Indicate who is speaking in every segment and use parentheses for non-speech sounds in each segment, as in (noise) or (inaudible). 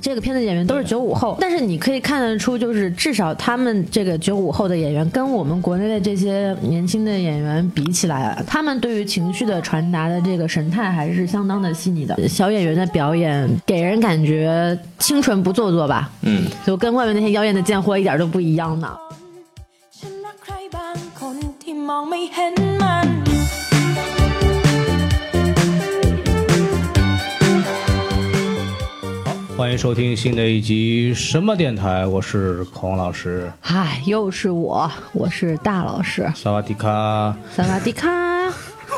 Speaker 1: 这个片子的演员都是九五后，但是你可以看得出，就是至少他们这个九五后的演员跟我们国内的这些年轻的演员比起来，他们对于情绪的传达的这个神态还是相当的细腻的。小演员的表演给人感觉清纯不做作吧，
Speaker 2: 嗯，
Speaker 1: 就跟外面那些妖艳的贱货一点都不一样呢。
Speaker 3: ฉันรักใครบางคนที่มองไม่เห็นมัน
Speaker 4: 欢迎收听新的一集什么电台，我是孔老师，
Speaker 1: 唉，又是我，我是大老师，
Speaker 4: 萨瓦迪卡。 (laughs)
Speaker 1: 萨瓦迪卡。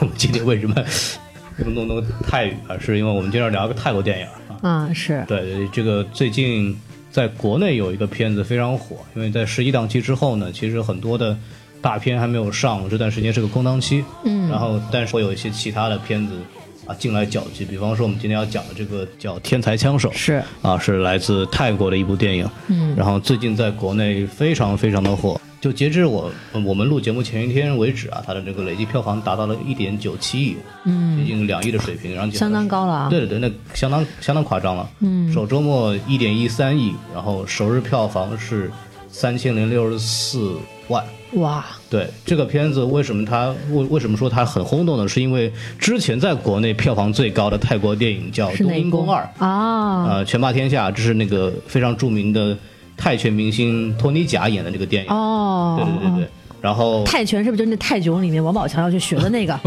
Speaker 4: 我们今天为什么 (laughs) 这么弄弄泰语啊？是因为我们今天要聊个泰国电影啊。
Speaker 1: 啊、是
Speaker 4: 对，这个最近在国内有一个片子非常火，因为在十一档期之后呢，其实很多的大片还没有上，这段时间是个空档期。嗯，然后但是会有一些其他的片子啊进来搅局，比方说我们今天要讲的这个叫《天才枪手》。
Speaker 1: 是，
Speaker 4: 啊，是来自泰国的一部电影，嗯，然后最近在国内非常非常的火。就截至我我们录节目前一天为止啊，它的这个累计票房达到了一点九七亿，嗯，接近两亿的水平，然后
Speaker 1: 相当高了啊
Speaker 4: 对对对，那相当相当夸张了，嗯，首周末一点一三亿，然后首日票房是三千零六十四万，
Speaker 1: 哇，
Speaker 4: 对这个片子，为什么它为为什么说它很轰动呢？是因为之前在国内票房最高的泰国电影叫《
Speaker 1: 是
Speaker 4: 东
Speaker 1: 哪
Speaker 4: 瀛宫二》
Speaker 1: 啊？
Speaker 4: 呃，拳霸天下，这是那个非常著名的泰拳明星托尼贾演的这个电影。
Speaker 1: 哦，
Speaker 4: 对对对对，
Speaker 1: (laughs)
Speaker 4: 然后
Speaker 1: 泰拳是不是就是那泰囧里面王宝强要去学的那
Speaker 4: (laughs)
Speaker 1: 个？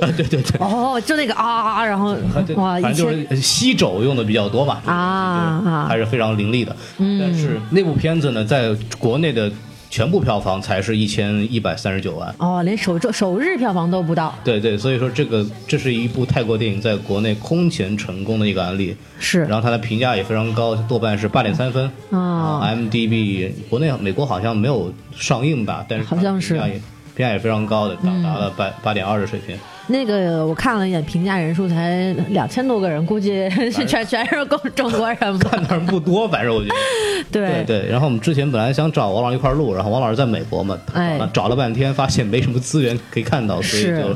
Speaker 4: 对对对，
Speaker 1: 哦，就那个啊啊，啊，然后
Speaker 4: 对
Speaker 1: 哇，
Speaker 4: 反
Speaker 1: 一
Speaker 4: 正就
Speaker 1: 千
Speaker 4: 是吸肘用的比较多吧。
Speaker 1: 啊啊嗯
Speaker 4: 还，是非常凌厉的。但是那部片子呢，在国内的全部票房才是一千一百三十九万。
Speaker 1: 哦，连首周首日票房都不到，
Speaker 4: 对对，所以说这个这是一部泰国电影在国内空前成功的一个案例。
Speaker 1: 是
Speaker 4: 然后它的评价也非常高，豆瓣是八点三分。
Speaker 1: 啊，
Speaker 4: m d b 国内美国好像没有上映吧，但是
Speaker 1: 好像是嗯
Speaker 4: 评价也评价也非常高的，到达了八八点二的水平。
Speaker 1: 那个我看了一眼评价人数才两千多个人，估计 (laughs) 全全是中中国人
Speaker 4: (laughs)
Speaker 1: 吧？
Speaker 4: 看的人不多，反正我觉得。对对。然后我们之前本来想找王老师一块儿录，然后王老师在美国嘛，找
Speaker 1: 哎
Speaker 4: 了找了半天，发现没什么资源可以看到，所以
Speaker 1: 是
Speaker 4: 就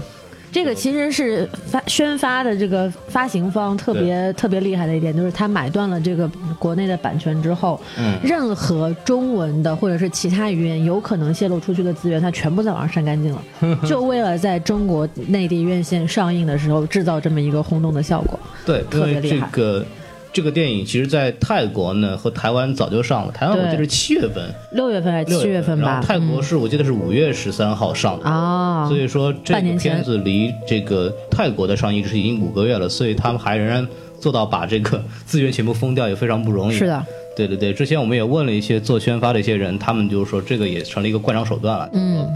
Speaker 1: 这个其实是发宣发的这个发行方特别特别厉害的一点，就是他买断了这个国内的版权之后，
Speaker 4: 嗯
Speaker 1: 任何中文的或者是其他语言有可能泄露出去的资源，他全部在网上删干
Speaker 4: (laughs)
Speaker 1: 净了，就为了在中国内地院线上映的时候制造这么一个轰动的效果。
Speaker 4: 对，因
Speaker 1: 特别
Speaker 4: 为
Speaker 1: 厉
Speaker 4: 这
Speaker 1: 害
Speaker 4: 个。这个电影其实，在泰国呢和台湾早就上了。台湾我记得
Speaker 1: 对
Speaker 4: 是七月份，
Speaker 1: 六月份还是
Speaker 4: 六
Speaker 1: 七月份
Speaker 4: 然
Speaker 1: 吧嗯
Speaker 4: 后？泰国是、我记得是五月十三号上的。
Speaker 1: 啊
Speaker 4: 所，以说这
Speaker 1: 半
Speaker 4: 个
Speaker 1: 年前
Speaker 4: 片子离这个泰国的上映是已经五个月了，所以他们还仍然做到把这个 (laughs) 资源全部封掉也非常不容易。
Speaker 1: 是，的，
Speaker 4: 对对对，之前我们也问了一些做宣发的一些人，他们就是说这个也成了一个惯常手段了。嗯，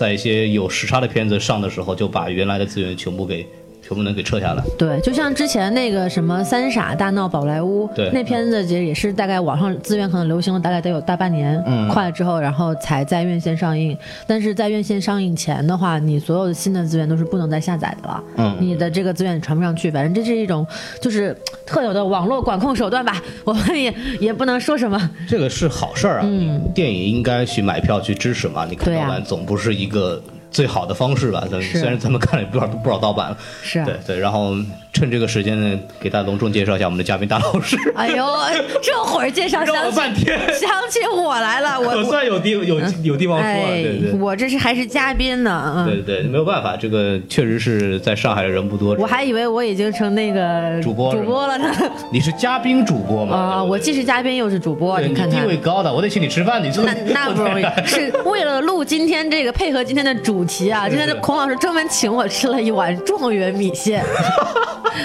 Speaker 4: 在一些有时差的片子上的时候，就把原来的资源全部给全部能给撤下来。
Speaker 1: 对，就像之前那个什么《三傻大闹宝莱坞》
Speaker 4: 对
Speaker 1: 那片子，也也是大概网上资源可能流行了大概得有大半年，
Speaker 4: 嗯
Speaker 1: 快了之后，然后才在院线上映。但是在院线上映前的话，你所有的新的资源都是不能再下载的了，
Speaker 4: 嗯
Speaker 1: 你的这个资源也传不上去。反正这是一种就是嘖特有的网络管控手段吧，我们也也不能说什么。
Speaker 4: 这个是好事儿啊，
Speaker 1: 嗯
Speaker 4: 电影应该去买票去支持嘛。你看
Speaker 1: 对
Speaker 4: 盗
Speaker 1: 啊
Speaker 4: 版总不是一个最好的方式吧？咱们
Speaker 1: 是
Speaker 4: 虽然咱们看了不少不少盗版了，
Speaker 1: 是啊
Speaker 4: 对对。然后趁这个时间呢，给大家隆重介绍一下我们的嘉宾大老师。
Speaker 1: 哎呦，这会儿介
Speaker 4: (laughs)
Speaker 1: 绍
Speaker 4: 绕
Speaker 1: 啊想
Speaker 4: 了
Speaker 1: 起
Speaker 4: 半天，
Speaker 1: 想起我来了，我
Speaker 4: 可
Speaker 1: 我
Speaker 4: 算有地有有地方说了，
Speaker 1: 哎
Speaker 4: 对对，对。
Speaker 1: 我这是还是嘉宾呢，嗯。
Speaker 4: 对对，没有办法，这个确实是在上海的人不多。
Speaker 1: 我还以为我已经成那个
Speaker 4: 主播了
Speaker 1: 主播
Speaker 4: (laughs)
Speaker 1: 了呢。
Speaker 4: 你是嘉宾主播嘛？
Speaker 1: 啊，
Speaker 4: 对不对
Speaker 1: 我既是嘉宾又是主播，
Speaker 4: 对
Speaker 1: 看看
Speaker 4: 地。位高的，我得请你吃饭，你做
Speaker 1: 那那不
Speaker 4: (laughs)
Speaker 1: 容易，是为了录今天这个配合今天的主题啊，今天的孔老师专门请我吃了一碗状元米线， (laughs)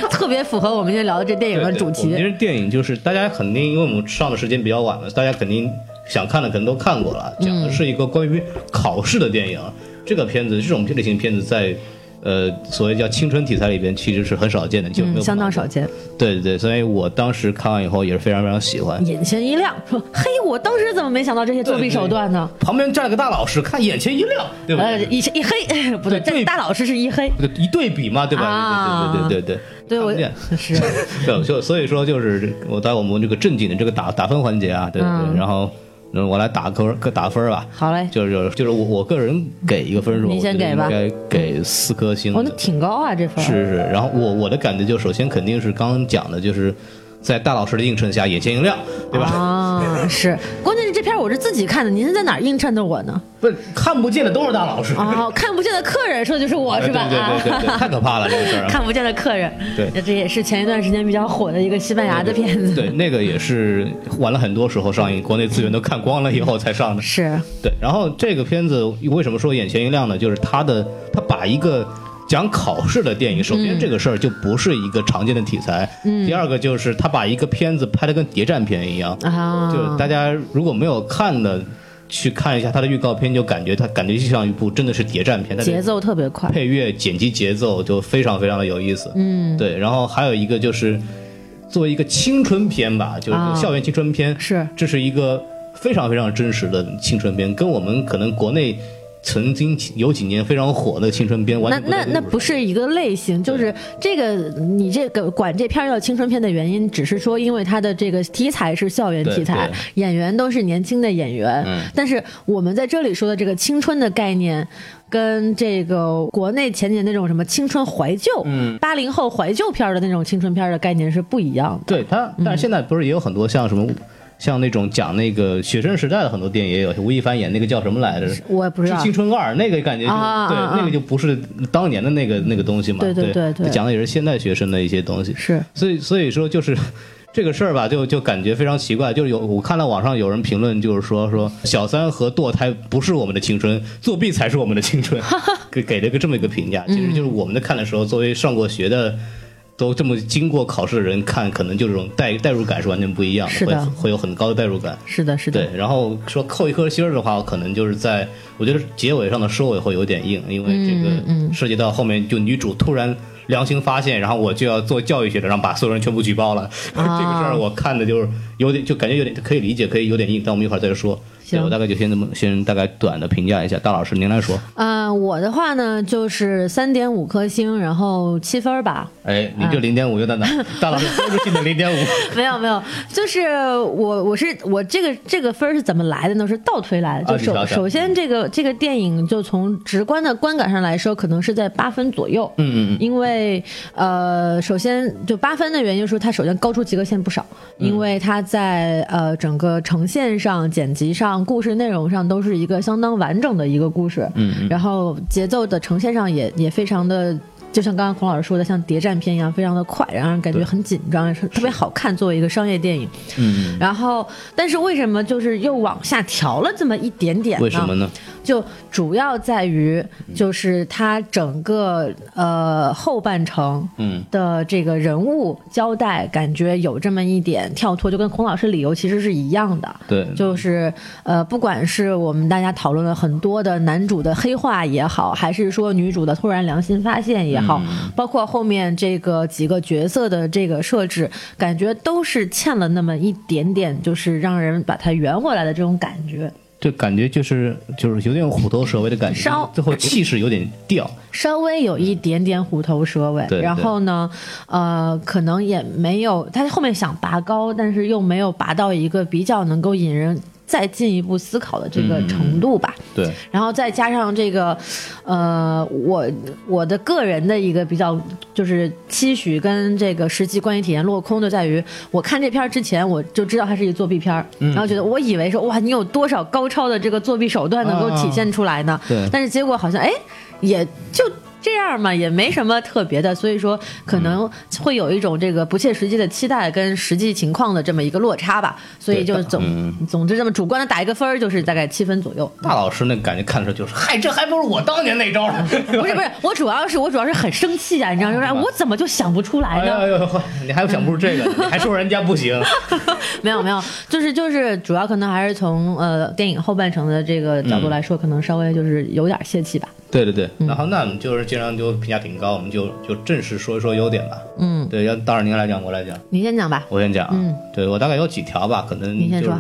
Speaker 1: 特别符合我们今天聊的这电影的主
Speaker 4: 其
Speaker 1: 题。
Speaker 4: 实电影就是大家肯定，因为我们上的时间比较晚了，大家肯定想看的可能都看过了。讲
Speaker 1: 嗯
Speaker 4: 的是一个关于考试的电影，这个片子这种类型片子在。呃，所谓叫青春题材里边，其实是很少见的，就没有、
Speaker 1: 嗯，相当少。见，
Speaker 4: 对对对，所以我当时看完以后也是非常非常喜欢。
Speaker 1: 眼前一亮，说：“嘿，我当时怎么没想到这些作弊手段呢
Speaker 4: 旁边站了个大老师，看眼前一亮，？”对不对？
Speaker 1: 呃，一一黑， (laughs) 不对，
Speaker 4: 对
Speaker 1: 这
Speaker 4: 对
Speaker 1: 大老师是一黑，
Speaker 4: 对一对比嘛，对吧？
Speaker 1: 啊
Speaker 4: 对对对对对
Speaker 1: 对我
Speaker 4: 看不见
Speaker 1: 是
Speaker 4: (laughs) 对，就所以说就是这我在我们这个正经的这个打打分环节啊，对对对，
Speaker 1: 嗯
Speaker 4: 然后嗯我来打个个打分吧。
Speaker 1: 好嘞，
Speaker 4: 就是就是我我个人给一个分数，
Speaker 1: 你先
Speaker 4: 我觉得
Speaker 1: 给吧
Speaker 4: 应该给四颗星
Speaker 1: 哦，那
Speaker 4: 的。
Speaker 1: 挺高啊，这分儿
Speaker 4: 是是，然后我我的感觉就首先肯定是刚刚讲的，就是在大老师的映衬下眼前一亮，对吧？
Speaker 1: 啊，是，关键是这片儿我是自己看的，您是在哪儿映衬的我
Speaker 4: (laughs)
Speaker 1: 呢？
Speaker 4: 不，看不见的都是大老师，
Speaker 1: 哦，看不见的客人说的就是我
Speaker 4: 哎
Speaker 1: 是吧？
Speaker 4: (laughs) 对对对对对，
Speaker 1: 啊，
Speaker 4: 太可怕了这个事儿啊。
Speaker 1: (laughs) 看不见的客人，
Speaker 4: 对
Speaker 1: (laughs) 这也是前一段时间比较火的一个西班牙的片子，
Speaker 4: 对，那个也是晚了很多时候上映，国内资源都看光了以后才上的。
Speaker 1: 是，
Speaker 4: 对，然后这个片子为什么说眼前一亮呢？就是它的它把一个讲考试的电影，首先这个事儿就不是一个常见的题材，嗯、第二个就是它把一个片子拍的跟谍战片一样，
Speaker 1: 啊，
Speaker 4: 就大家如果没有看的。去看一下它的预告片，就感觉它感觉就像一部真的是谍战片，它的
Speaker 1: 节奏特别快，
Speaker 4: 配乐、剪辑节奏就非常非常的有意思。嗯，对。然后还有一个就是作为一个青春片吧，就是
Speaker 1: 啊
Speaker 4: 校园青春片，
Speaker 1: 是
Speaker 4: 这是一个非常非常真实的青春片，跟我们可能国内曾经有几年非常火的青春片完
Speaker 1: 那
Speaker 4: 全
Speaker 1: 那那不
Speaker 4: 是
Speaker 1: 是一个类型，就是这个你这个管这片儿叫青春片的原因，只是说因为它的这个题材是校园
Speaker 4: 对
Speaker 1: 题材
Speaker 4: 对，
Speaker 1: 演员都是年轻的演员。
Speaker 4: 嗯
Speaker 1: 但是我们在这里说的这个青春的概念，跟这个国内前几年那种什么青春怀旧，
Speaker 4: 嗯
Speaker 1: 八零、后怀旧片儿的那种青春片儿的概念是不一嗯样的。
Speaker 4: 对它，但是现在不是也有很多像什么。像那种讲那个学生时代的很多电影也有，吴亦凡演那个叫什么来着？
Speaker 1: 我也不知
Speaker 4: 是
Speaker 1: 道
Speaker 4: 青春二，那个感觉就、
Speaker 1: 啊
Speaker 4: 对、
Speaker 1: 啊啊
Speaker 4: 那个就不是当年的那个那个东西嘛。
Speaker 1: 对对
Speaker 4: 对
Speaker 1: 对对
Speaker 4: 就讲的也是现代学生的一些东西。
Speaker 1: 是
Speaker 4: 所以所以说就是 (laughs) 这个事儿吧，就就感觉非常奇怪。就是有我看到网上有人评论，就是说说小三和堕胎不是我们的青春，作弊才是我们的青春， (laughs) 给给了个这么一个评价。其
Speaker 1: 嗯
Speaker 4: 实就是我们在看的时候，作为上过学的。都这么经过考试的人看，可能就这种代代入感是完全不一样
Speaker 1: 是
Speaker 4: 会
Speaker 1: 的
Speaker 4: 会有很高的代入感。
Speaker 1: 是的，是的
Speaker 4: (laughs) 对，，然后说扣一颗星儿的话，可能就是在我觉得结尾上的收尾会有点硬，因为这
Speaker 1: 嗯
Speaker 4: 个涉及到后面就女主突然良心发现，然后我就要做教育学的，然后把所有人全部举报了。 (laughs) 这个事
Speaker 1: 哦
Speaker 4: 儿我看的就是有点，就感觉有点可以理解，可以有点硬，但我们一会儿再说。对
Speaker 1: 行
Speaker 4: 我大概就先这么先大概短的评价一下，大老师您来说，
Speaker 1: 呃，我的话呢就是三点五颗星，然后七分儿吧。
Speaker 4: 哎，你
Speaker 1: 嗯
Speaker 4: 就零点五又在哪？大老师标志性的
Speaker 1: (laughs)
Speaker 4: 零点五，
Speaker 1: 没有没有，就是我我是我这个这个分儿是怎么来的呢？是倒推来的。就
Speaker 4: 啊
Speaker 1: 首、
Speaker 4: 你瞧瞧
Speaker 1: 首先这个这个电影就从直观的观感上来说，可能是在八分左右。
Speaker 4: 嗯嗯嗯，
Speaker 1: 因为呃，首先就八分的原因是它首先高出及格线不少，因为它在呃整个呈现上、剪辑上、故事内容上都是一个相当完整的一个故事，
Speaker 4: 嗯嗯
Speaker 1: 然后节奏的呈现上也也非常的。就像刚刚孔老师说的，像谍战片一样，非常的快，然后让人感觉
Speaker 4: 对
Speaker 1: 很紧张，是特别好看。作为一个商业电影，
Speaker 4: 嗯
Speaker 1: 然后，但是为什么就是又往下调了这么一点点呢？
Speaker 4: 为什么呢？
Speaker 1: 就主要在于，就是它整个呃后半程，
Speaker 4: 嗯
Speaker 1: 的这个人物交代，感觉有这么一点跳脱，就跟孔老师理由其实是一样的。
Speaker 4: 对
Speaker 1: 就是呃，不管是我们大家讨论了很多的男主的黑化也好，还是说女主的突然良心发现也好，包括后面这个几个角色的这个设置，感觉都是欠了那么一点点，就是让人把它圆回来的这种感觉，
Speaker 4: 就感觉就是就是有点虎头蛇尾的感觉，
Speaker 1: 稍
Speaker 4: 最后气势有点掉，
Speaker 1: 稍微有一点点虎头蛇尾。
Speaker 4: 对
Speaker 1: 然
Speaker 4: 对
Speaker 1: 后呢，呃，可能也没有他后面想拔高，但是又没有拔到一个比较能够引人再进一步思考的这
Speaker 4: 嗯
Speaker 1: 个程度吧。
Speaker 4: 对。
Speaker 1: 然后再加上这个，呃，我我的个人的一个比较就是期许跟这个实际观影体验落空，就在于我看这片儿之前我就知道它是一作弊片儿，
Speaker 4: 嗯
Speaker 1: 然后觉得我以为说哇，你有多少高超的这个作弊手段能够体现出来呢？
Speaker 4: 啊对
Speaker 1: 但是结果好像哎，也就。这样嘛，也没什么特别的，所以说
Speaker 4: 嗯
Speaker 1: 可能会有一种这个不切实际的期待跟实际情况的这么一个落差吧，所以
Speaker 4: 对
Speaker 1: 就
Speaker 4: 的嗯
Speaker 1: 总、总之这么主观的打一个分儿，就是大概七分左右。
Speaker 4: 大老师那感觉看的时候就是，嗨，这还不如我当年那招呢。
Speaker 1: 不 (laughs)
Speaker 4: 不
Speaker 1: 是不是，我主要是我主要是很生气啊，你知道吗？就是我怎么就想不出来
Speaker 4: 哎呦
Speaker 1: 呢？
Speaker 4: 哎呦，你还想不出这个，你还说人家不
Speaker 1: (laughs)
Speaker 4: 行？
Speaker 1: 没有没 (laughs) 有，就是就是，主要可能还是从呃电影后半程的这个角度来说，可能稍微就是有点泄气吧。
Speaker 4: 对对对，
Speaker 1: 嗯
Speaker 4: 然后那我们就是经常就评价挺高，我们就就正式说一说优点吧。
Speaker 1: 嗯，
Speaker 4: 对，要当然您来讲，我来讲，
Speaker 1: 你先讲吧。
Speaker 4: 我先讲啊。
Speaker 1: 嗯，
Speaker 4: 对我大概有几条吧，可能
Speaker 1: 你先
Speaker 4: 就是
Speaker 1: 说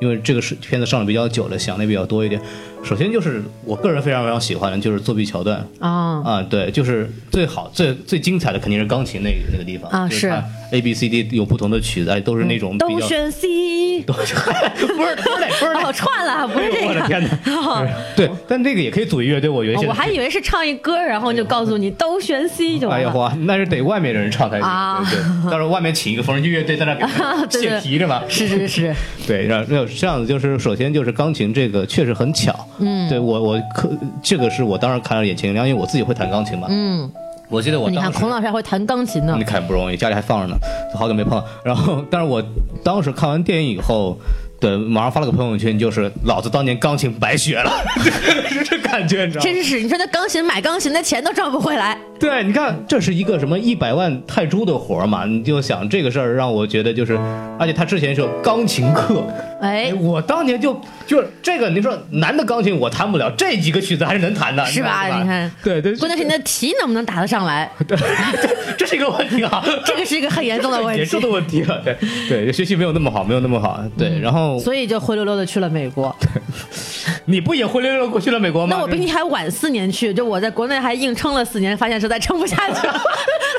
Speaker 4: 因为这个是片子上的比较久了，想的比较多一点。首先就是我个人非常非常喜欢的就是作弊桥段
Speaker 1: 啊
Speaker 4: 啊，对，就是最好最最精彩的肯定是钢琴那那个地方
Speaker 1: 啊嗯
Speaker 4: 就是它 A B C D 有不同的曲子，哎都是那种比
Speaker 1: 都
Speaker 4: 较
Speaker 1: 选 C，
Speaker 4: 都是不是不是那不是那
Speaker 1: 哦，串
Speaker 4: (laughs)
Speaker 1: 了，不是这
Speaker 4: 我的天
Speaker 1: 个。
Speaker 4: (laughs) 哪！对，但这个也可以组一乐队，我觉得
Speaker 1: 哦
Speaker 4: 现
Speaker 1: 我
Speaker 4: 在。
Speaker 1: 还以为是唱一歌，然后就告诉你都选 C 就
Speaker 4: 哎
Speaker 1: 完
Speaker 4: 呀
Speaker 1: 了。
Speaker 4: 哇，那是得外面人唱才行。
Speaker 1: 啊
Speaker 4: 对
Speaker 1: (laughs)
Speaker 4: 对，到时候外面请一个缝纫机乐队在那给
Speaker 1: 对对
Speaker 4: 现皮是吧？
Speaker 1: (laughs) 是是是，
Speaker 4: 对，让让这样子就是，首先就是钢琴这个确实很巧，嗯，对我我可这个是我当时看了眼前一亮，因为我自己会弹钢琴嘛，
Speaker 1: 嗯，
Speaker 4: 我记得我
Speaker 1: 你
Speaker 4: 当
Speaker 1: 看
Speaker 4: 时
Speaker 1: 孔老师还会弹钢琴呢
Speaker 4: 你。看不容易，家里还放着呢，好久没碰。然后，但是我当时看完电影以后，对，马上发了个朋友圈，就是老子当年钢琴白学了， (laughs) 是这感觉，你知道吗？
Speaker 1: 真是，你说那钢琴买钢琴的钱都赚不回来。
Speaker 4: 对，你看，这是一个什么一百万泰铢的活儿嘛？你就想这个事儿，让我觉得就是，而且他之前是有钢琴课，
Speaker 1: 哎
Speaker 4: 哎，，我当年就就是这个，你说男的钢琴我弹不了，这几个曲子还是能弹的，
Speaker 1: 是
Speaker 4: 吧？
Speaker 1: 吧？你看，
Speaker 4: 对对，
Speaker 1: 关键是你的题能不能答得上来，
Speaker 4: 对，这是一个问题啊，
Speaker 1: 这个是一个很严重的问
Speaker 4: (laughs) 严
Speaker 1: 题
Speaker 4: 重。的问
Speaker 1: (laughs)
Speaker 4: 题啊，对对，学习没有那么好，没有那么好，对，然后
Speaker 1: 嗯所以就灰溜溜的去了美国。
Speaker 4: 你不也灰溜溜过去了美国吗？
Speaker 1: 那我比你还晚四年去，就我在国内还硬撑了四年，发现实在撑不下
Speaker 4: (laughs)
Speaker 1: 去了，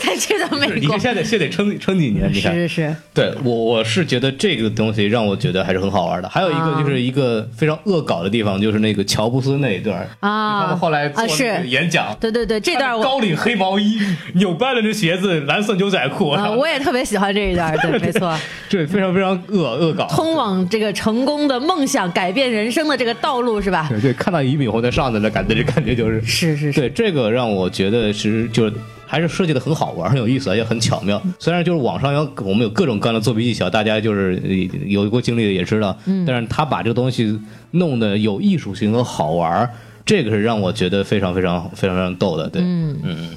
Speaker 1: 才去的
Speaker 4: 是
Speaker 1: 美
Speaker 4: 你
Speaker 1: 国
Speaker 4: 这。现在得先得撑撑几年，你看。
Speaker 1: 是是是，
Speaker 4: 对我，我是觉得这个东西让我觉得还是很好玩的。还有一个
Speaker 1: 啊
Speaker 4: 就是一个非常恶搞的地方，就是那个乔布斯那一段儿
Speaker 1: 啊
Speaker 4: 你看他后来做
Speaker 1: 啊是
Speaker 4: 那个演讲，
Speaker 1: 对对对，这段我
Speaker 4: 高领黑
Speaker 1: (laughs)
Speaker 4: 毛衣、纽掰了的鞋子、蓝色牛仔裤，
Speaker 1: 啊、我也特别喜欢这一段，对，没错，
Speaker 4: (laughs) 对，非常非常恶恶搞。
Speaker 1: 通往这个成功的梦想、改变人生的这个道路是吧？
Speaker 4: 对对，看到俞敏洪在上头的感觉，这感觉就是
Speaker 1: 是是是，
Speaker 4: 对这个让我觉得是就是还是设计的很好玩，很有意思，而且很巧妙。虽然就是网上有我们有各种各样的作弊技巧，大家就是呃有过经历的也知道，但是他把这个东西弄得有艺术性和好玩儿，这个是让我觉得非常非常非常非常逗的。对，
Speaker 1: 嗯
Speaker 4: 嗯。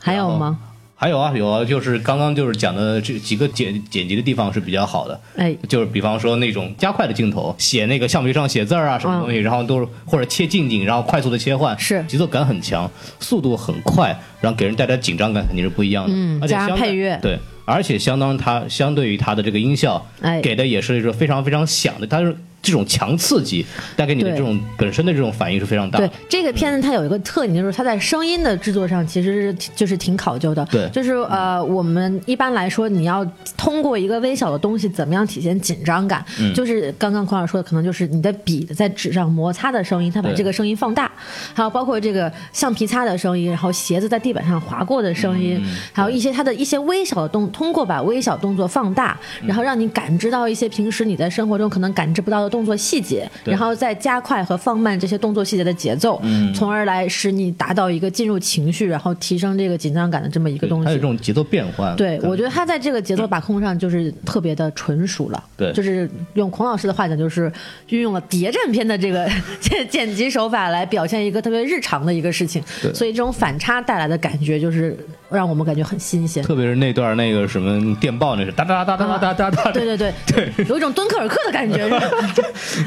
Speaker 1: 还有吗？
Speaker 4: 还有啊，有啊，就是刚刚就是讲的这几个剪剪辑的地方是比较好的，
Speaker 1: 哎，
Speaker 4: 就是比方说那种加快的镜头，写那个橡皮上写字儿啊，什么东西，然后都是或者切近景，然后快速的切换，
Speaker 1: 嗯是
Speaker 4: 节奏感很强，速度很快，然后给人带来紧张感肯定是不一样的。
Speaker 1: 嗯
Speaker 4: 而且
Speaker 1: 加上
Speaker 4: 相
Speaker 1: 配乐
Speaker 4: 对，而且相当它相对于它的这个音效，
Speaker 1: 哎
Speaker 4: 给的也是一个非常非常响的，它是这种强刺激带给你的
Speaker 1: 对
Speaker 4: 这种本身的这种反应是非常大的
Speaker 1: 对。这个片子，它有一个特点，就是它在声音的制作上其实是挺就是挺考究的。
Speaker 4: 对
Speaker 1: 就是呃，我们一般来说，你要通过一个微小的东西，怎么样体现紧张感？
Speaker 4: 嗯
Speaker 1: 就是刚刚孔老师说的，可能就是你的笔在纸上摩擦的声音，它把
Speaker 4: 对
Speaker 1: 这个声音放大，还有包括这个橡皮擦的声音，然后鞋子在地板上划过的声音，
Speaker 4: 嗯
Speaker 1: 还有一些它的一些微小的动，通过把微小动作放大，
Speaker 4: 嗯
Speaker 1: 然后让你感知到一些平时你在生活中可能感知不到的动作细节，
Speaker 4: 对嗯
Speaker 1: 然后再加快和放慢这些动作细节的节奏，从而来使你达到一个进入情绪，然后提升这个紧张感的这么一个
Speaker 4: 对
Speaker 1: 东
Speaker 4: 它有这
Speaker 1: 西。
Speaker 4: 种节奏变换。
Speaker 1: 对，我觉得他在这个节奏把控上就是特别的纯熟了。
Speaker 4: 对
Speaker 1: 就是用孔老师的话讲，就是运用了谍战片的这个 (laughs) 剪剪辑手法来表现一个特别日常的一个事情，
Speaker 4: 对
Speaker 1: 所以这种反差带来的感觉就是让我们感觉很新
Speaker 4: (laughs)
Speaker 1: 鲜。
Speaker 4: 特别是那段那个什么电报那是哒哒哒哒哒哒哒哒，
Speaker 1: 对对对，
Speaker 4: 对
Speaker 1: (laughs) 有一种敦刻尔克的感觉。 (laughs) 是吧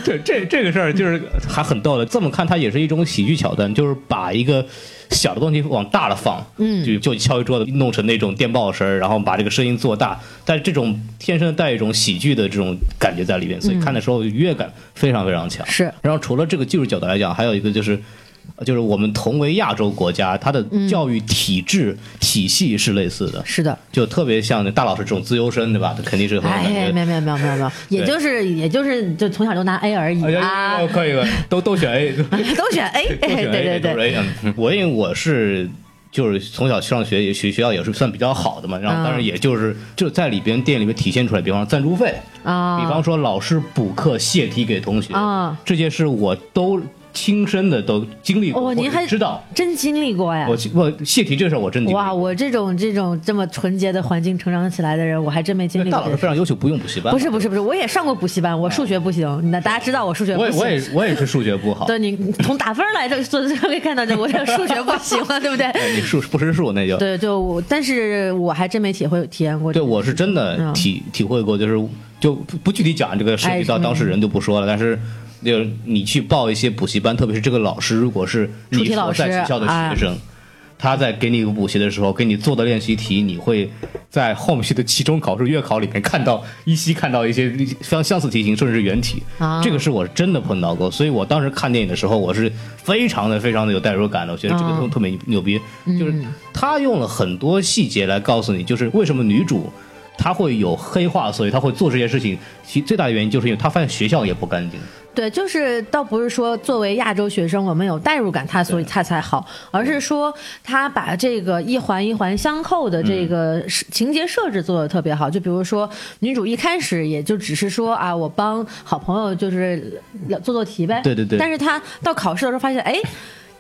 Speaker 4: 对， (laughs) 这这个事儿就是还很逗的。这么看，它也是一种喜剧桥段，就是把一个小的东西往大了放，嗯，就就敲一桌子，弄成那种电报声儿，然后把这个声音做大。但是这种天生带一种喜剧的这种感觉在里面，所以看的时候愉悦感非常非常强。
Speaker 1: 嗯是
Speaker 4: 然后除了这个技术角度来讲，还有一个就是。就是我们同为亚洲国家，它的
Speaker 1: 嗯
Speaker 4: 教育体制体系是类似的，
Speaker 1: 是的，
Speaker 4: 就特别像大老师这种自由生，对吧？肯定是很有感觉
Speaker 1: 哎，
Speaker 4: 的。
Speaker 1: 没有没有没有没有没有，也就是也就是就从小就拿 A 而已啊
Speaker 4: 哎呦，，可以了，都都选 A，
Speaker 1: (laughs) 都选 A，
Speaker 4: 都
Speaker 1: 哎
Speaker 4: 选
Speaker 1: (laughs)
Speaker 4: A，
Speaker 1: 对对
Speaker 4: 都
Speaker 1: 对，
Speaker 4: 是 A，嗯我因为我是。就是从小上学也学学校也是算比较好的嘛，然
Speaker 1: 嗯
Speaker 4: 后但是也就是就在里边店里面体现出来，比方说赞助费，
Speaker 1: 啊，
Speaker 4: 比方说老师补课泄题给同学
Speaker 1: 啊，
Speaker 4: 这些事我都亲身的都经历过，
Speaker 1: 哦，您
Speaker 4: 或者
Speaker 1: 还
Speaker 4: 知道
Speaker 1: 真经历过呀
Speaker 4: 我？我泄题这事儿我真经历
Speaker 1: 哇，
Speaker 4: 过。
Speaker 1: 我这种这种这么纯洁的环境成长起来的人，我还真没经历
Speaker 4: 大
Speaker 1: 过
Speaker 4: 老
Speaker 1: 这
Speaker 4: 师
Speaker 1: 个
Speaker 4: 非
Speaker 1: 事。
Speaker 4: 常优秀，不用补习班。
Speaker 1: 不是不是不是，我也上过补习班，我数学不行，那大家知道我数学
Speaker 4: 啊我
Speaker 1: 不
Speaker 4: 也
Speaker 1: 行。
Speaker 4: 我也我也是数学不好，
Speaker 1: 对你从打分来这这可以看到，这我这数学不行了，对不
Speaker 4: (laughs)
Speaker 1: 对？
Speaker 4: 你数不识数那就
Speaker 1: 对，就我，但是我还真没体会体验过这
Speaker 4: 对，
Speaker 1: 个。
Speaker 4: 我是真的
Speaker 1: 嗯哎
Speaker 4: 体体会过，就是就不不具体讲这个涉及到当事人
Speaker 1: 嗯
Speaker 4: 就不说了，但是。就是你去报一些补习班，特别是这个老师，如果是
Speaker 1: 出
Speaker 4: 你
Speaker 1: 题老
Speaker 4: 所在
Speaker 1: 师
Speaker 4: 学校的
Speaker 1: 哎
Speaker 4: 学生，他在给你补习的时候，给你做的练习题，你会在后续的期中考试、月考里面看到依稀看到一些相相似题型，甚至是原题。
Speaker 1: 啊
Speaker 4: 这个是我真的碰到过，所以我当时看电影的时候，我是非常的、非常的有代入感的。我觉得这个
Speaker 1: 啊
Speaker 4: 特特别牛逼，
Speaker 1: 嗯
Speaker 4: 就是他用了很多细节来告诉你，就是为什么女主。她会有黑化，所以她会做这些事情。其最大的原因就是因为她发现学校也不干净。
Speaker 1: 对，就是倒不是说作为亚洲学生我们有代入感，他所以他才好，而是说他把这个一环一环相扣的
Speaker 4: 嗯
Speaker 1: 这个是情节设置做的特别好。就比如说女主一开始也就只是说啊，我帮好朋友就是了做做题呗，
Speaker 4: 对对对
Speaker 1: 但是她到考试的时候发现，哎。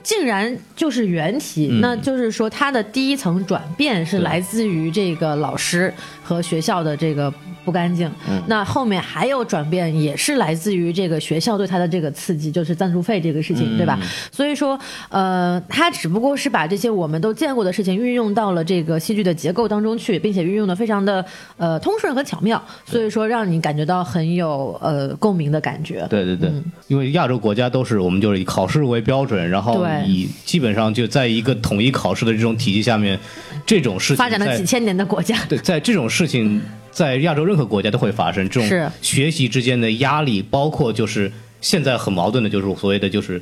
Speaker 1: 竟然就是原题，那就是说他的第一层转变是
Speaker 4: 嗯对
Speaker 1: 来自于这个老师和学校的这个不干净。
Speaker 4: 嗯
Speaker 1: 那后面还有转变，也是来自于这个学校对他的这个刺激，就是赞助费这个事
Speaker 4: 嗯
Speaker 1: 情，对吧？所以说，呃，他只不过是把这些我们都见过的事情运用到了这个戏剧的结构当中去，并且运用的非常的呃通顺和巧妙，所以说让你感觉到很有呃共鸣的感觉。
Speaker 4: 对对对，
Speaker 1: 嗯
Speaker 4: 因为亚洲国家都是我们就是以考试为标准，然后
Speaker 1: 对
Speaker 4: 以基本上就在一个统一考试的这种体系下面，这种事情
Speaker 1: 发展了
Speaker 4: 在
Speaker 1: 几千年的国家，
Speaker 4: 对，在这种事情在亚洲任何国家都会发生，这
Speaker 1: 是
Speaker 4: 种学习之间的压力，包括就是现在很矛盾的，就是所谓的就是。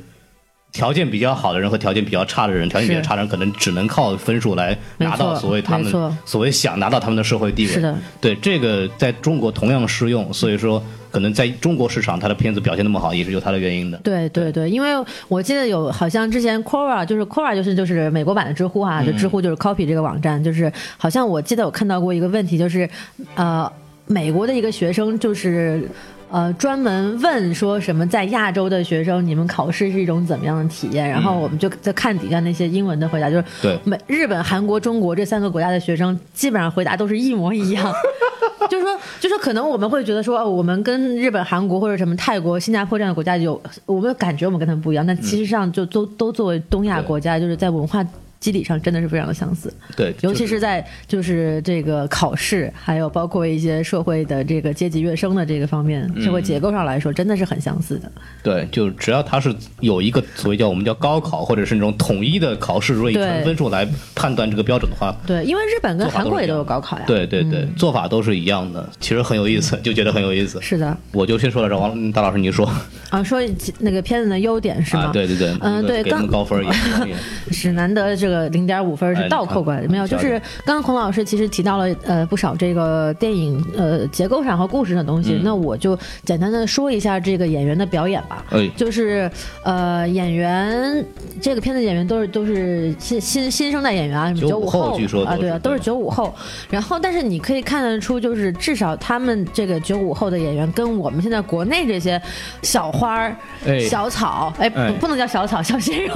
Speaker 4: 条件比较好的人和条件比较差的人，条件比较
Speaker 1: 是
Speaker 4: 差的人可能只能靠分数来
Speaker 1: 没
Speaker 4: 拿到
Speaker 1: 错
Speaker 4: 所谓他
Speaker 1: 没
Speaker 4: 们
Speaker 1: 错
Speaker 4: 所谓想拿到他们的社会地位。
Speaker 1: 是的，
Speaker 4: 对这个在中国同样适用，所以说可能在中国市场，他的片子表现那么好，也是有它的原因的。
Speaker 1: 对对对，因为我记得有好像之前 Quora 就是 Quora 就是就是美国版的知乎哈、啊就知乎就是 Copy 这个网站，就是好像我记得我看到过一个问题，就是呃，美国的一个学生就是。呃，专门问说什么在亚洲的学生，你们考试是一种怎么样的体验？然后我们就在看底下那些英文的回答，就是
Speaker 4: 对
Speaker 1: 美、日本、韩国、中国这三个国家的学生，基本上回答都是一模一样。 (laughs) 就是说，就是说可能我们会觉得说，哦，我们跟日本、韩国或者什么泰国、新加坡这样的国家有，我们感觉我们跟他们不一样，但其实上就都、都作为东亚国家，就是在文化基底上真的是非常的相似，
Speaker 4: 对，
Speaker 1: 尤其
Speaker 4: 就是
Speaker 1: 在就是这个考试，还有包括一些社会的这个阶级跃升的这个方面，
Speaker 4: 嗯
Speaker 1: 社会结构上来说，真的是很相似的。
Speaker 4: 对，就只要它是有一个所谓叫我们叫高考，或者是那种统一的考试，如果以
Speaker 1: 对
Speaker 4: 全分数来判断这个标准的话，
Speaker 1: 对，因为日本跟
Speaker 4: 做法
Speaker 1: 韩国也
Speaker 4: 都
Speaker 1: 都有
Speaker 4: 是一样
Speaker 1: 高考呀。，
Speaker 4: 对对对，
Speaker 1: 嗯
Speaker 4: 做法都是一样的，其实很有意思，就觉得很有意
Speaker 1: (laughs)
Speaker 4: 思。
Speaker 1: 是的。
Speaker 4: 我就先说到这儿，王嗯大老师你说
Speaker 1: 啊，说那个片子的优点是吗？
Speaker 4: 啊？对对对，
Speaker 1: 嗯，对，
Speaker 4: 给我
Speaker 1: 刚
Speaker 4: 们高分儿也哎不容
Speaker 1: (laughs)
Speaker 4: 易
Speaker 1: 是难得这个零点五分
Speaker 4: 哎
Speaker 1: 是倒扣过来
Speaker 4: 你
Speaker 1: 的，
Speaker 4: 看
Speaker 1: 没有，
Speaker 4: 你瞧
Speaker 1: 就
Speaker 4: 瞧
Speaker 1: 是刚刚孔老师其实提到了呃不少这个电影呃结构上和故事上的东
Speaker 4: 嗯
Speaker 1: 西，那我就简单的说一下这个演员的表演吧。
Speaker 4: 哎
Speaker 1: 就是呃演员这个片子演员都是都是新新新生代演员啊，什么
Speaker 4: 九
Speaker 1: 九
Speaker 4: 五
Speaker 1: 五
Speaker 4: 后据说
Speaker 1: 啊，
Speaker 4: 都
Speaker 1: 对
Speaker 4: 是
Speaker 1: 啊，都是九五后。然后，但是你可以看得出，就是至少他们这个九五后的演员跟我们现在国内这些小花儿、
Speaker 4: 哎
Speaker 1: 小草，哎，
Speaker 4: 哎
Speaker 1: 不不能叫小草，小鲜肉。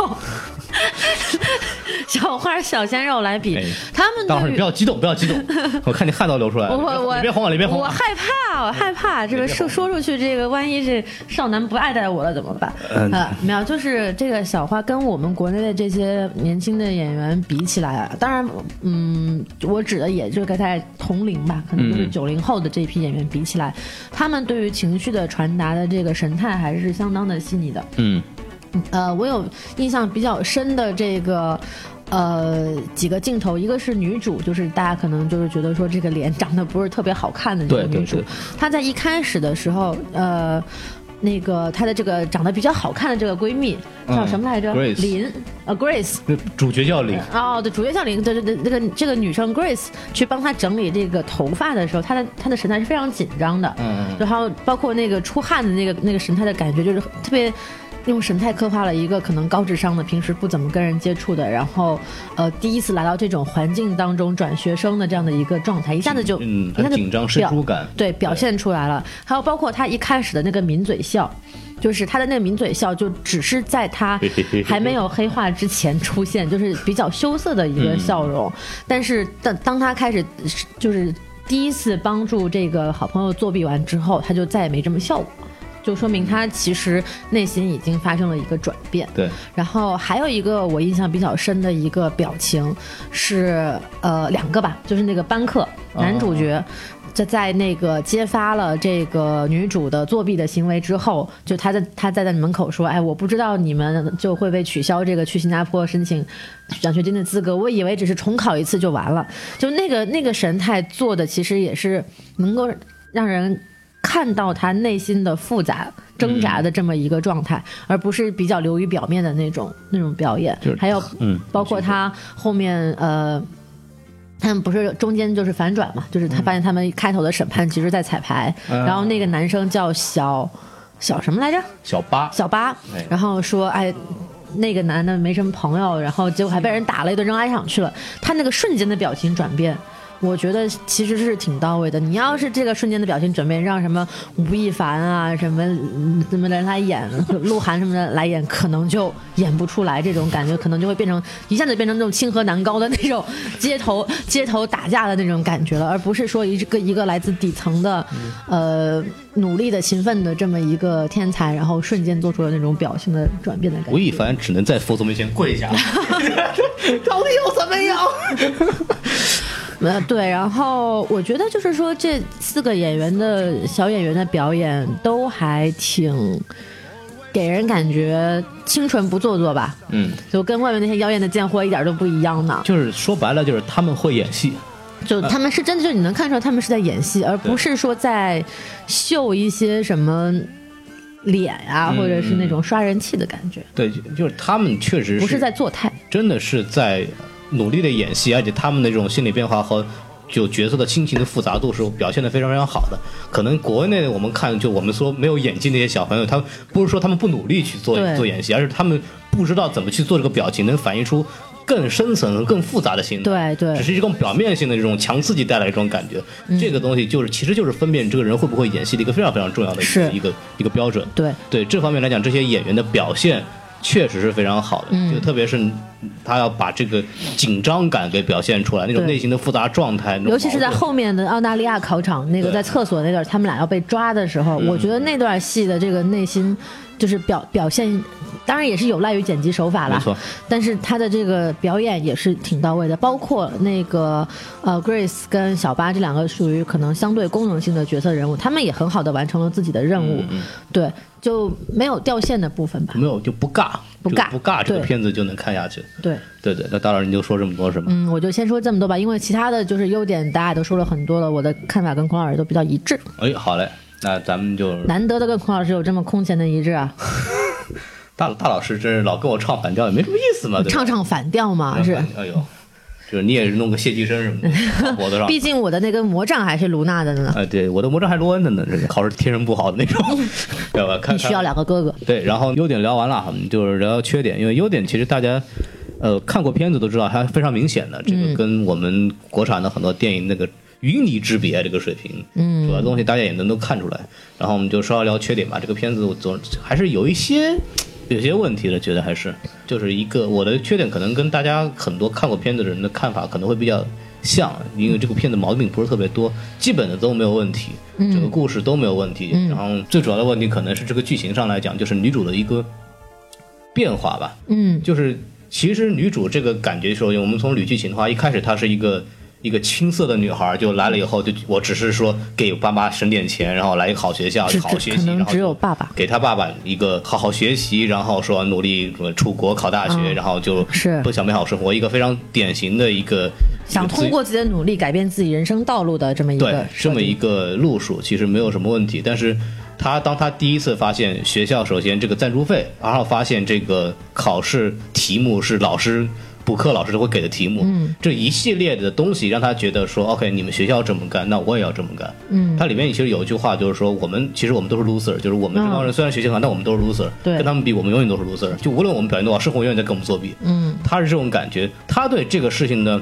Speaker 4: (laughs)
Speaker 1: 小花小鲜肉来比，
Speaker 4: 哎
Speaker 1: 他们
Speaker 4: 大老师
Speaker 1: 对
Speaker 4: 你
Speaker 1: 于
Speaker 4: 不要激动，不要激动，
Speaker 1: (laughs)
Speaker 4: 我看你汗都流出来了，
Speaker 1: 我我
Speaker 4: 你别啊哄我，你别哄嗯
Speaker 1: 我
Speaker 4: 我。
Speaker 1: 害怕，我害怕这个说说出去，这个万一这少男不爱戴我了怎么办？
Speaker 4: 嗯
Speaker 1: 呃，没有，就是这个小花跟我们国内的这些年轻的演员比起来啊，当然，嗯，我指的也就是跟他同龄吧，可能就是
Speaker 4: 嗯
Speaker 1: 九零后的这批演员比起来，他们对于情绪的传达的这个神态还是相当的细腻的。
Speaker 4: 嗯，
Speaker 1: 呃，我有印象比较深的这个。呃，几个镜头，一个是女主，就是大家可能就是觉得说这个脸长得不是特别好看的这个
Speaker 4: 对对
Speaker 1: 女主
Speaker 4: 对，
Speaker 1: 她在一开始的时候，呃，那个她的这个长得比较好看的这个闺蜜叫
Speaker 4: 嗯
Speaker 1: 什么来着？
Speaker 4: ，Grace
Speaker 1: 林，呃，Grace，
Speaker 4: 那主角叫李，
Speaker 1: 哦，对，主角像林，对对对，这个这个女生 Grace 去帮她整理这个头发的时候，她的她的神态是非常紧张的，
Speaker 4: 嗯嗯
Speaker 1: 然后包括那个出汗的那个那个神态的感觉，就是特别。用神态刻画了一个可能高智商的、平时不怎么跟人接触的，然后，呃，第一次来到这种环境当中转学生的这样的一个状态，一下子就，
Speaker 4: 嗯，
Speaker 1: 一下
Speaker 4: 很
Speaker 1: 就
Speaker 4: 紧张，生
Speaker 1: 表
Speaker 4: 疏感。
Speaker 1: 对，表现出来了。还有包括他一开始的那个抿嘴笑，就是他的那个抿嘴笑，就只是在他还没有黑化之前出现，就是比较羞涩的一个笑容。但是当当他开始就是第一次帮助这个好朋友作弊完之后，他就再也没这么笑过。就说明他其实内心已经发生了一个转变，
Speaker 4: 对，
Speaker 1: 然后还有一个我印象比较深的一个表情是，呃，两个吧，就是那个班克男主角。就在那个揭发了这个女主的作弊的行为之后，就他在他在那门口说：“哎，我不知道你们就会被取消这个去新加坡申请奖学金的资格，我以为只是重考一次就完了。”就那个那个神态做的，其实也是能够让人看到他内心的复杂挣扎
Speaker 4: 嗯
Speaker 1: 的这么一个状态，而不是比较流于表面的那种那种表演
Speaker 4: 就是。
Speaker 1: 还有
Speaker 4: 嗯，
Speaker 1: 包括他后面呃，他们不是中间就是反转嘛，就是他发现他们开头的审判其实在彩排，
Speaker 4: 嗯
Speaker 1: 然后那个男生叫小小什么来着？
Speaker 4: 小八，
Speaker 1: 小八
Speaker 4: 哎，
Speaker 1: 然后说哎。那个男的没什么朋友，然后结果还被人打了一顿，扔挨场去了。他那个瞬间的表情转变，我觉得其实是挺到位的。你要是这个瞬间的表情转变，让什么吴亦凡啊、什么嗯什么人来演，鹿晗什么的来演，可能就演不出来这种感觉，可能就会变成一下子变成那种清河南高的那种 (laughs) 街头街头打架的那种感觉了，而不是说一个一个来自底层的，呃，努力的、勤奋的这么一个天才，然后瞬间做出了那种表情的转变的感觉。
Speaker 4: 吴亦凡只能在佛祖面前跪
Speaker 1: (laughs)
Speaker 4: 下，到底又怎么样？
Speaker 1: 呃，对，然后我觉得就是说这四个演员的小演员的表演都还挺给人感觉清纯不做作吧，
Speaker 4: 嗯，
Speaker 1: 就跟外面那些妖艳的贱货一点都不一样呢。
Speaker 4: 就是说白了，就是他们会演戏，
Speaker 1: 就他们是真的，就是你能看出来他们是在演戏，而不是说在秀一些什么脸呀、
Speaker 4: 嗯
Speaker 1: 或者是那种刷人气的感觉，
Speaker 4: 对，就是他们确实
Speaker 1: 不是在做态。
Speaker 4: 真的是在努力的演戏，而且他们的这种心理变化和就角色的心情的复杂度是表现的非常非常好的。可能国内我们看，就我们说没有演技那些小朋友，他们不是说他们不努力去做
Speaker 1: 对
Speaker 4: 做演戏，而是他们不知道怎么去做这个表情，能反映出更深层和更复杂的心理。
Speaker 1: 对对
Speaker 4: 只是一种表面性的这种强刺激带来的这种感觉，
Speaker 1: 嗯
Speaker 4: 这个东西就是其实就是分辨这个人会不会演戏的一个非常非常重要的一个
Speaker 1: 是
Speaker 4: 一个一个标准。
Speaker 1: 对，
Speaker 4: 对这方面来讲，这些演员的表现确实是非常好的，
Speaker 1: 嗯
Speaker 4: 就特别是他要把这个紧张感给表现出来，那种
Speaker 1: 对
Speaker 4: 内心的复杂状态，那种
Speaker 1: 尤其是在
Speaker 4: 矛盾
Speaker 1: 后面的澳大利亚考场那个
Speaker 4: 对
Speaker 1: 在厕所那段，他们俩要被抓的时
Speaker 4: 嗯
Speaker 1: 候，我觉得那段戏的这个内心就是表表现，当然也是有赖于剪辑手法
Speaker 4: 没
Speaker 1: 啦。
Speaker 4: 错，
Speaker 1: 但是他的这个表演也是挺到位的，包括那个呃 Grace 跟小八这两个属于可能相对功能性的角色人物，他们也很好的完成了自己的任务，
Speaker 4: 嗯
Speaker 1: 对，就没有掉线的部分吧。
Speaker 4: 没有就不尬，
Speaker 1: 不
Speaker 4: 就
Speaker 1: 尬
Speaker 4: 不尬，这个
Speaker 1: 对
Speaker 4: 片子就能看下去。
Speaker 1: 对，
Speaker 4: 对对，那大老师你就说这么多是吗？
Speaker 1: 嗯，我就先说这么多吧，因为其他的就是优点大家也都说了很多了，我的看法跟孔老师都比较一致，
Speaker 4: 哎，好嘞，那咱们就
Speaker 1: 难得的跟孔老师有这么空前的一致啊，
Speaker 4: 大大老师这老跟我唱反调也没什么意思嘛，对吧
Speaker 1: 唱唱反调嘛是。
Speaker 4: 哎呦，就是你也是弄个谢济生什么
Speaker 1: (laughs)
Speaker 4: 的，脖子上。
Speaker 1: 毕竟我的那根魔杖还是卢娜的
Speaker 4: (laughs)
Speaker 1: 呢，
Speaker 4: 哎，对，我的魔杖还罗恩的呢，这个考试天生不好的那种，对吧？看
Speaker 1: 嗯你需要
Speaker 4: 看
Speaker 1: 两个哥哥。
Speaker 4: 对，然后优点聊完了，我们就是聊聊缺点，因为优点其实大家。呃，看过片子都知道，它非常明显的，这个跟我们国产的很多电影那个云泥之别这个水平，嗯，主要东西大家也能都看出来。然后我们就稍微聊缺点吧。这个片子我总还是有一些有些问题的，觉得还是就是一个我的缺点，可能跟大家很多看过片子的人的看法可能会比较像，因为这部片子毛病不是特别多，基本的都没有问题，整个故事都没有问题。然后最主要的问题可能是这个剧情上来讲，就是女主的一个变化吧。
Speaker 1: 嗯，
Speaker 4: 就是其实女主这个感觉说，我们从捋剧情的话，一开始她是一个一个青涩的女孩，就来了以后就我只是说给爸妈省点钱，然后来一个好学校，
Speaker 1: 只
Speaker 4: 好
Speaker 1: 只
Speaker 4: 学
Speaker 1: 可
Speaker 4: 习，
Speaker 1: 能
Speaker 4: 然后
Speaker 1: 只有爸爸
Speaker 4: 给她爸爸一个好好学习，然后说努力呃出国考大学，
Speaker 1: 嗯
Speaker 4: 然后就是不想美好生活，一个非常典型的一个
Speaker 1: 想
Speaker 4: 一个自
Speaker 1: 通过自己的努力改变自己人生道路的这么一
Speaker 4: 对
Speaker 1: 个
Speaker 4: 这么
Speaker 1: 设定
Speaker 4: 一个路数，其实没有什么问题。但是他当他第一次发现学校首先这个赞助费，然后发现这个考试题目是老师补课老师会给的题目，嗯，这一系列的东西让他觉得说，OK，你们学校这么干，那我也要这么干。嗯，它里面其实有一句话就是说，我们其实我们都是 loser，就是我们这帮人虽然学习好，但我们都是 loser，
Speaker 1: 嗯对
Speaker 4: 跟他们比，我们永远都是 loser。就无论我们表现多好，生活永远在跟我们作弊。嗯，他是这种感觉，他对这个事情的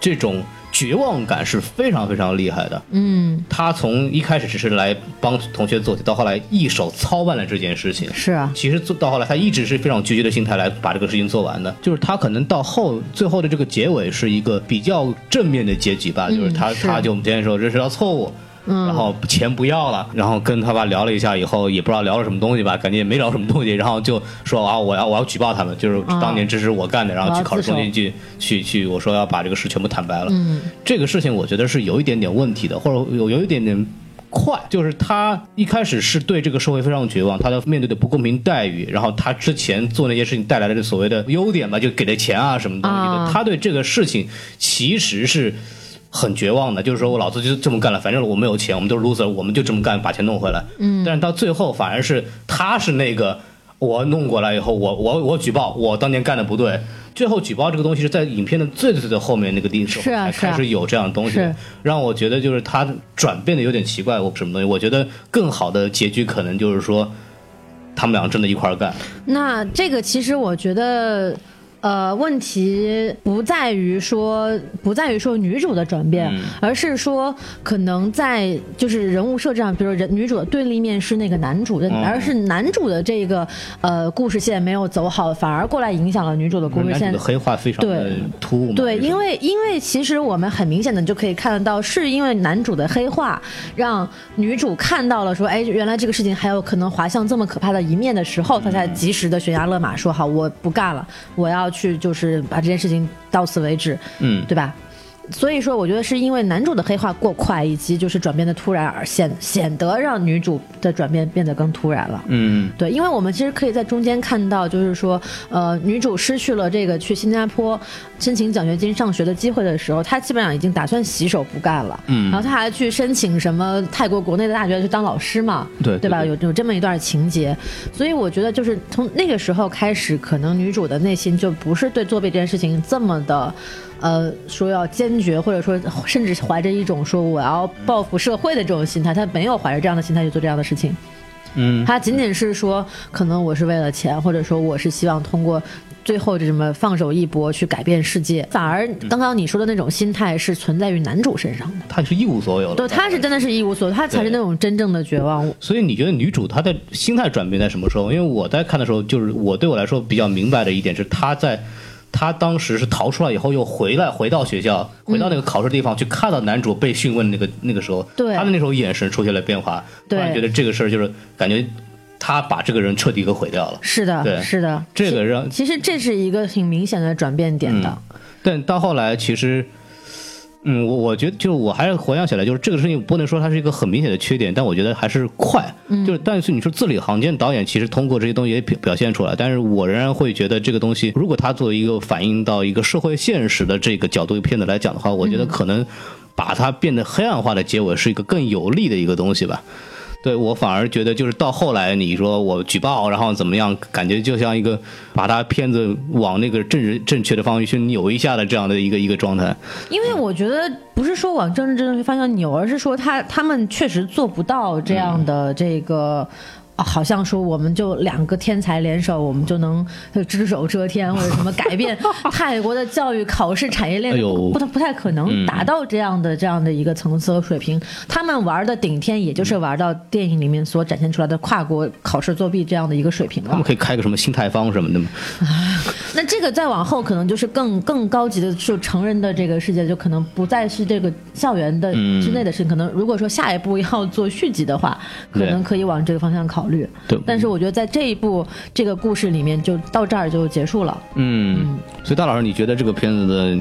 Speaker 4: 这种绝望感是非常非常厉害的。嗯，他从一开始只是来帮同学做题，到后来一手操办了这件事情。
Speaker 1: 是啊，
Speaker 4: 其实做到后来，他一直是非常积极的心态来把这个事情做完的。就是他可能到后最后的嗯这个结尾是一个比较正面的结局吧，就是他嗯
Speaker 1: 是
Speaker 4: 他就我们之前说认识到错误，然后钱不要了，然后跟他爸聊了一下以后，也不知道聊了什么东西吧，感觉也没聊什么东西，然后就说啊，我要我要举报他们，就是当年这是嗯我干的，然后去考试中心去去去，我说要把这个事全部坦白了。嗯，这个事情我觉得是有一点点问题的，或者有有一点点。快，就是他一开始是对这个社会非常绝望，他的面对的不公平待遇，然后他之前做那些事情带来的所谓的优点吧，就给的钱啊什么东西的，
Speaker 1: 啊
Speaker 4: 他对这个事情其实是。很绝望的，就是说我老子就这么干了，反正我没有钱，我们都是 loser，我们就这么干，把钱弄回来。嗯，但是到最后反而是他是那个我弄过来以后，我我我举报我当年干的不对，最后举报这个东西是在影片的最最最的后面那个地方
Speaker 1: 是啊
Speaker 4: 才
Speaker 1: 是啊
Speaker 4: 开始有这样的东西的
Speaker 1: 是
Speaker 4: 让我觉得就是他转变的有点奇怪，我什么东西？我觉得更好的结局可能就是说，他们俩真的一块儿干。
Speaker 1: 那这个其实我觉得。呃，问题不在于说不在于说女主的转变，
Speaker 4: 嗯
Speaker 1: 而是说可能在就是人物设置上，比如人女主的对立面是那个男主
Speaker 4: 嗯
Speaker 1: 的，而是男主的这个呃故事线没有走好，反而过来影响了女主的故事
Speaker 4: 男主
Speaker 1: 线
Speaker 4: 的。黑化非常的
Speaker 1: 对
Speaker 4: 突兀嘛，
Speaker 1: 对，
Speaker 4: 就是
Speaker 1: 因为因为其实我们很明显的就可以看得到，是因为男主的黑化让女主看到了说，哎，原来这个事情还有可能滑向这么可怕的一面的时候，她才及时的悬崖勒马说，好，我不干了，我要去就是把这件事情到此为止，
Speaker 4: 嗯
Speaker 1: 对吧？所以说，我觉得是因为男主的黑化过快，以及就是转变的突然，而显显得让女主的转变变得更突然了。
Speaker 4: 嗯
Speaker 1: 对，因为我们其实可以在中间看到，就是说，呃，女主失去了这个去新加坡申请奖学金上学的机会的时候，她基本上已经打算洗手不干了。嗯，然后她还去申请什么泰国国内的大学去当老师嘛？
Speaker 4: 对对
Speaker 1: 对吧？
Speaker 4: 对
Speaker 1: 有有这么一段情节，所以我觉得就是从那个时候开始，可能女主的内心就不是对作弊这件事情这么的。呃，说要坚决，或者说甚至怀着一种说我要报复社会的这种心态，她没有怀着这样的心态去做这样的事情。
Speaker 4: 嗯，
Speaker 1: 他仅仅是说，可能我是为了钱，或者说我是希望通过最后这么放手一搏去改变世界。反而刚刚你说的那种心态是存在于男主身上的，
Speaker 4: 他是一无所有了。
Speaker 1: 对，他是真的是一无所有，他才是那种真正的绝望。
Speaker 4: 所以你觉得女主她的心态转变在什么时候？因为我在看的时候，就是我对我来说比较明白的一点是，她在她当时是逃出来以后，又回来回到学校，
Speaker 1: 嗯
Speaker 4: 回到那个考试地方、去看到男主被讯问那个那个时候，
Speaker 1: 对
Speaker 4: 她的那时候眼神出现了变化，突然
Speaker 1: 对
Speaker 4: 觉得这个事儿就是感觉她把这个人彻底给毁掉了。
Speaker 1: 是的，
Speaker 4: 对
Speaker 1: 是的，
Speaker 4: 这个让
Speaker 1: 其实这是一个挺明显的转变点的。
Speaker 4: 但到后来其实，嗯，我我觉得就是我还是回想起来，就是这个事情不能说它是一个很明显的缺点，但我觉得还是快，就是但是你说字里行间，导演其实通过这些东西也表表现出来，但是我仍然会觉得这个东西，如果它作为一个反映到一个社会现实的这个角度片子来讲的话，我觉得可能把它变得黑暗化的结尾是一个更有利的一个东西吧。对我反而觉得，就是到后来你说我举报，然后怎么样，感觉就像一个把他片子往那个正人正确的方向去扭一下的这样的一个一个状态。
Speaker 1: 因为我觉得不是说往政治正确方向扭，而是说他他们确实做不到这
Speaker 4: 嗯
Speaker 1: 样的这个。啊好像说我们就两个天才联手，我们就能呃只手遮天，或者什么改
Speaker 4: (laughs)
Speaker 1: 变泰国的教育考试产业链
Speaker 4: 哎，呦嗯
Speaker 1: 不不不太可能达到这样的这样的一个层次和水平。他们玩的顶天，也
Speaker 4: 嗯
Speaker 1: 就是玩到电影里面所展现出来的跨国考试作弊这样的一个水平
Speaker 4: 他
Speaker 1: 了
Speaker 4: 们。可以开个什么心态方什么的嘛？
Speaker 1: 那这个再往后，可能就是更更高级的，就成人的这个世界，就可能不再是这个校园的
Speaker 4: 嗯
Speaker 1: 之内的事情。可能如果说下一步要做续集的话，可
Speaker 4: 对
Speaker 1: 能可以往这个方向考虑。
Speaker 4: 对
Speaker 1: 但是我觉得在这一部这个故事里面，就到这儿就结束了。
Speaker 4: 嗯，所以大老师，你觉得这个片子的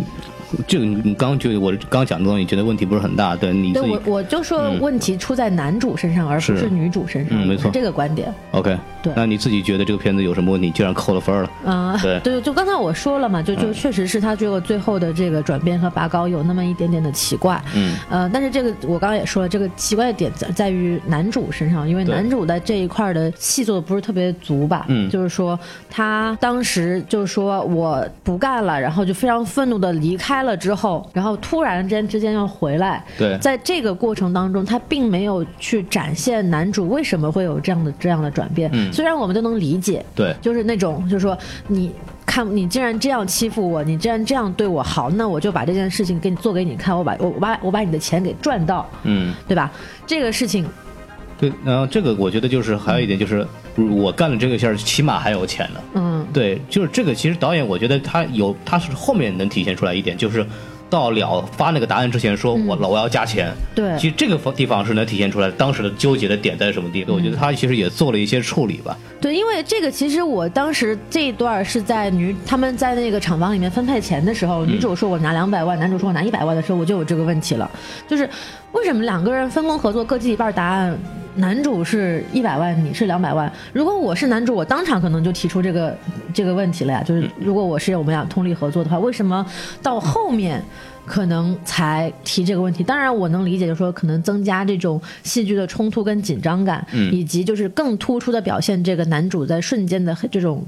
Speaker 4: 这个你你刚觉得我刚讲的东西，你觉得问题不是很大？对你
Speaker 1: 对
Speaker 4: 自己
Speaker 1: 我我就说问题出在男主身上，而不是
Speaker 4: 嗯是
Speaker 1: 女主身上。
Speaker 4: 嗯没错
Speaker 1: 这个观点。
Speaker 4: OK？
Speaker 1: 对
Speaker 4: 那你自己觉得这个片子有什么问题？居然扣了分儿了？
Speaker 1: 嗯，
Speaker 4: 对嗯
Speaker 1: 对，就刚才我说了嘛，就就确实是他这个最后的这个转变和拔高有那么一点点的奇怪，
Speaker 4: 嗯，
Speaker 1: 呃，但是这个我刚刚也说了，这个奇怪的点在在于男主身上，因为
Speaker 4: 对
Speaker 1: 男主在这一块儿的戏做的不是特别足吧，
Speaker 4: 嗯
Speaker 1: 就是说他当时就是说我不干了，然后就非常愤怒的离开了之后，然后突然之间之间又回来，
Speaker 4: 对
Speaker 1: 在这个过程当中，他并没有去展现男主为什么会有这样的这样的转变，
Speaker 4: 嗯
Speaker 1: 虽然我们都能理解，
Speaker 4: 对
Speaker 1: 就是那种，就是说你看，你既然这样欺负我，你既然这样对我好，那我就把这件事情给你做给你看，我把我我把我把你的钱给赚到，
Speaker 4: 嗯。
Speaker 1: 对吧？这个事情，
Speaker 4: 对，然后这个我觉得就是还有一点就是，我干了这个事儿，起码还有钱呢。
Speaker 1: 嗯，
Speaker 4: 对，就是这个。其实导演我觉得他有，他是后面能体现出来一点，就是到了发那个答案之前说，我了我要加钱。
Speaker 1: 嗯对
Speaker 4: 其实这个方地方是能体现出来当时的纠结的点在什么地方。我
Speaker 1: 嗯
Speaker 4: 觉得他其实也做了一些处理吧。
Speaker 1: 对，因为这个其实我当时这一段是在女他们在那个厂房里面分配钱的时候，女主说我拿两百万，男主说我拿一百万的时候，我就有这个问题了，就是为什么两个人分工合作各记一半答案，男主是一百万，你是两百万？如果我是男主，我当场可能就提出这个这个问题了呀，就是如果我是我们俩通力合作的话，为什么到后面？可能才提这个问题。当然，我能理解，就是说可能增加这种戏剧的冲突跟紧张感，
Speaker 4: 嗯
Speaker 1: 以及就是更突出的表现这个男主在瞬间的这种。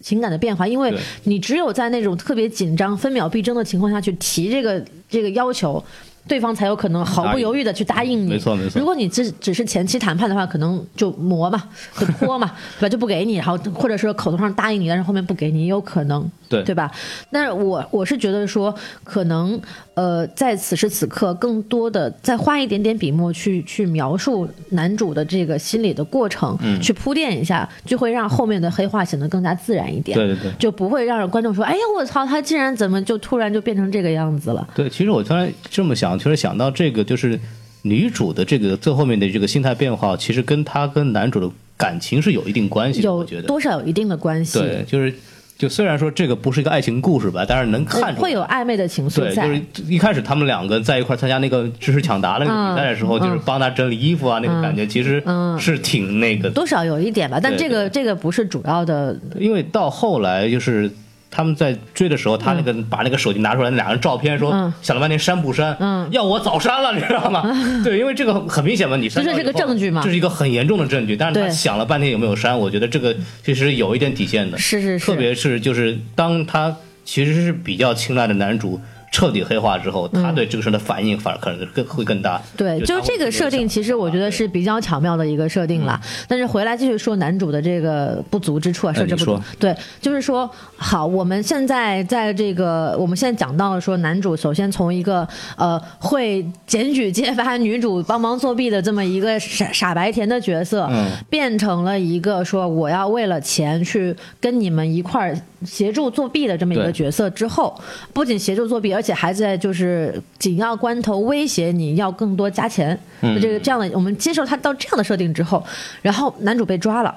Speaker 1: 情感的变化，因为
Speaker 4: 对
Speaker 1: 你只有在那种特别紧张、分秒必争的情况下去提这个这个要求，对方才有可能毫不犹豫的去答应你。
Speaker 4: 没错没错
Speaker 1: 如果你只只是前期谈判的话，可能就磨嘛，就拖嘛， (laughs) 对吧？就不给你，然后或者说口头上答应你，但是后面不给你，也有可能。
Speaker 4: 对
Speaker 1: 对吧？但是我我是觉得说，可能呃，在此时此刻，更多的再花一点点笔墨去去描述男主的这个心理的过程，
Speaker 4: 嗯
Speaker 1: 去铺垫一下，就会让后面的黑化显得更加自然一点。
Speaker 4: 对对对
Speaker 1: 就不会让观众说：“哎呀，我操，他竟然怎么就突然就变成这个样子了
Speaker 4: 对，其实我突然这么想，就是想到这个，就是女主的这个最后面的这个心态变化，其实跟她跟男主的感情是有一定关？”系的。
Speaker 1: 有
Speaker 4: 我觉得
Speaker 1: 多少有一定的关系，呃
Speaker 4: 对，就是就虽然说这个不是一个爱情故事吧，但是能看出来
Speaker 1: 会有暧昧的情愫
Speaker 4: 对，就
Speaker 1: 在。
Speaker 4: 是一开始他们两个在一块儿参加那个知识抢答那个比赛的时候，
Speaker 1: 嗯
Speaker 4: 就是帮他整理衣服啊，那个感觉其实
Speaker 1: 嗯
Speaker 4: 是挺那个的，
Speaker 1: 多少有一点吧，但
Speaker 4: 对
Speaker 1: 这个这个不是主要的，
Speaker 4: 因为到后来就是。他们在追的时候，他那个把那个手机拿出来，那两个人照片说
Speaker 1: 嗯
Speaker 4: 想了半天删不删，
Speaker 1: 嗯
Speaker 4: 要我早删了，你知道吗？ (laughs) 对，因为这个很明显嘛，你删
Speaker 1: 这
Speaker 4: 掉
Speaker 1: 是
Speaker 4: 以后
Speaker 1: 个证据嘛
Speaker 4: 这是一个很严重的证据。但是他
Speaker 1: 对
Speaker 4: 想了半天有没有删，我觉得这个其实有一点底线的。
Speaker 1: 是是是，
Speaker 4: 特别是就是当他其实是比较青睐的男主彻底黑化之后，他对这个事的反应反而可能更会更大。
Speaker 1: 嗯对，就
Speaker 4: 他
Speaker 1: 是
Speaker 4: 会
Speaker 1: 这个
Speaker 4: 更
Speaker 1: 设定，
Speaker 4: 想嗯
Speaker 1: 其实我觉得是比较巧妙的一个设定啦。但是回来继续说男主的这个不足之处啊，设置
Speaker 4: 呃你
Speaker 1: 不足
Speaker 4: 说。
Speaker 1: 对，就是说，好，我们现在在这个，我们现在讲到了说，男主首先从一个呃会检举揭发女主帮忙作弊的这么一个傻傻白甜的角色，
Speaker 4: 嗯
Speaker 1: 变成了一个说我要为了钱去跟你们一块儿协助作弊的这么一个
Speaker 4: 对
Speaker 1: 角色之后，不仅协助作弊，而且还在就是紧要关头威胁你要更多加钱。
Speaker 4: 嗯
Speaker 1: 就这个这样的，我们接受他到这样的设定之后，然后男主被抓了，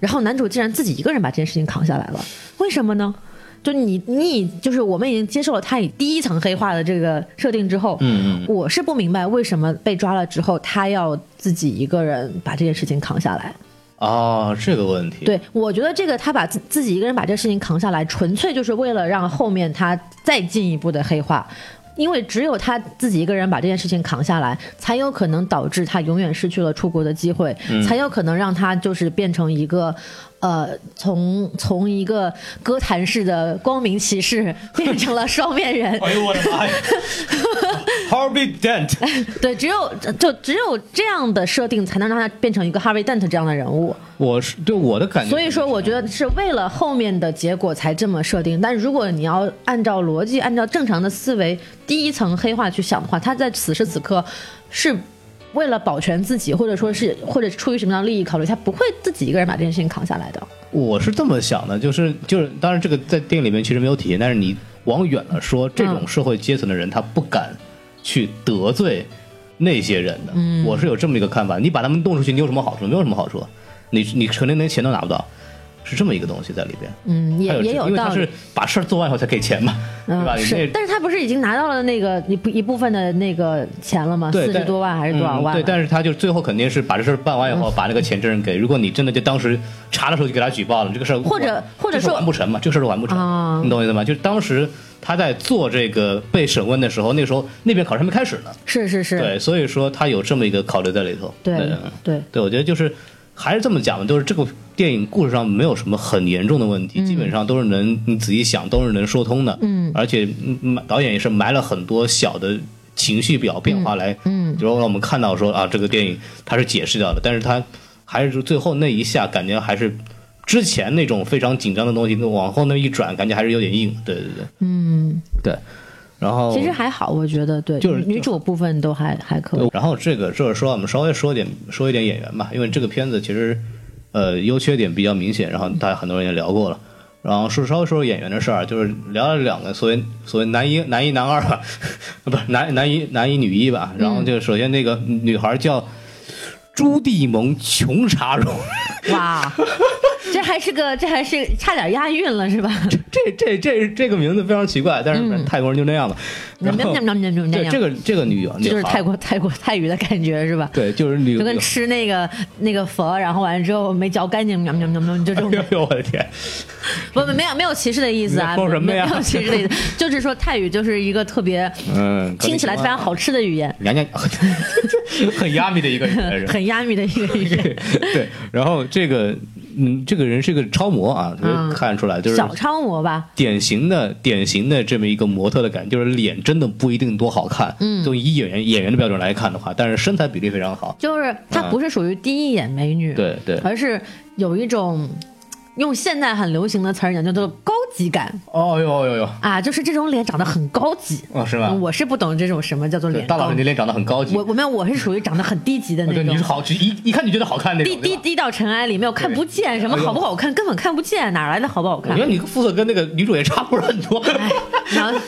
Speaker 1: 然后男主竟然自己一个人把这件事情扛下来了，为什么呢？就你你已就是我们已经接受了他以第一层黑化的这个设定之后，
Speaker 4: 嗯嗯
Speaker 1: 我是不明白为什么被抓了之后他要自己一个人把这件事情扛下来。
Speaker 4: 哦，这个问题。
Speaker 1: 对，我觉得这个他把自自己一个人把这事情扛下来，纯粹就是为了让后面他再进一步的黑化。因为只有他自己一个人把这件事情扛下来，才有可能导致他永远失去了出国的机会，才有可能让他就是变成一个，呃，从从一个歌坛式的光明骑士变成了双面人。
Speaker 4: 哎呦我的
Speaker 1: (laughs)
Speaker 4: 妈呀！Harvey Dent，
Speaker 1: 对，只有就只有这样的设定，才能让他变成一个 Harvey Dent 这样的人物。
Speaker 4: 我是对我的感觉，
Speaker 1: 所以说，我觉得是为了后面的结果才这么设定。但如果你要按照逻辑、按照正常的思维，第一层黑化去想的话，他在此时此刻是为了保全自己，或者说是或者出于什么样的利益考虑，他不会自己一个人把这件事情扛下来的。
Speaker 4: 我是这么想的，就是就是，当然这个在电影里面其实没有体现，但是你往远了说，这
Speaker 1: 嗯
Speaker 4: 种社会阶层的人，他不敢去得罪那些人的。
Speaker 1: 嗯
Speaker 4: 我是有这么一个看法，你把他们弄出去，你有什么好处？没有什么好处，你你肯定连钱都拿不到。是这么一个东西在里边，
Speaker 1: 嗯，也
Speaker 4: 还
Speaker 1: 也
Speaker 4: 这
Speaker 1: 有
Speaker 4: 因为
Speaker 1: 道
Speaker 4: 他
Speaker 1: 理
Speaker 4: 是。把事儿做完以后才给钱嘛，对吧？
Speaker 1: 嗯，
Speaker 4: 你
Speaker 1: 是，
Speaker 4: 那
Speaker 1: 但是他不是已经拿到了那个一部一部分的那个钱了吗？
Speaker 4: 对
Speaker 1: 啊四十
Speaker 4: 但
Speaker 1: 多万还是多少万嗯
Speaker 4: 嗯
Speaker 1: 了？
Speaker 4: 对，但是他就最后肯定是把这事儿办完以后，把那个钱真人给。如果你真的就当时查的时候就给他举报了，这个事儿
Speaker 1: 或者或者
Speaker 4: 这事儿
Speaker 1: 说
Speaker 4: 完不成嘛，这个事儿完不成，
Speaker 1: 啊
Speaker 4: 你懂我意思吗？就是当时他在做这个被审问的时候，那时候那边考试还没开始呢，
Speaker 1: 是是是，
Speaker 4: 对，所以说他有这么一个考虑在里头。
Speaker 1: 对对
Speaker 4: 对，嗯我觉得就是还是这么讲吧，就是这个电影故事上没有什么很严重的问题，基本上都是能你仔细想都是能说通的。嗯，而且嗯嗯导演也是埋了很多小的情绪表变化来，嗯，就让我们看到说啊，这个电影它是解释掉的，但是它还是最后那一下感觉还是。之前那种非常紧张的东西，往后那一转，感觉还是有点硬。对对对，嗯，对。然后
Speaker 1: 其实还好，我觉得对，
Speaker 4: 哦就是
Speaker 1: 女主部分都还还可以。
Speaker 4: 然后这个这儿说我们稍微说点说一点演员吧，因为这个片子其实呃优缺点比较明显，然后大家很多人也聊过了。然后说稍微说说演员的事儿，啊就是聊了两个所谓所谓男一男一男二吧， (laughs) 不是男男一男一女一吧。然后
Speaker 1: 嗯
Speaker 4: 就首先那个女孩叫朱棣蒙琼查荣，
Speaker 1: 哇，这还是个 (laughs) 这还是差点押韵了是吧？
Speaker 4: (laughs) (laughs) 这这这这个名字非常奇怪，但
Speaker 1: 嗯
Speaker 4: 是泰国人就那样吧。然后对这个这个女啊
Speaker 1: 就是
Speaker 4: 女孩
Speaker 1: 泰国泰国泰语的感觉是吧？
Speaker 4: 对就是女
Speaker 1: 就跟吃那个那个佛，然后完了之后没嚼干净，喵喵喵喵，就这
Speaker 4: (laughs)
Speaker 1: 种
Speaker 4: 哎呦我的天，
Speaker 1: 不不，没有没有歧视的意思啊，
Speaker 4: 你在说什么呀
Speaker 1: 没有歧视的意
Speaker 4: (laughs)
Speaker 1: 思，就是说泰语就是一个特别
Speaker 4: 嗯，
Speaker 1: 听起来非常好吃的语言，
Speaker 4: 娘 (laughs) 娘很压米的一个人来着。
Speaker 1: 很压密的一个语言。
Speaker 4: 对，然后这个，嗯，这个人是个超模啊，就是
Speaker 1: 嗯
Speaker 4: 看出来 (laughs) 就是
Speaker 1: 小超模吧，
Speaker 4: 典型的典型的这么一个模特的感觉，就是脸真的不一定多好看，嗯，就以演员演员的标准来看的话，但是身材比例非常好，
Speaker 1: 就是她
Speaker 4: 嗯
Speaker 1: 不是属于第一眼美女，
Speaker 4: 对对，
Speaker 1: 而是有一种用现在很流行的词儿讲叫做高级感
Speaker 4: 哦呦呦呦，
Speaker 1: 啊，就是这种脸长得很高级。
Speaker 4: 哦是吧？
Speaker 1: 嗯我是不懂这种什么叫做
Speaker 4: 对，
Speaker 1: 脸
Speaker 4: 大
Speaker 1: 高
Speaker 4: 老师
Speaker 1: 级
Speaker 4: 你脸长得很高级，哦
Speaker 1: 我我没有，我是属于长得很低级的那
Speaker 4: 对，
Speaker 1: 种，
Speaker 4: 你是好，一一看就觉得好看那
Speaker 1: 低
Speaker 4: 种，
Speaker 1: 低
Speaker 4: 对吧？
Speaker 1: 低到尘埃里，没有看不见什么
Speaker 4: 哎呦
Speaker 1: 好不好看，根本看不见，哪来的好不好
Speaker 4: 我
Speaker 1: 看
Speaker 4: 觉得？你肤色跟那个女主也差不是很多，
Speaker 1: 哎，然后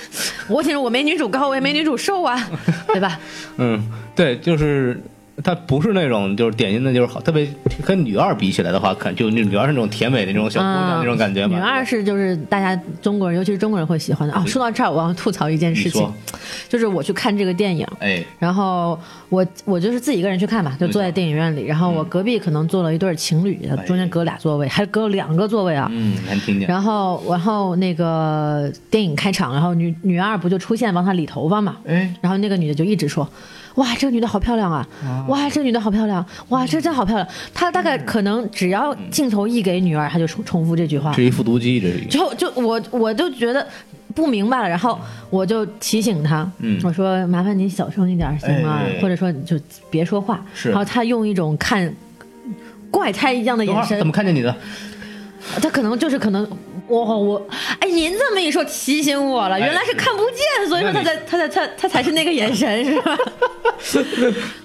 Speaker 1: 我挺我没女主高，我也没女主瘦啊，
Speaker 4: (laughs)
Speaker 1: 对吧？
Speaker 4: 嗯，对，就是她不是那种就是典型的，就是好，特别跟女二比起来的话，看就那女二是那种甜美的那种小姑娘、
Speaker 1: 嗯
Speaker 4: 那种感觉吧。哎
Speaker 1: 女二是就是大家中国人，尤其是中国人会喜欢的啊。说到这儿，我要吐槽一件事
Speaker 4: 你说
Speaker 1: 情，就是我去看这个电影，
Speaker 4: 哎，
Speaker 1: 然后我我就是自己一个人去看吧，就坐在电影院里，然后我隔壁可能坐了一对情侣，中间隔俩座位，还隔两个座位啊。
Speaker 4: 嗯，能听见。
Speaker 1: 然后，然后那个电影开场，然后女女二不就出现往他理头发嘛？
Speaker 4: 哎，
Speaker 1: 然后那个女的就一直说：“哇，这个女的好漂亮啊！哇，这个女的好漂亮！哇，这真好漂亮！”她大概可能只要镜头一给女二，她就重重复这句话
Speaker 4: 这。一复读机，这是一个。
Speaker 1: 就就我我就觉得不明白了，然后我就提醒她，
Speaker 4: 嗯
Speaker 1: 我说：“麻烦你小声一点行吗？
Speaker 4: 哎哎哎
Speaker 1: 或者说你就别说话。”
Speaker 4: 是
Speaker 1: 然后她用一种看怪胎一样的
Speaker 4: 等会
Speaker 1: 眼
Speaker 4: 儿
Speaker 1: 神
Speaker 4: 怎么看见你的？
Speaker 1: 他可能就是可能，我我，哎，您这么一说提醒我了，
Speaker 4: 哎
Speaker 1: 原来是看不见，所以说他才他才他他才是那个眼神是
Speaker 4: (laughs)
Speaker 1: 吧？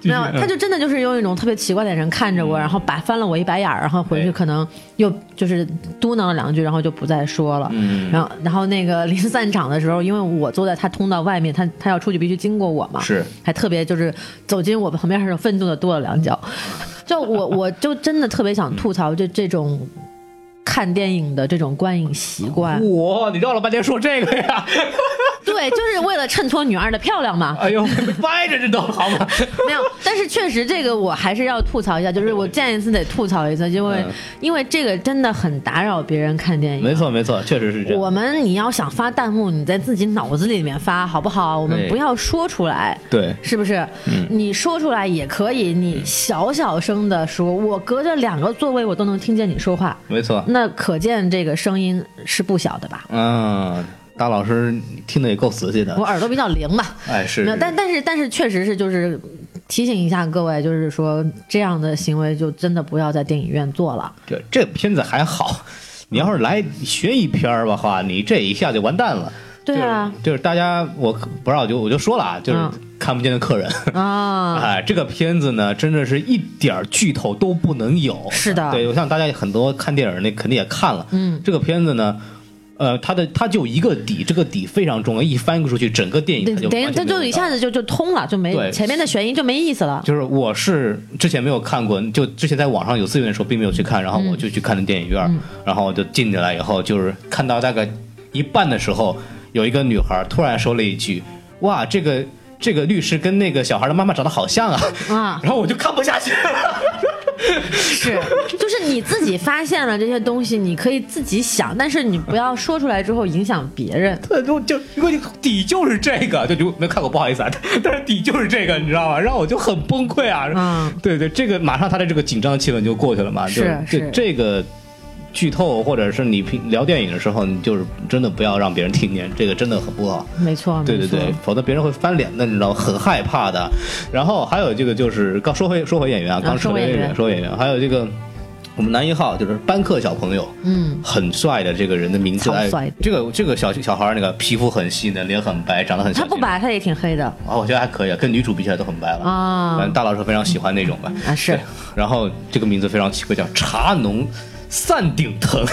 Speaker 1: 没有，
Speaker 4: 嗯
Speaker 1: 他就真的就是用一种特别奇怪的眼神看着我，然后把翻了我一白眼儿，然后回
Speaker 4: 哎
Speaker 1: 去可能又就是嘟囔了两句，然后就不再说了。
Speaker 4: 嗯
Speaker 1: 然后然后那个临散场的时候，因为我坐在他通道外面，他他要出去必须经过我嘛，
Speaker 4: 是
Speaker 1: 还特别就是走进我旁边的时候，愤怒的跺了两脚。就
Speaker 4: (laughs)
Speaker 1: 我我就真的特别想吐槽这这种看电影的这种观影习惯，
Speaker 4: 哇，你绕了半天说这个呀？
Speaker 1: 对，就是为了衬托女二的漂亮
Speaker 4: (laughs)
Speaker 1: 嘛。
Speaker 4: 哎呦，歪着这都好吗？
Speaker 1: 没有，但是确实这个我还是要吐槽一下，就是我见一次得吐槽一次，因为
Speaker 4: 嗯
Speaker 1: 因为这个真的很打扰别人看电
Speaker 4: 没
Speaker 1: 影。
Speaker 4: 错，没错，确实是这样。
Speaker 1: 我们你要想发弹幕，你在自己脑子里面发好不好？我们
Speaker 4: 对嗯
Speaker 1: 不要说出来。
Speaker 4: 对，
Speaker 1: 是不是？你说出来也可以，你小小声的说，我隔着两个座位我都能听见你说话，
Speaker 4: 没错。
Speaker 1: 那可见这个声音是不小的吧？
Speaker 4: 嗯，大老师你听的也够仔细的
Speaker 1: 我。耳朵比较灵嘛，
Speaker 4: 哎，是
Speaker 1: 那，但但是但是确实是就是提醒一下各位，就是说这样的行为就真的不要在电影院做了。
Speaker 4: 这这片子还好，你要是来悬疑片儿的话，你这一下就完蛋了。
Speaker 1: 对啊，
Speaker 4: 就是，就是大家，我不知道，就我就说了啊，就是
Speaker 1: 嗯
Speaker 4: 看不见的客人。
Speaker 1: 啊，
Speaker 4: (laughs) 哎，这个片子呢，真的是一点儿剧透都不能有。
Speaker 1: 是的
Speaker 4: 对，我想大家很多看电影的肯定也看了。嗯，这个片子呢，呃，它的它就一个底，这个底非常重要，一翻出去，整个电影
Speaker 1: 对
Speaker 4: 它就，
Speaker 1: 等于
Speaker 4: 完
Speaker 1: 这
Speaker 4: 全
Speaker 1: 就
Speaker 4: 没有
Speaker 1: 一下
Speaker 4: 了。
Speaker 1: 子就就通了，就没
Speaker 4: 对
Speaker 1: 前面的悬疑就没意思了。
Speaker 4: 就是我是之前没有看过，就之前在网上有资源的时候并没有去看，然后我就去看的电影院，然后我就进进来以后，就是看到大概一半的时候，有一个女孩突然说了一句：“哇，这个这个律师跟那个小孩的妈妈长得好像啊！”
Speaker 1: 啊
Speaker 4: (laughs) 然后我就看不下去了。 (laughs)
Speaker 1: 是，就是你自己发现了这些东西，你可以自己想，但是你不要说出来之后影响别人。
Speaker 4: 对，就就因为底就是这个，就就没看过，不好意思啊， (laughs) 但是底就是这个，你知道吗？让我就很崩溃啊。
Speaker 1: 嗯，
Speaker 4: 对对，这个马上他的这个紧张的气氛就过去了嘛。就是就是这个剧透或者是你平聊电影的时候，你就是真的不要让别人听见，这个真的很不好。
Speaker 1: 没错，
Speaker 4: 对
Speaker 1: 没
Speaker 4: 对
Speaker 1: 错
Speaker 4: 对，否则别人会翻脸的，你知道，很害怕的。然后还有这个就是刚说回说回演员啊，刚
Speaker 1: 说
Speaker 4: 回
Speaker 1: 回演员
Speaker 4: 说回演员，还有这个我们男一号就是班克小朋友，
Speaker 1: 嗯，
Speaker 4: 很帅的这个人的名字，
Speaker 1: 超
Speaker 4: 哎
Speaker 1: 帅的，
Speaker 4: 这个这个小小孩儿那个皮肤很细嫩，脸很白，长得很小
Speaker 1: 他
Speaker 4: 心
Speaker 1: 不白，他也挺黑的
Speaker 4: 啊，我觉得还可以，啊，跟女主比起来都很白了
Speaker 1: 啊
Speaker 4: 反正大老师非常喜欢那种吧。
Speaker 1: 啊，是
Speaker 4: 对。然后这个名字非常奇怪，叫茶农散顶腾。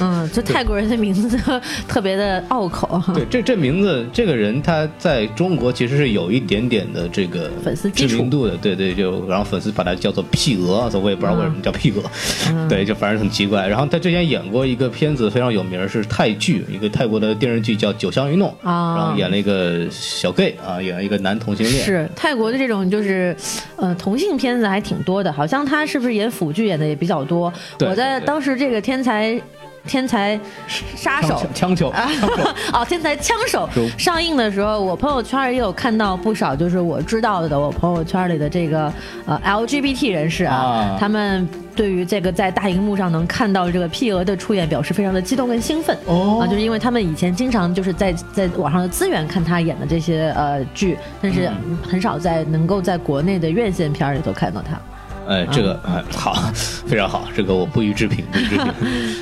Speaker 1: 嗯，这泰国人的名字都 (laughs) 特别的拗口。
Speaker 4: (laughs) 对，这这名字，这个人他在中国其实是有一点点的这个
Speaker 1: 粉丝基
Speaker 4: 知
Speaker 1: 础
Speaker 4: 名度的，对对，就然后粉丝把他叫做屁鹅啊，所以我也不知道为什么
Speaker 1: 嗯
Speaker 4: 叫屁鹅，对，就反正很奇怪。然后他之前演过一个片子非常有名，是泰剧，一个泰国的电视剧叫《九香一弄》，
Speaker 1: 啊
Speaker 4: 然后演了一个小 gay 啊，演了一个男同性恋，
Speaker 1: 是泰国的这种就是，呃，同性片子还挺多的，好像他是不是演腐剧演的也比较多？
Speaker 4: 对
Speaker 1: 我在
Speaker 4: 对对
Speaker 1: 当时这个天才天才杀手 (laughs)
Speaker 4: 枪球，
Speaker 1: 啊，哦，天才枪手
Speaker 4: 有
Speaker 1: 上映的时候，我朋友圈也有看到不少，就是我知道的，我朋友圈里的这个呃 LGBT 人士啊，
Speaker 4: 啊
Speaker 1: 他们对于这个在大荧幕上能看到这个屁鹅的出演，表示非常的激动跟兴奋。
Speaker 4: 哦
Speaker 1: 啊，就是因为他们以前经常就是在在网上的资源看他演的这些呃剧，但是
Speaker 4: 嗯
Speaker 1: 很少在能够在国内的院线片儿里头看到他。
Speaker 4: 哎，这个哎好， (laughs) 非常好，这个我不予置评，不予置
Speaker 1: (laughs)
Speaker 4: 评。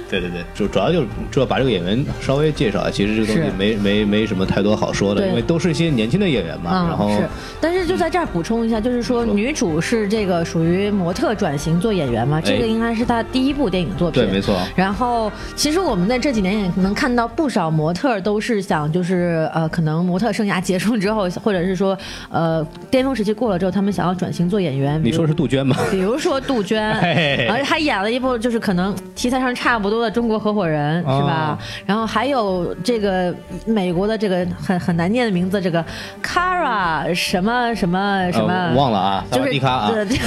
Speaker 4: 对对对，就主要就是主要把这个演员稍微介绍一下，其实这个东西
Speaker 1: 是
Speaker 4: 没没没什么太多好说的，
Speaker 1: 对
Speaker 4: 因为都是一些年轻的演员嘛。然后
Speaker 1: 嗯是，但是就在这儿补充一下，就是说女主是这个属于模特转型做演员嘛，这个应该是她第一部电影作品。
Speaker 4: 哎对没错
Speaker 1: 然后，其实我们在这几年也能看到不少模特儿都是想，就是呃，可能模特生涯结束之后，或者是说呃巅峰时期过了之后，他们想要转型做演员。
Speaker 4: 你说是杜鹃吗？
Speaker 1: 比如，比如说杜鹃，
Speaker 4: (laughs) 嘿嘿嘿
Speaker 1: 而且她演了一部就是可能题材上差不多的《中国合伙人》，是
Speaker 4: 哦
Speaker 1: 吧？然后还有这个美国的这个很很难念的名字，这个 Kara 什么什么什么。
Speaker 4: 呃忘了啊，萨
Speaker 1: 就
Speaker 4: 瓦
Speaker 1: 是
Speaker 4: 迪卡啊，
Speaker 1: 对对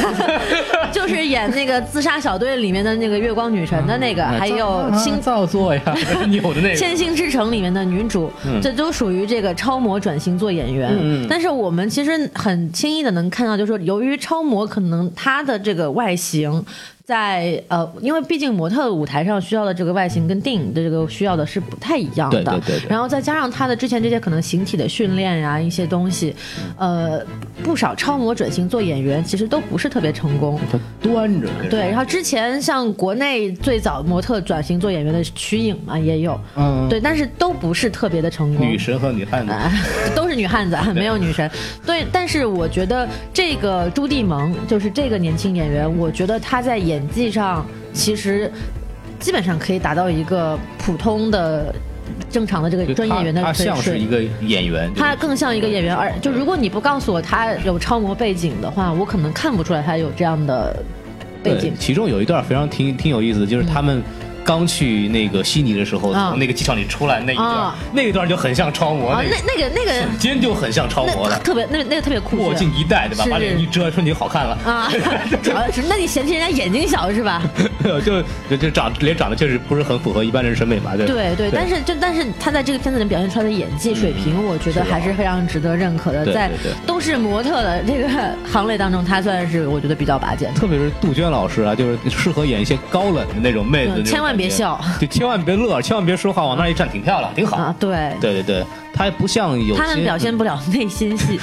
Speaker 1: (laughs) 就是演那个自杀小队里面的那个月光女神的
Speaker 4: (laughs)
Speaker 1: 那个，
Speaker 4: 嗯
Speaker 1: 还有星
Speaker 4: 造
Speaker 1: (laughs)
Speaker 4: 作呀，有的
Speaker 1: 《
Speaker 4: 那个。
Speaker 1: 千星之城》里面的女主，这都属于这个超模转型做演员。
Speaker 4: 嗯嗯嗯
Speaker 1: 但是我们其实很轻易的能看到，就是说，由于超模可能她的这个外形。在呃，因为毕竟模特舞台上需要的这个外形跟电影的这个需要的是不太一样的，
Speaker 4: 对对对对
Speaker 1: 然后再加上她的之前这些可能形体的训练呀、一些东西，呃，不少超模转型做演员其实都不是特别成功。
Speaker 4: 他端着，
Speaker 1: 对，然后之前像国内最早模特转型做演员的瞿颖嘛也有，
Speaker 4: 嗯，
Speaker 1: 对，但是都不是特别的成功。
Speaker 4: 女神和女汉子，
Speaker 1: 啊，都是女汉子，啊，没有女神。对，但是我觉得这个朱棣萌就是这个年轻演员，我觉得她在演技上其实基本上可以达到一个普通的、正常的这个
Speaker 4: 就
Speaker 1: 专业演员的
Speaker 4: 她她
Speaker 1: 水
Speaker 4: 像是一
Speaker 1: 准。
Speaker 4: 个演员，
Speaker 1: 她更像一个演员，而就如果你不告诉我她有超模背景的话，我可能看不出来她有这样的背
Speaker 4: 对，
Speaker 1: 景。
Speaker 4: 其中有一段非常挺挺有意思的，就是他们刚去那个悉尼的时候，
Speaker 1: 啊
Speaker 4: 从那个机场里出来那一段
Speaker 1: 啊，
Speaker 4: 那一段就很像超模，
Speaker 1: 啊，
Speaker 4: 那
Speaker 1: 那那个那个
Speaker 4: 瞬间就很像超
Speaker 1: 那
Speaker 4: 模了。
Speaker 1: 特别那个那个特别酷
Speaker 4: 墨
Speaker 1: 炫
Speaker 4: 镜一戴，对吧？
Speaker 1: 是
Speaker 4: 把脸一遮，瞬间好看了。
Speaker 1: 啊，那你嫌弃人家眼睛小是吧？
Speaker 4: (laughs) 就就就长脸长得确实不是很符合一般人审美嘛，对
Speaker 1: 对对，但
Speaker 4: 是
Speaker 1: 是就但是他在这个片子里表现出来的演技水平，我觉得
Speaker 4: 是的
Speaker 1: 还是非常值得认可的。
Speaker 4: 对
Speaker 1: 在
Speaker 4: 对对
Speaker 1: 都是模特的这个行列当中，他算是我觉得比较拔尖的。
Speaker 4: 特别是杜鹃老师啊，就是适合演一些高冷的那种妹子
Speaker 1: 嗯，
Speaker 4: 那种
Speaker 1: 千万别
Speaker 4: 感觉 (laughs)
Speaker 1: 笑，
Speaker 4: 就千万别乐，千万别说话，往那儿一站挺漂亮，挺好。
Speaker 1: 啊，对，
Speaker 4: 对对对，她不像有些
Speaker 1: 他们表现不了内心戏，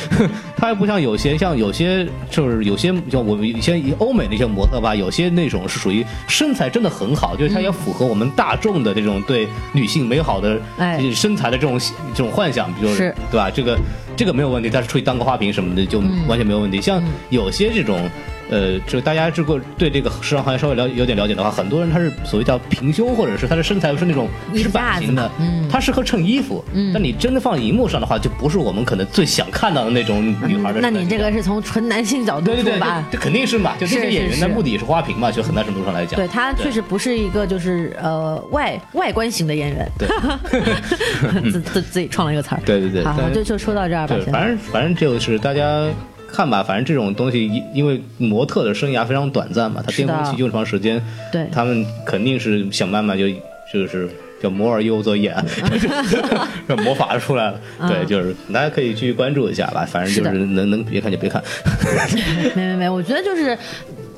Speaker 4: 它还不像有些像有些就是有些像我们以前以欧美那些模特吧，有些那种是属于身材真的很好，就是它也符合我们大众的这种对女性美好的
Speaker 1: 哎
Speaker 4: 这身材的这种这种幻想，比如
Speaker 1: 是
Speaker 4: 对吧？这个这个没有问题，但是出去当个花瓶什么的就
Speaker 1: 嗯
Speaker 4: 完全没有问题。像有些这种。呃，就大家如果对这个时尚行业稍微了有点了解的话，很多人他是所谓叫平胸，或者是他的身材是那种
Speaker 1: 一
Speaker 4: 直
Speaker 1: 下
Speaker 4: 板
Speaker 1: 子
Speaker 4: 型的
Speaker 1: 嘛，嗯
Speaker 4: 它适合衬衣服，嗯但你真的放在荧幕上的话，就不是我们可能最想看到的那种 (laughs) 女孩的。
Speaker 1: 嗯那
Speaker 4: 啊
Speaker 1: 你这个是从纯男性角度
Speaker 4: 对对
Speaker 1: 出
Speaker 4: 对，
Speaker 1: 发
Speaker 4: 这。这肯定是嘛，就这
Speaker 1: 是
Speaker 4: 些
Speaker 1: 是
Speaker 4: 演员的
Speaker 1: 是
Speaker 4: 目的也是花瓶嘛，就很大程度上来讲。
Speaker 1: 对他确实不是一个就是呃外外观型的演员， (laughs)
Speaker 4: 对
Speaker 1: 自自自己创了一个词儿。
Speaker 4: 对对对
Speaker 1: 好，好
Speaker 4: 但
Speaker 1: 就就说到这儿吧
Speaker 4: 对，。
Speaker 1: 现在
Speaker 4: 反正反正就是大家看吧，反正这种东西，因因为模特的生涯非常短暂嘛，他
Speaker 1: 是
Speaker 4: 巅
Speaker 1: 的
Speaker 4: 峰期就这么长时间，
Speaker 1: 对
Speaker 4: 他们肯定是想办法就就是。叫摩尔右则啊眼，
Speaker 1: 嗯
Speaker 4: (laughs) 这魔法出来了。对，就是大家可以去关注一下吧，反正就是是能能别看就别看。
Speaker 1: 没没没，我觉得就是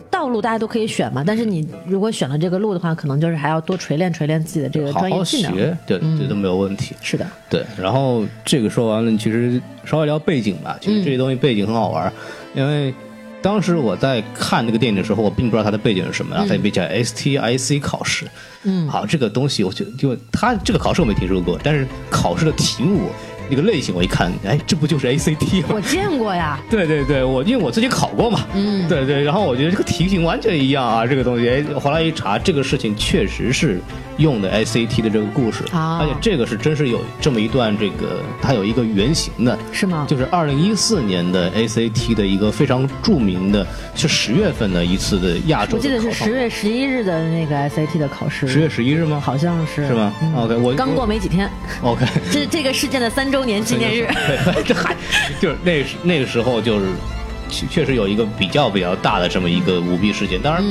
Speaker 1: 道路大家都可以选嘛，但是你如果选了这个路的话，可能就是还要多锤炼锤炼自己的这个
Speaker 4: 好
Speaker 1: 专业
Speaker 4: 好
Speaker 1: 技能。嗯
Speaker 4: 学，对，这都没有问题。
Speaker 1: 是的，
Speaker 4: 对，然后这个说完了，其实稍微聊背景吧。其
Speaker 1: 嗯
Speaker 4: 实这些东西背景很好玩儿，因为当时我在看这个电影的时候，我并不知道它的背景是什么，然后
Speaker 1: 嗯
Speaker 4: 它也被叫 STIC 考试。嗯，好，这个东西我就就它这个考试我没听说过，但是考试的题目那个类型，我一看，哎，这不就是 ACT 吗
Speaker 1: 我？见过呀，
Speaker 4: 对对对，我因为我自己考过嘛，嗯，对对，然后我觉得这个题型完全一样啊，这个东西，哎，后来一查，这个事情确实是用的 ACT 的这个故事，
Speaker 1: 啊
Speaker 4: 而且这个是真是有这么一段这个，它有一个原型的，
Speaker 1: 是吗？
Speaker 4: 就是二零一四年的 ACT 的一个非常著名的，是十月份的一次的亚洲
Speaker 1: 我
Speaker 4: 的
Speaker 1: 记得
Speaker 4: 考
Speaker 1: 是
Speaker 4: 场
Speaker 1: 十月十一日的那个 SAT 的考试，
Speaker 4: 十月十一日吗？
Speaker 1: 好像是
Speaker 4: 是吗
Speaker 1: 嗯
Speaker 4: ？OK，我
Speaker 1: 刚过没几天，
Speaker 4: OK，
Speaker 1: 这这个事件的三周年纪念日，
Speaker 4: 对， (laughs) 这还就是那时那个时候就是确确实有一个比较比较大的这么一个舞弊事件，当然，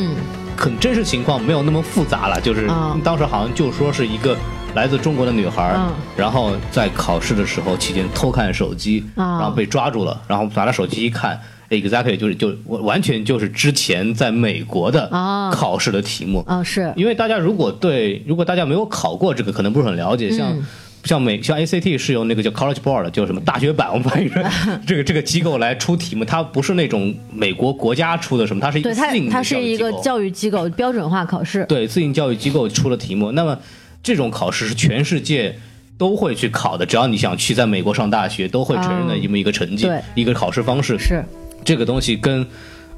Speaker 4: 很真实情况没有那么复杂了，就是
Speaker 1: 嗯
Speaker 4: 当时好像就说是一个。来自中国的女孩儿，
Speaker 1: 嗯
Speaker 4: 然后在考试的时候期间偷看手机，
Speaker 1: 啊
Speaker 4: 然后被抓住了，然后拿着手机一看，exactly 就是就完完全就是之前在美国的
Speaker 1: 啊
Speaker 4: 考试的题目，
Speaker 1: 啊是
Speaker 4: 因为大家如果对，如果大家没有考过这个，可能不是很了解，像。
Speaker 1: 嗯
Speaker 4: 像美像 ACT 是由那个叫 College Board，就是什么大学版，我们翻
Speaker 1: (laughs)
Speaker 4: 译成这个这个机构来出题目，它不是那种美国国家出的什么，它是一
Speaker 1: 对
Speaker 4: 个
Speaker 1: 它
Speaker 4: 私营的
Speaker 1: 它是
Speaker 4: 教育
Speaker 1: 一
Speaker 4: 机
Speaker 1: 个
Speaker 4: 构
Speaker 1: 教育机构标准化考试，
Speaker 4: 对自营教育机构出的题目。那么这种考试是全世界都会去考的，只要你想去在美国上大学，都会承认的
Speaker 1: 啊
Speaker 4: 这么一个成绩，
Speaker 1: 对
Speaker 4: 一个考试方式。
Speaker 1: 是
Speaker 4: 这个东西跟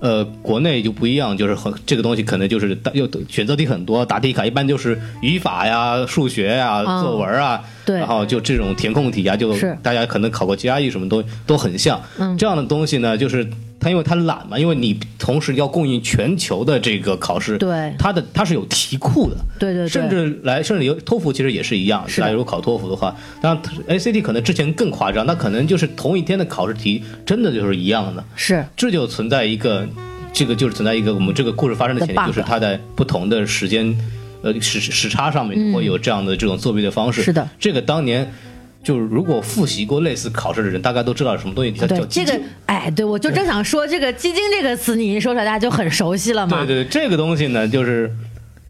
Speaker 4: 呃国内就不一样，就是很这个东西可能就是大又选择题很多，答题卡一般就是语法呀、数学呀、
Speaker 1: 嗯
Speaker 4: 作文啊，
Speaker 1: 对
Speaker 4: 然后就这种填空题啊，就是大家可能考过 GRE 什么都都很像。
Speaker 1: 嗯
Speaker 4: 这样的东西呢，就是它因为它懒嘛，因为你同时要供应全球的这个考试，
Speaker 1: 对
Speaker 4: 它的它是有题库的，
Speaker 1: 对对对
Speaker 4: 甚至来甚至有托福其实也是一样，
Speaker 1: 是的
Speaker 4: 大家如果考托福的话，当然 ACT 可能之前更夸张，那可能就是同一天的考试题真的就是一样的。
Speaker 1: 是
Speaker 4: 这就存在一个，这个就是存在一个我们这个故事发生的前提
Speaker 1: 的，bug
Speaker 4: 就是它在不同的时间，呃时时差上面会有这样的这种作弊的方式。
Speaker 1: 嗯是的，
Speaker 4: 这个当年就是如果复习过类似考试的人，大概都知道什么东西叫
Speaker 1: 对
Speaker 4: 叫
Speaker 1: 这
Speaker 4: 基金
Speaker 1: 个哎对我就正想说这个基金这个词你一说出来大家就很熟悉了嘛
Speaker 4: 对，对，这个东西呢，就是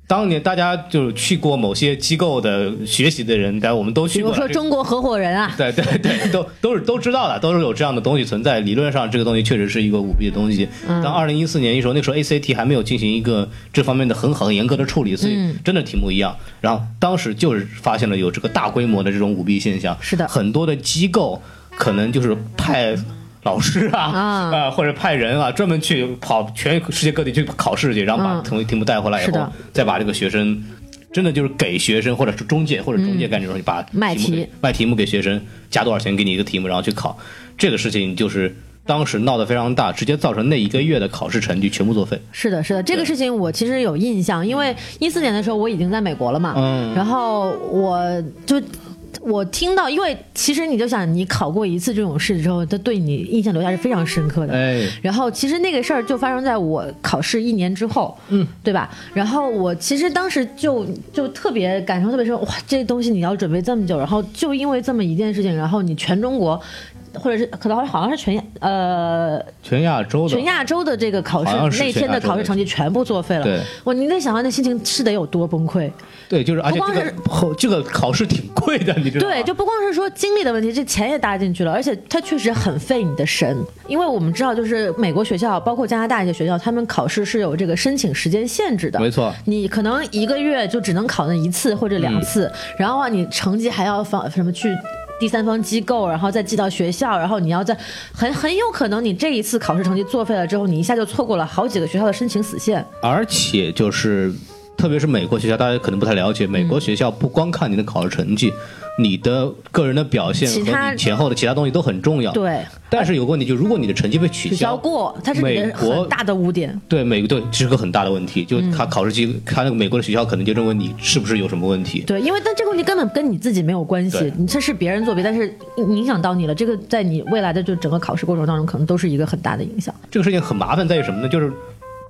Speaker 4: 当年大家就是去过某些机构的学习的人，但我们都
Speaker 1: 比
Speaker 4: 去过
Speaker 1: 如
Speaker 4: 了。
Speaker 1: 说
Speaker 4: 这
Speaker 1: 中国合伙人啊，
Speaker 4: (laughs) 对对对，都都是都知道的，都是有这样的东西存在。理论上，这个东西确实是一个舞弊的东西。
Speaker 1: 嗯
Speaker 4: 但二零一四年一时候，那时候 ACT 还没有进行一个这方面的很好、很严格的处理，所
Speaker 1: 嗯
Speaker 4: 以真的题目一样。然后当时就是发现了有这个大规模的这种舞弊现象。
Speaker 1: 是的
Speaker 4: 很多的机构可能就是派。老师啊，
Speaker 1: 啊
Speaker 4: 呃或者派人啊，专门去跑全世界各地去考试去，然后把
Speaker 1: 嗯
Speaker 4: 题目题目带回来以
Speaker 1: 是
Speaker 4: 后
Speaker 1: 的，
Speaker 4: 再把这个学生，真的就是给学生或者是中介或者中
Speaker 1: 嗯
Speaker 4: 介干这种，西，把
Speaker 1: 卖
Speaker 4: 题目给
Speaker 1: 题
Speaker 4: 卖题目给学生，加多少钱给你一个题目，然后去考。这个事情就是当时闹得非常大，直接造成那一个月的考试成绩全部作废。
Speaker 1: 是的，是的，这个事情我其实有印象，因为一四年的时候我已经在美国了嘛，
Speaker 4: 嗯
Speaker 1: 然后我就。我听到，因为其实你就想，你考过一次这种试之后，它对你印象留下是非常深刻的。
Speaker 4: 哎，
Speaker 1: 然后其实那个事儿就发生在我考试一年之后，嗯，对吧？然后我其实当时就就特别感受特别深，哇，这东西你要准备这么久，然后就因为这么一件事情，然后你全中国，或者是可能好像是全呃
Speaker 4: 全亚洲的
Speaker 1: 全亚洲的这个考
Speaker 4: 好像是
Speaker 1: 试那
Speaker 4: 全
Speaker 1: 天
Speaker 4: 亚
Speaker 1: 的
Speaker 4: 洲
Speaker 1: 考试
Speaker 4: 的
Speaker 1: 成绩全部作废了。
Speaker 4: 对
Speaker 1: 哇，你得想象那心情是得有多崩溃。
Speaker 4: 对，就是而且
Speaker 1: 不光
Speaker 4: 这个后这个考试挺贵的，你知道吗？
Speaker 1: 对，就不光是说精力的问题，这钱也搭进去了，而且它确实很费你的神。因为我们知道，就是美国学校，包括加拿大一些学校，他们考试是有这个申请时间限制的。
Speaker 4: 没错
Speaker 1: 你可能一个月就只能考那一次或者两次，
Speaker 4: 嗯
Speaker 1: 然后啊，你成绩还要放什么去。第三方机构，然后再寄到学校，然后你要在很很有可能你这一次考试成绩作废了之后，你一下就错过了好几个学校的申请死线。
Speaker 4: 而且就是，特别是美国学校，大家可能不太了解，美
Speaker 1: 嗯
Speaker 4: 国学校不光看你的考试成绩，你的个人的表现
Speaker 1: 其他
Speaker 4: 和你前后的其他东西都很重要。。
Speaker 1: 对，
Speaker 4: 但是有个问题，就如果你的成绩被取
Speaker 1: 取
Speaker 4: 消，
Speaker 1: 消过，它是你
Speaker 4: 美
Speaker 1: 的
Speaker 4: 国
Speaker 1: 很大的污点。
Speaker 4: 对美国对这是个很大的问题，
Speaker 1: 嗯
Speaker 4: 就他考试机，他那个美国的学校可能就认为你是不是有什么问题。
Speaker 1: 对，因为但这个问题根本跟你自己没有关
Speaker 4: 对
Speaker 1: 系，你这是别人作弊，但是影响到你了，这个在你未来的就整个考试过程当中，可能都是一个很大的影响。
Speaker 4: 这个事情很麻烦在于什么呢？就是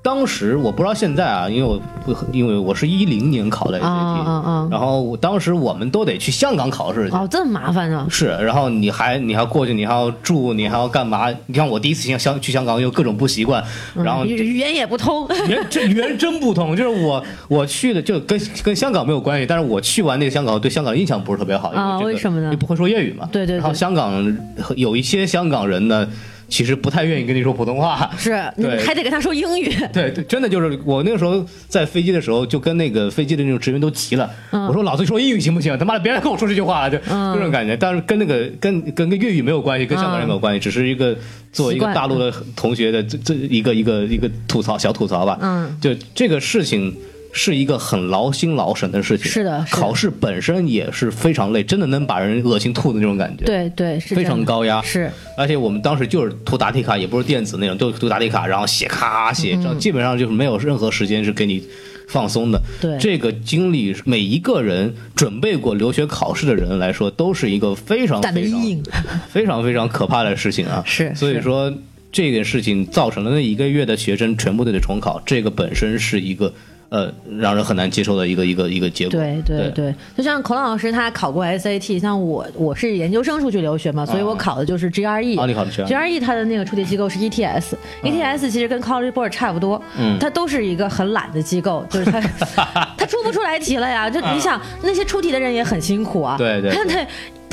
Speaker 4: 当时我不知道现在啊，因为我不因为我是一零年考的 ACT，、
Speaker 1: 啊啊啊
Speaker 4: 然后我当时我们都得去香港考试去。
Speaker 1: 哦，这么麻烦啊！
Speaker 4: 是，然后你还你还要过去，你还要住，你还要干嘛？你像我第一次去香去香港，又各种不习惯，然后
Speaker 1: 语语言也不通， (laughs)
Speaker 4: 原这语言真不同，就是我我去的就跟跟香港没有关系，但是我去完那个香港，对香港印象不是特别好，因
Speaker 1: 啊
Speaker 4: 这个
Speaker 1: 为什么呢
Speaker 4: 因不会说粤语嘛。
Speaker 1: 对对对
Speaker 4: 然后香港有一些香港人呢。其实不太愿意跟你说普通话。
Speaker 1: 是你
Speaker 4: 对
Speaker 1: 还得跟他说英语。
Speaker 4: 对对，真的就是我那个时候在飞机的时候，就跟那个飞机的那种职员都急了。我说老子说英语行不行？他妈的，别来跟我说这句话了，啊就、
Speaker 1: 嗯
Speaker 4: 这种感觉。但是跟那个跟跟跟粤语没有关系，跟香港人没有关系，只是一个作为
Speaker 1: 嗯
Speaker 4: 一
Speaker 1: 习
Speaker 4: 个
Speaker 1: 惯
Speaker 4: 大陆的同学的这这一个一个一个吐槽小吐槽吧。
Speaker 1: 嗯，
Speaker 4: 就这个事情。是一个很劳心劳神的事情，
Speaker 1: 是的是的
Speaker 4: 考试本身也是非常累，真的能把人恶心吐的那种感觉。
Speaker 1: 对对，是
Speaker 4: 非
Speaker 1: 这样
Speaker 4: 常
Speaker 1: 的
Speaker 4: 高压
Speaker 1: 是
Speaker 4: 而且我们当时就是涂答题卡，也不是电子那种，就是涂答题卡，然后写咔写，这
Speaker 1: 嗯
Speaker 4: 样基本上就是没有任何时间是给你放松的。
Speaker 1: 对
Speaker 4: 这个经历，每一个人准备过留学考试的人来说，都是一个非常
Speaker 1: 大的
Speaker 4: 非常
Speaker 1: 阴影。
Speaker 4: 非常非常可怕的事情啊！
Speaker 1: 是
Speaker 4: 所以
Speaker 1: 是
Speaker 4: 说这个事情造成了那一个月的学生全部都得重考，这个本身是一个呃让人很难接受的一个一个一个结果。
Speaker 1: 对对
Speaker 4: 对
Speaker 1: 对，就像孔老师他考过 SAT，像我我是研究生出去留学嘛，所以我考的就是 E GRE。
Speaker 4: 啊啊你考的 GRE
Speaker 1: GRE 它的那个出题机构是 E ETS，ETS、ETS 其实跟 College Board 差不多，
Speaker 4: 嗯
Speaker 1: 它都是一个很懒的机构，就是它
Speaker 4: (laughs)
Speaker 1: 它出不出来题了呀？就你想、那些出题的人也很辛苦啊，
Speaker 4: 啊对对对
Speaker 1: 他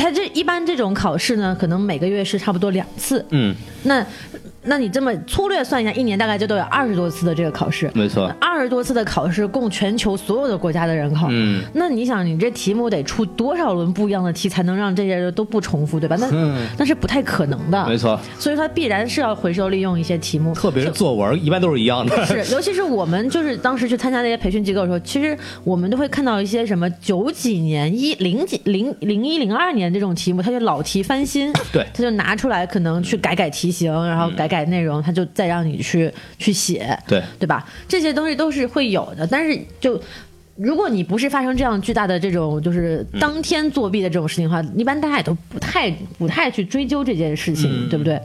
Speaker 1: 他这一般这种考试呢，可能每个月是差不多两次，
Speaker 4: 嗯，
Speaker 1: 那那你这么粗略算一下，一年大概就都有二十多次的这个考试，
Speaker 4: 没错。
Speaker 1: 二十多次的考试，供全球所有的国家的人考。
Speaker 4: 嗯，
Speaker 1: 那你想，你这题目得出多少轮不一样的题，才能让这些人都不重复，对吧？那、那是不太可能的。
Speaker 4: 嗯没错，
Speaker 1: 所以它必然是要回收利用一些题目，
Speaker 4: 特别是作文，一般都是一样的。
Speaker 1: 是，尤其是我们就是当时去参加那些培训机构的时候，其实我们都会看到一些什么九几年、一零几、零零一、零二年这种题目，他就老题翻新，
Speaker 4: (laughs) 对嗯
Speaker 1: 他就拿出来可能去改改题型，然后改改内容，他就再让你去去写，
Speaker 4: 对
Speaker 1: 对吧？这些东西都是会有的，但是就。如果你不是发生这样巨大的这种就是
Speaker 4: 嗯
Speaker 1: 当天作弊的这种事情的话，一般大家也都不太不太去追究这件事情，
Speaker 4: 嗯
Speaker 1: 对不对？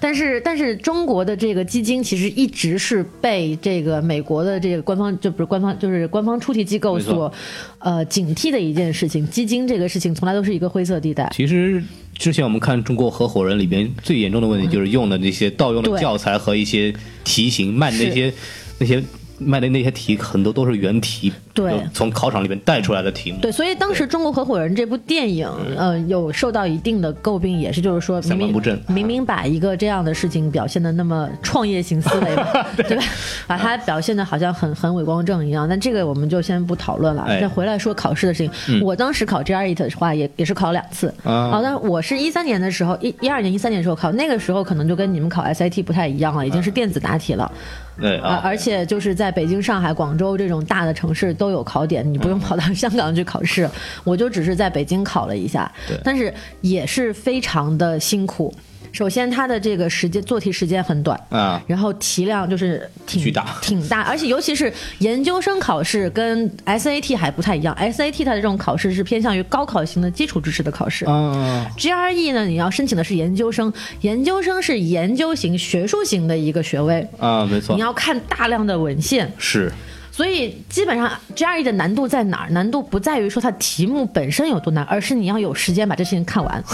Speaker 1: 但是，但是中国的这个基金其实一直是被这个美国的这个官方，就不是官方，就是官方出题机构
Speaker 4: 没错
Speaker 1: 所，呃，警惕的一件事情。基金这个事情从来都是一个灰色地带。
Speaker 4: 其实之前我们看《中国合伙人》里边最严重的问题就是用的那些盗用的
Speaker 1: 对
Speaker 4: 教材和一些题型卖的那些那些卖的那些题，很多都是原题，
Speaker 1: 对
Speaker 4: 就从考场里面带出来的题目。
Speaker 1: 对，所以当时《中国合伙人》这部电影，呃，有受到一定的诟病，也是就是说明
Speaker 4: 三观
Speaker 1: 明
Speaker 4: 嗯不正
Speaker 1: 明明把一个这样的事情表现的那么创业型思维
Speaker 4: (laughs)
Speaker 1: 吧，对吧？把它表现的好像很很伟光正一样，但这个我们就先不讨论了。
Speaker 4: 哎嗯
Speaker 1: 再回来说考试的事情，我当时考 GRE 的话也也是考两次，
Speaker 4: 啊
Speaker 1: 好，但是我是一三年的时候，一一二年、一三年的时候考，那个时候可能就跟你们考 SAT 不太一样了，已经是电子答题了。
Speaker 4: 对
Speaker 1: 啊，
Speaker 4: 啊，
Speaker 1: 而且就是在北京、上海、广州这种大的城市都有考点，你不用跑到 (laughs) 香港去考试。我就只是在北京考了一下
Speaker 4: 对，
Speaker 1: 但是也是非常的辛苦。首先，它的这个时间做题时间很短，
Speaker 4: 啊，
Speaker 1: 然后题量就是挺
Speaker 4: 巨大
Speaker 1: 挺大，而且尤其是研究生考试跟 SAT 还不太一样，SAT 它的这种考试是偏向于高考型的基础知识的考试。
Speaker 4: 嗯，
Speaker 1: GRE 呢，你要申请的是研究生，研究生是研究型、学术型的一个学位，
Speaker 4: 啊，没错
Speaker 1: 你，要看大量的文献，
Speaker 4: 是
Speaker 1: 所以基本上 GRE 的难度在哪儿？难度不在于说它题目本身有多难，而是你要有时间把这事情看完。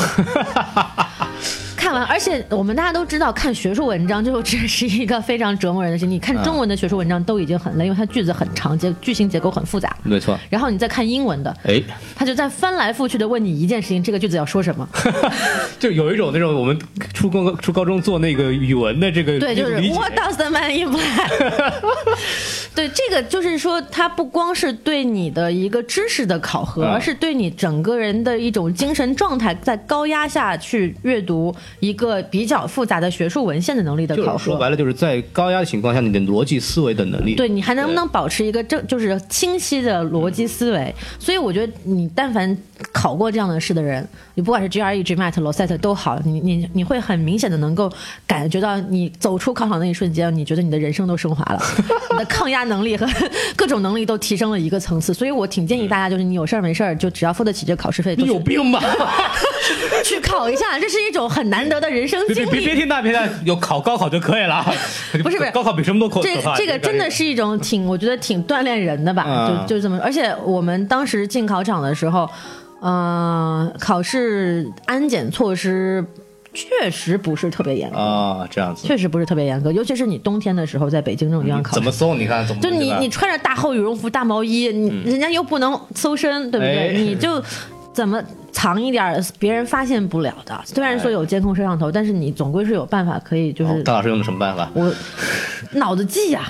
Speaker 1: 看完，而且我们大家都知道，看学术文章就这是一个非常折磨人的事情。你看中文的学术文章都已经很累，因为它句子很长，结句型结构很复杂。
Speaker 4: 没错。
Speaker 1: 然后你再看英文的，
Speaker 4: 哎，
Speaker 1: 他就在翻来覆去的问你一件事情：这个句子要说什么？
Speaker 4: 就有一种那种我们初高初高中做那个语文的这个
Speaker 1: 对，就是
Speaker 4: 理解
Speaker 1: What does the man imply？对，这个就是说，它不光是对你的一个知识的考核，
Speaker 4: 嗯
Speaker 1: 而是对你整个人的一种精神状态，在高压下去阅读一个比较复杂的学术文献的能力的
Speaker 4: 就
Speaker 1: 考
Speaker 4: 是说
Speaker 1: 核
Speaker 4: 白。了，就是在高压的情况下，你的逻辑思维的能力，
Speaker 1: 对你还能不
Speaker 4: 对
Speaker 1: 能保持一个正就是清晰的逻辑思维？所以我觉得你但凡考过这样的试的人，你不管是 E GRE、GMAT、LoSAT 都好，你你你会很明显的能够感觉到，你走出考场那一瞬间，你觉得你的人生都升
Speaker 4: (laughs)
Speaker 1: 华了，你的抗压能力和 (laughs) 各种能力都提升了一个层次。所以我挺建议大家，就是你有事儿没事儿，就只要付得起这个考试费，都
Speaker 4: 你有
Speaker 1: 去
Speaker 4: 病吧？
Speaker 1: 去考一下，这是一种很难得的人生
Speaker 4: 别
Speaker 1: 经
Speaker 4: 别
Speaker 1: 历。
Speaker 4: 别别听那别的，有考高考就可以了。
Speaker 1: (laughs) 不是不是
Speaker 4: 高考比什么都可
Speaker 1: 这
Speaker 4: 可啊怕。
Speaker 1: 这个真的是一种挺，我觉得挺锻炼人的吧，
Speaker 4: 嗯
Speaker 1: 就就这么。而且我们当时进考场的时候，呃，考试安检措施确实不是特别严格，
Speaker 4: 啊，这样子。
Speaker 1: 确实不是特别严格，尤其是你冬天的时候在北京这种地方考
Speaker 4: 怎
Speaker 1: 试
Speaker 4: 么。搜？你哎看怎么
Speaker 1: 就你
Speaker 4: 对吧
Speaker 1: 你穿着大厚羽绒服、大毛衣，你人家又不能搜身，对不对？
Speaker 4: 哎
Speaker 1: 你就怎么？藏一点儿别人发现不了的。虽然说有监控摄像头，但是你总归是有办法可以就
Speaker 4: 哦
Speaker 1: 是
Speaker 4: 大老师用哎的什么啊办法？
Speaker 1: 我脑子记呀、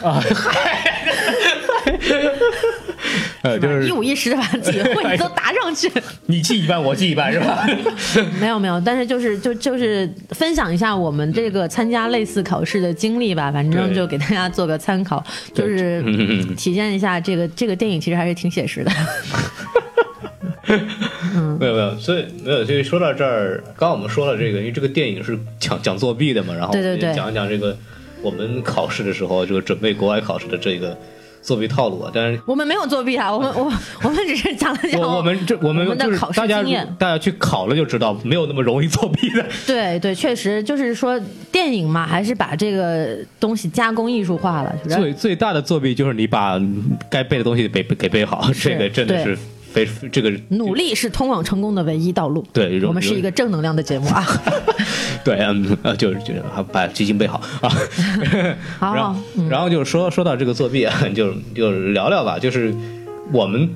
Speaker 4: 呃，就是
Speaker 1: 一五一十的把自己的位置都答上去。
Speaker 4: 你记一半，我记一半，是吧？
Speaker 1: (laughs) 嗯没有没有，但是就是就就是分享一下我们这个参加类似考试的经历吧，反正
Speaker 4: 对
Speaker 1: 就给大家做个参考，就是
Speaker 4: (laughs) 嗯
Speaker 1: 体现一下这个这个电影其实还是挺写实的。 (laughs)
Speaker 4: 没有没有，所以没有。所以说到这儿，刚刚我们说了这个，因为这个电影是讲讲作弊的嘛，然后
Speaker 1: 对对
Speaker 4: 我们
Speaker 1: 对
Speaker 4: 讲一讲这个我们考试的时候，这个准备国外考试的这个作弊套路啊。但是
Speaker 1: 我们没有作弊啊，我们我我们只是讲了讲
Speaker 4: 我我们这我们
Speaker 1: 我们的
Speaker 4: 就是
Speaker 1: 考试
Speaker 4: 大家
Speaker 1: 经验
Speaker 4: 如大家去考了就知道，没有那么容易作弊的。
Speaker 1: 对对，确实就是说电影嘛，还是把这个东西加工艺术化了，就是
Speaker 4: 最最大的作弊就是你把该背的东西背给背好，这个真的
Speaker 1: 对
Speaker 4: 是非这个
Speaker 1: 努力是通往成功的唯一道路。
Speaker 4: 对有
Speaker 1: 我们是一个正能量的节目
Speaker 4: (laughs)
Speaker 1: 啊。
Speaker 4: 对，嗯，呃，就是就是啊把基金备好啊。
Speaker 1: 好
Speaker 4: 然后，然后就是说说到这个作弊啊， (laughs) 就就聊聊吧。就是我们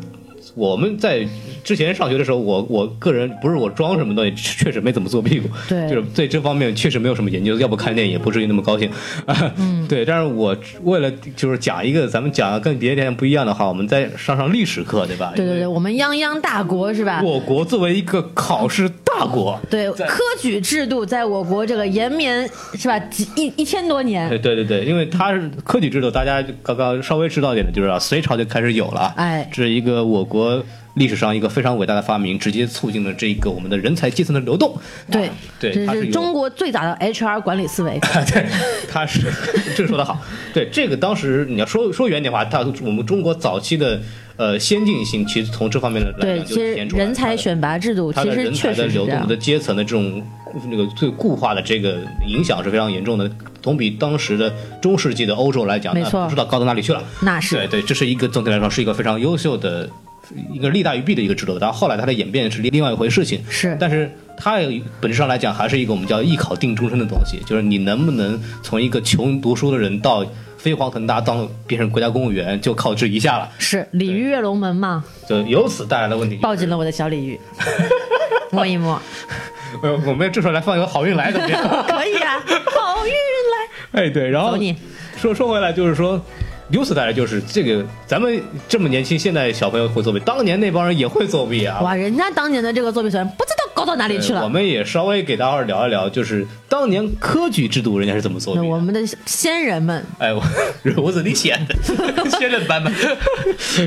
Speaker 4: 我们在之前上学的时候，我我个人不是我装什么东西，确实没怎么作弊过。
Speaker 1: 对
Speaker 4: 就是对这方面确实没有什么研究，要不看电影也不至于那么高兴 (laughs) 啊。嗯，对。但是我为了就是讲一个咱们讲跟别的电影不一样的话，我们再上上历史课，对吧？
Speaker 1: 对对对，
Speaker 4: 因为
Speaker 1: 我们泱泱大国是吧？
Speaker 4: 我国作为一个考试大国，
Speaker 1: 对，
Speaker 4: 在
Speaker 1: 科举制度在我国这个延绵是吧？几一一千多
Speaker 4: 对
Speaker 1: 年，
Speaker 4: 哎对对对，因为它是科举制度，大家刚刚稍微知道一点的就是啊，隋朝就开始有了，
Speaker 1: 哎
Speaker 4: 这是一个我国历史上一个非常伟大的发明，直接促进了这个我们的人才阶层的流动。
Speaker 1: 对
Speaker 4: 啊，对，
Speaker 1: 这
Speaker 4: 它是
Speaker 1: 是
Speaker 4: 有
Speaker 1: 中国最早的 HR 管理思维。
Speaker 4: (laughs) 对，他是 (laughs) 这个说的好。对，这个当时你要说说远点话，他我们中国早期的呃先进性，其实从这方面来
Speaker 1: 对，
Speaker 4: 讲
Speaker 1: 其
Speaker 4: 就
Speaker 1: 实
Speaker 4: 体现出来了
Speaker 1: 人才选拔制度
Speaker 4: 它
Speaker 1: 其
Speaker 4: 的
Speaker 1: 实
Speaker 4: 人才
Speaker 1: 确
Speaker 4: 的
Speaker 1: 实是
Speaker 4: 流
Speaker 1: 这
Speaker 4: 动、我
Speaker 1: 样
Speaker 4: 们的。阶层的这种那个最固化的这个影响是非常严重的，总比当时的中世纪的欧洲来讲，
Speaker 1: 没
Speaker 4: 那
Speaker 1: 错
Speaker 4: 不知道高到哪里去了。
Speaker 1: 那是
Speaker 4: 对对，这是一个总体来说是一个非常优秀的。一个利大于弊的一个制度，但后来它的演变是另外一回事情。
Speaker 1: 是
Speaker 4: 但是它有本质上来讲还是一个我们叫艺考定终身的东西，就是你能不能从一个穷读书的人到飞黄腾达，当变成国家公务员，就靠这一下了。
Speaker 1: 是鲤鱼跃龙门嘛？
Speaker 4: 就由此带来的问题就是，
Speaker 1: 抱紧了我的小鲤
Speaker 4: (laughs)
Speaker 1: 鱼，摸一摸，
Speaker 4: 呃，我们这时候来放一个好运来怎么样？
Speaker 1: 可以啊，好运来。
Speaker 4: 哎，对，然后
Speaker 1: 走你
Speaker 4: 说说回来，就是说，由此带来就是这个，咱们这么年轻，现在小朋友会作弊，当年那帮人也会作弊啊。
Speaker 1: 哇，人家当年的这个作弊团不知道高到哪里去
Speaker 4: 对我
Speaker 1: 了。
Speaker 4: 们也稍微给大伙儿聊一聊，就是当年科举制度人家是怎么作弊
Speaker 1: 那
Speaker 4: 的。
Speaker 1: 我们的先人们，
Speaker 4: 哎，我 (laughs) 我怎么写的？先任版本，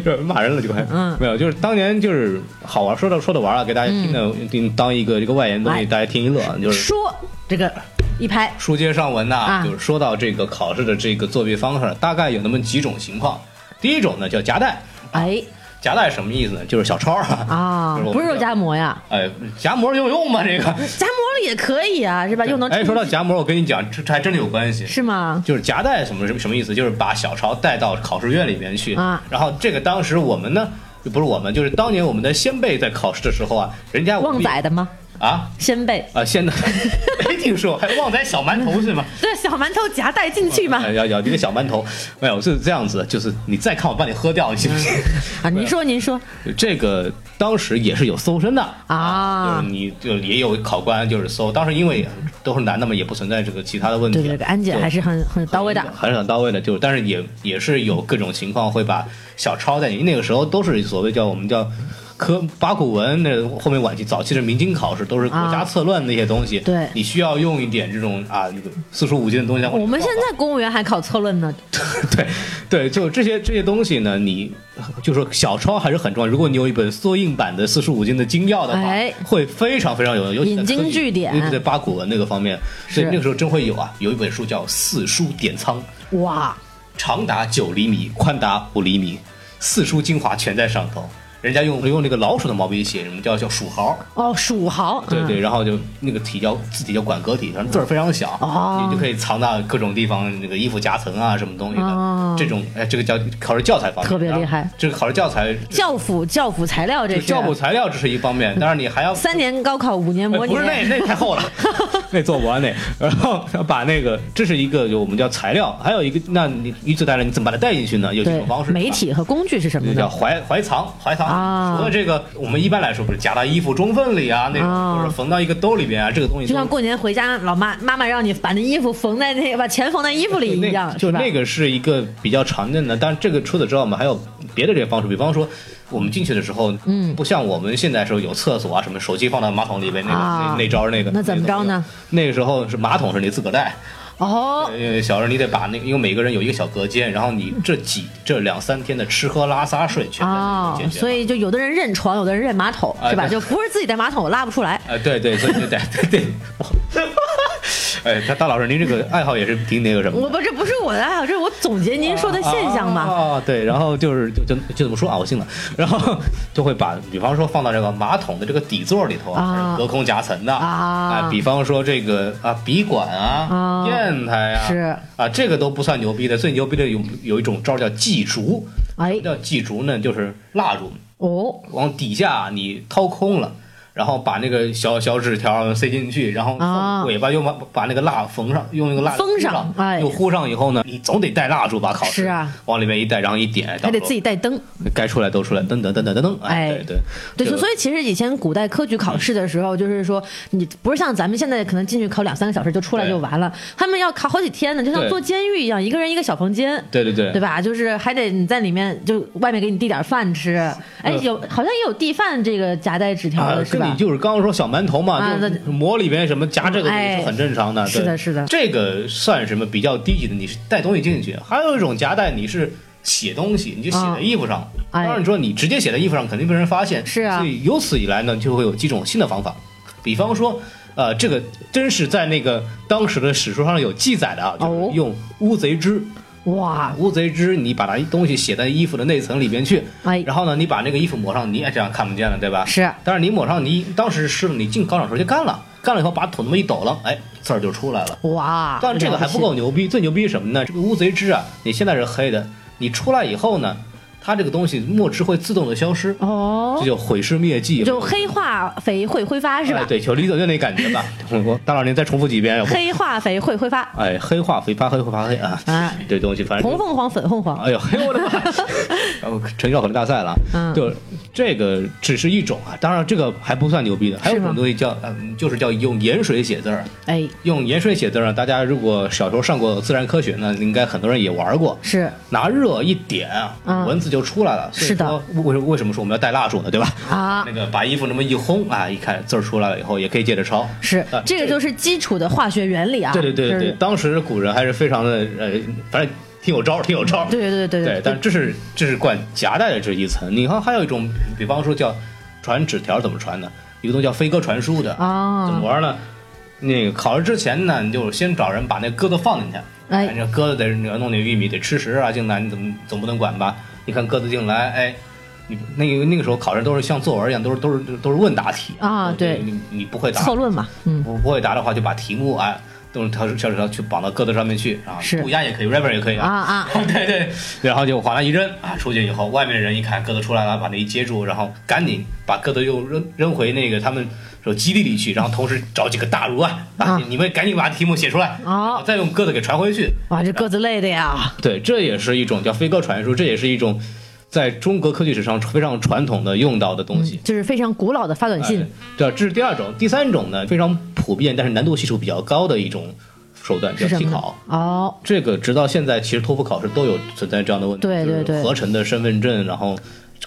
Speaker 4: 这 (laughs) 骂人了就快。
Speaker 1: 嗯
Speaker 4: 没有，就是当年就是好玩，说着说着玩啊，给大家听的，听当一个这个外延东西，
Speaker 1: 嗯哎
Speaker 4: 大家听一乐，就是
Speaker 1: 说这个一拍，
Speaker 4: 书接上文呐、
Speaker 1: 啊
Speaker 4: 就是说到这个考试的这个作弊方式，大概有那么几种情况。第一种呢叫夹带，
Speaker 1: 哎
Speaker 4: 夹带什么意思呢？就是小抄啊，
Speaker 1: 啊
Speaker 4: 就是，我们
Speaker 1: 不是肉
Speaker 4: 叫
Speaker 1: 夹馍呀，
Speaker 4: 哎，夹馍有用吗？这个
Speaker 1: 夹馍也可以啊，是吧？ (laughs) 又能
Speaker 4: 哎，说到
Speaker 1: 撑
Speaker 4: 夹馍，我跟你讲，这这还真的有关系。
Speaker 1: 是吗？
Speaker 4: 就是夹带什么什么什么意思？就是把小抄带到考试院里面去
Speaker 1: 啊
Speaker 4: 然后这个当时我们呢，就不是我们，就是当年我们的先辈在考试的时候啊，人家我
Speaker 1: (laughs) 旺
Speaker 4: 们
Speaker 1: 仔的吗？
Speaker 4: 啊
Speaker 1: 先辈，
Speaker 4: 啊， (laughs) 先没听说，还旺仔小馒头是吗？
Speaker 1: 对，小馒头夹带进去嘛
Speaker 4: 哎。要要一个小馒头，没有是这样子，就是你再看我把你喝掉，你信不信？
Speaker 1: 啊，您说您说
Speaker 4: (laughs) 这个当时也是有搜身的
Speaker 1: 啊
Speaker 4: 就是，你就也有考官就是搜，当时因为都是男的嘛，也不存在这个其他的问题。
Speaker 1: 对对对，安检还是很很到位的。
Speaker 4: 还是很到位的，就是但是也也是有各种情况会把小抄在你那个时候都是所谓叫我们叫科八股文，那后面晚期早期的民间考试都是国家
Speaker 1: 啊
Speaker 4: 策论那些东西，
Speaker 1: 对
Speaker 4: 你需要用一点这种啊四书五经的东西来。
Speaker 1: 我们现在公务员还考策论呢，
Speaker 4: (laughs) 对对，就这些这些东西呢，你就说小抄还是很重要。如果你有一本缩印版的四书五经的精要的话，
Speaker 1: 哎
Speaker 4: 会非常非常有用，尤其在
Speaker 1: 引经
Speaker 4: 科举
Speaker 1: 据典
Speaker 4: 尤其在八股文那个方面，所以
Speaker 1: 是
Speaker 4: 那个时候真会有啊。有一本书叫《四书典仓》，
Speaker 1: 哇，
Speaker 4: 长达九厘米，宽达五厘米，四书精华全在上头。人家用用那个老鼠的毛笔写，什么叫叫鼠毫？
Speaker 1: 哦，蜀豪，
Speaker 4: 对对，
Speaker 1: 嗯，
Speaker 4: 然后就那个体叫字体叫管格体，反正字儿非常小，
Speaker 1: 哦
Speaker 4: 你就可以藏到各种地方，那个衣服夹层啊，什么东西的，
Speaker 1: 哦
Speaker 4: 这种哎，这个叫考试教材方面
Speaker 1: 特别厉害。
Speaker 4: 然后这个考试教材，
Speaker 1: 教辅教辅材料这
Speaker 4: 这
Speaker 1: 是
Speaker 4: 教辅材料这是一
Speaker 1: (laughs)
Speaker 4: 方面，当然你还要
Speaker 1: 三年高考五年模
Speaker 4: 哎
Speaker 1: 拟啊
Speaker 4: 不是，那那太厚了，那做不完那。然后把 (laughs) 那个，这是一个就我们叫材料，还有一个，那你与此带来你怎么把它带进去呢？有几
Speaker 1: 对
Speaker 4: 种方式，
Speaker 1: 媒体和工具是什么
Speaker 4: 那叫
Speaker 1: 呢？
Speaker 4: 怀怀藏，怀藏
Speaker 1: 啊
Speaker 4: 除了这个，我们一般来说，比如夹到衣服中缝里啊，那种，
Speaker 1: 啊
Speaker 4: 或者缝到一个兜里边啊，这个东西
Speaker 1: 就像
Speaker 4: 都
Speaker 1: 过年回家，老妈妈妈让你把那衣服缝在那，把钱缝在衣服里一样，
Speaker 4: 那
Speaker 1: 是
Speaker 4: 就
Speaker 1: 吧？
Speaker 4: 那个是一个比较常见的，但这个除此之外，我们还有别的这个方式，比方说我们进去的时候，嗯，不像我们现在时候有厕所啊，什么手机放到马桶里边那个、
Speaker 1: 啊
Speaker 4: 那那招儿那个，
Speaker 1: 那怎么
Speaker 4: 个东
Speaker 1: 着
Speaker 4: 西
Speaker 1: 呢？
Speaker 4: 那个时候是马桶是你自个儿带，
Speaker 1: 哦，
Speaker 4: 因为小时候你得把那个，因为每个人有一个小隔间，然后你这几这两三天的吃喝拉撒睡全在那
Speaker 1: 哦
Speaker 4: 里解，决。
Speaker 1: 所以就有的人认床，有的人认马桶，
Speaker 4: 哎
Speaker 1: 是吧？
Speaker 4: 对
Speaker 1: 就不是自己带马桶，我拉不出来。
Speaker 4: 啊、对对，所以对对对对， (laughs) 哎，大大老师，您这个爱好也是挺那个什么的。
Speaker 1: 我不，这不是我的爱好，这是我总结您说的现象嘛。
Speaker 4: 哦，对，然后就是就就就怎么说啊，我信了，然后就会把，比方说放到这个马桶的这个底座里头
Speaker 1: 啊
Speaker 4: 是隔空夹层的
Speaker 1: 啊
Speaker 4: 哎比方说这个啊笔管啊
Speaker 1: 啊、
Speaker 4: 砚台啊，
Speaker 1: 是
Speaker 4: 啊，这个都不算牛逼的，最牛逼的有有一种招儿叫系竹，
Speaker 1: 哎
Speaker 4: 什么叫系竹呢？就是蜡烛
Speaker 1: 哦，
Speaker 4: 往底下你掏空了。然后把那个小小纸条塞进去，然后
Speaker 1: 啊
Speaker 4: 缝尾巴用把把那个蜡缝上，用那个蜡
Speaker 1: 封
Speaker 4: 糊
Speaker 1: 上哎
Speaker 4: 又糊上以后呢，你总得带蜡烛吧？考试
Speaker 1: 是啊，
Speaker 4: 往里面一带，然后一点，
Speaker 1: 还得
Speaker 4: 到时候
Speaker 1: 自己带灯。
Speaker 4: 该出来都出来，噔噔噔噔噔噔，
Speaker 1: 哎
Speaker 4: 对对
Speaker 1: 对，
Speaker 4: 这个
Speaker 1: 所以其实以前古代科举考试的时候，就是说你不是像咱们现在可能进去考两三个小时就出来
Speaker 4: 对
Speaker 1: 就完了，他们要考好几天呢，就像
Speaker 4: 对
Speaker 1: 坐监狱一样，一个人一个小房间。
Speaker 4: 对对对
Speaker 1: 对吧？就是还得你在里面，就外面给你递点饭吃。哎，有好像也有递饭这个夹带纸条
Speaker 4: 啊
Speaker 1: 的，嗯是
Speaker 4: 跟你
Speaker 1: 吧？
Speaker 4: 就是刚刚说小馒头嘛，
Speaker 1: 啊
Speaker 4: 就是馍里边什么夹这个东西
Speaker 1: 哎
Speaker 4: 是很正常的。对
Speaker 1: 是的是的
Speaker 4: 这个算什么比较低级的？你是带东西进去，还有一种夹带你是。写东西，你就写在衣服上。
Speaker 1: 哎
Speaker 4: 当然，你说你直接写在衣服上，肯定被人发现。
Speaker 1: 是啊
Speaker 4: 所以由此以来呢，就会有几种新的方法，比方说，呃，这个真是在那个当时的史书上有记载的啊，就
Speaker 1: 哦
Speaker 4: 是用乌贼汁。
Speaker 1: 哇，
Speaker 4: 乌贼汁，你把那东西写在衣服的内层里边去，
Speaker 1: 哎
Speaker 4: 然后呢，你把那个衣服抹上泥，哎这样看不见了，对吧？
Speaker 1: 是
Speaker 4: 但是你抹上泥，当时湿了，你进考场时候就干了，干了以后把土那么一抖了，哎，字儿就出来了。
Speaker 1: 哇！
Speaker 4: 但这个还不够
Speaker 1: 了
Speaker 4: 牛逼，最牛逼是什么呢？这个乌贼汁啊，你现在是黑的，你出来以后呢，它这个东西墨汁会自动的消失，
Speaker 1: 不起
Speaker 4: 这
Speaker 1: 哦，
Speaker 4: 就毁尸灭迹了，
Speaker 1: 就黑化肥会挥发是吧
Speaker 4: 哎？对，就李泽钧那
Speaker 1: (laughs)
Speaker 4: 感觉吧。我大佬，您再重复几遍，要不？
Speaker 1: 黑化肥会挥发
Speaker 4: 哎，黑化肥发黑会发黑啊，
Speaker 1: 啊，
Speaker 4: 这东西反正
Speaker 1: (laughs)
Speaker 4: 就
Speaker 1: 红凤凰、粉凤凰。
Speaker 4: 哎呦，哎呦我
Speaker 1: (laughs)
Speaker 4: 的妈！然后陈少可能大赛了，啊
Speaker 1: 嗯
Speaker 4: 就这个只是一种啊，当然这个还不算牛逼的，还有一
Speaker 1: 是吗
Speaker 4: 种东西叫嗯，就是叫用盐水写字儿。
Speaker 1: 哎，
Speaker 4: 用盐水写字儿呢，大家如果小时候上过自然科学呢，应该很多人也玩过。
Speaker 1: 是
Speaker 4: 拿热一点啊，
Speaker 1: 嗯
Speaker 4: 文字就出来了。所以
Speaker 1: 是的
Speaker 4: 说，为为什么说我们要带蜡烛呢？对吧？
Speaker 1: 啊
Speaker 4: 那个把衣服那么一烘啊，一看字儿出来了以后，也可以接着抄。
Speaker 1: 是
Speaker 4: 啊，
Speaker 1: 这个就是基础的化学原理啊。
Speaker 4: 对对对对
Speaker 1: 就
Speaker 4: 对
Speaker 1: 是，
Speaker 4: 当时古人还是非常的呃，反正挺有招儿，挺有招儿。
Speaker 1: 对对对
Speaker 4: 对，但是这是这是管夹带的这一层。你看还有一种，比方说叫传纸条怎么传呢？有一个东西叫飞鸽传书的，怎么
Speaker 1: 啊，
Speaker 4: 玩呢？那个考试之前呢，你就先找人把那鸽子放进去，
Speaker 1: 哎
Speaker 4: 这鸽子得你要弄点玉米得吃食啊，进来你怎么总不能管吧？你看鸽子进来，哎。你那个那个时候考试都是像作文一样，都是都是都是问答题
Speaker 1: 啊对
Speaker 4: 你你不会答
Speaker 1: 策论嘛，嗯，
Speaker 4: 不不会答的话，就把题目啊，都是条小纸条去绑到鸽子上面去啊，
Speaker 1: 是
Speaker 4: 涂鸦也可以，rapper 也可以
Speaker 1: 啊啊，
Speaker 4: (laughs) 对对，然后就往那一扔啊，出去以后，外面的人一看鸽子出来了，把那一接住，然后赶紧把鸽子又扔扔回那个他们说基地里 (laughs) 去，然后同时找几个大儒啊，啊，
Speaker 1: 啊
Speaker 4: 你们赶紧把题目写出来，
Speaker 1: 哦
Speaker 4: 再用鸽子给传回去。
Speaker 1: 哇，这鸽子累的呀，
Speaker 4: 对，这也是一种叫飞鸽传书，这也是一种在中国科技史上非常传统的用到的东西。
Speaker 1: 就是非常古老的发短
Speaker 4: 哎
Speaker 1: 信，
Speaker 4: 对啊，这是第二种，第三种呢，非常普遍，但是难度系数比较高的一种手段，叫
Speaker 1: 是什
Speaker 4: 替
Speaker 1: 么呢
Speaker 4: 考。？
Speaker 1: 哦，
Speaker 4: 这个直到现在，其实托福考试都有存在这样的问题，
Speaker 1: 对对对
Speaker 4: 就是合成的身份证，然后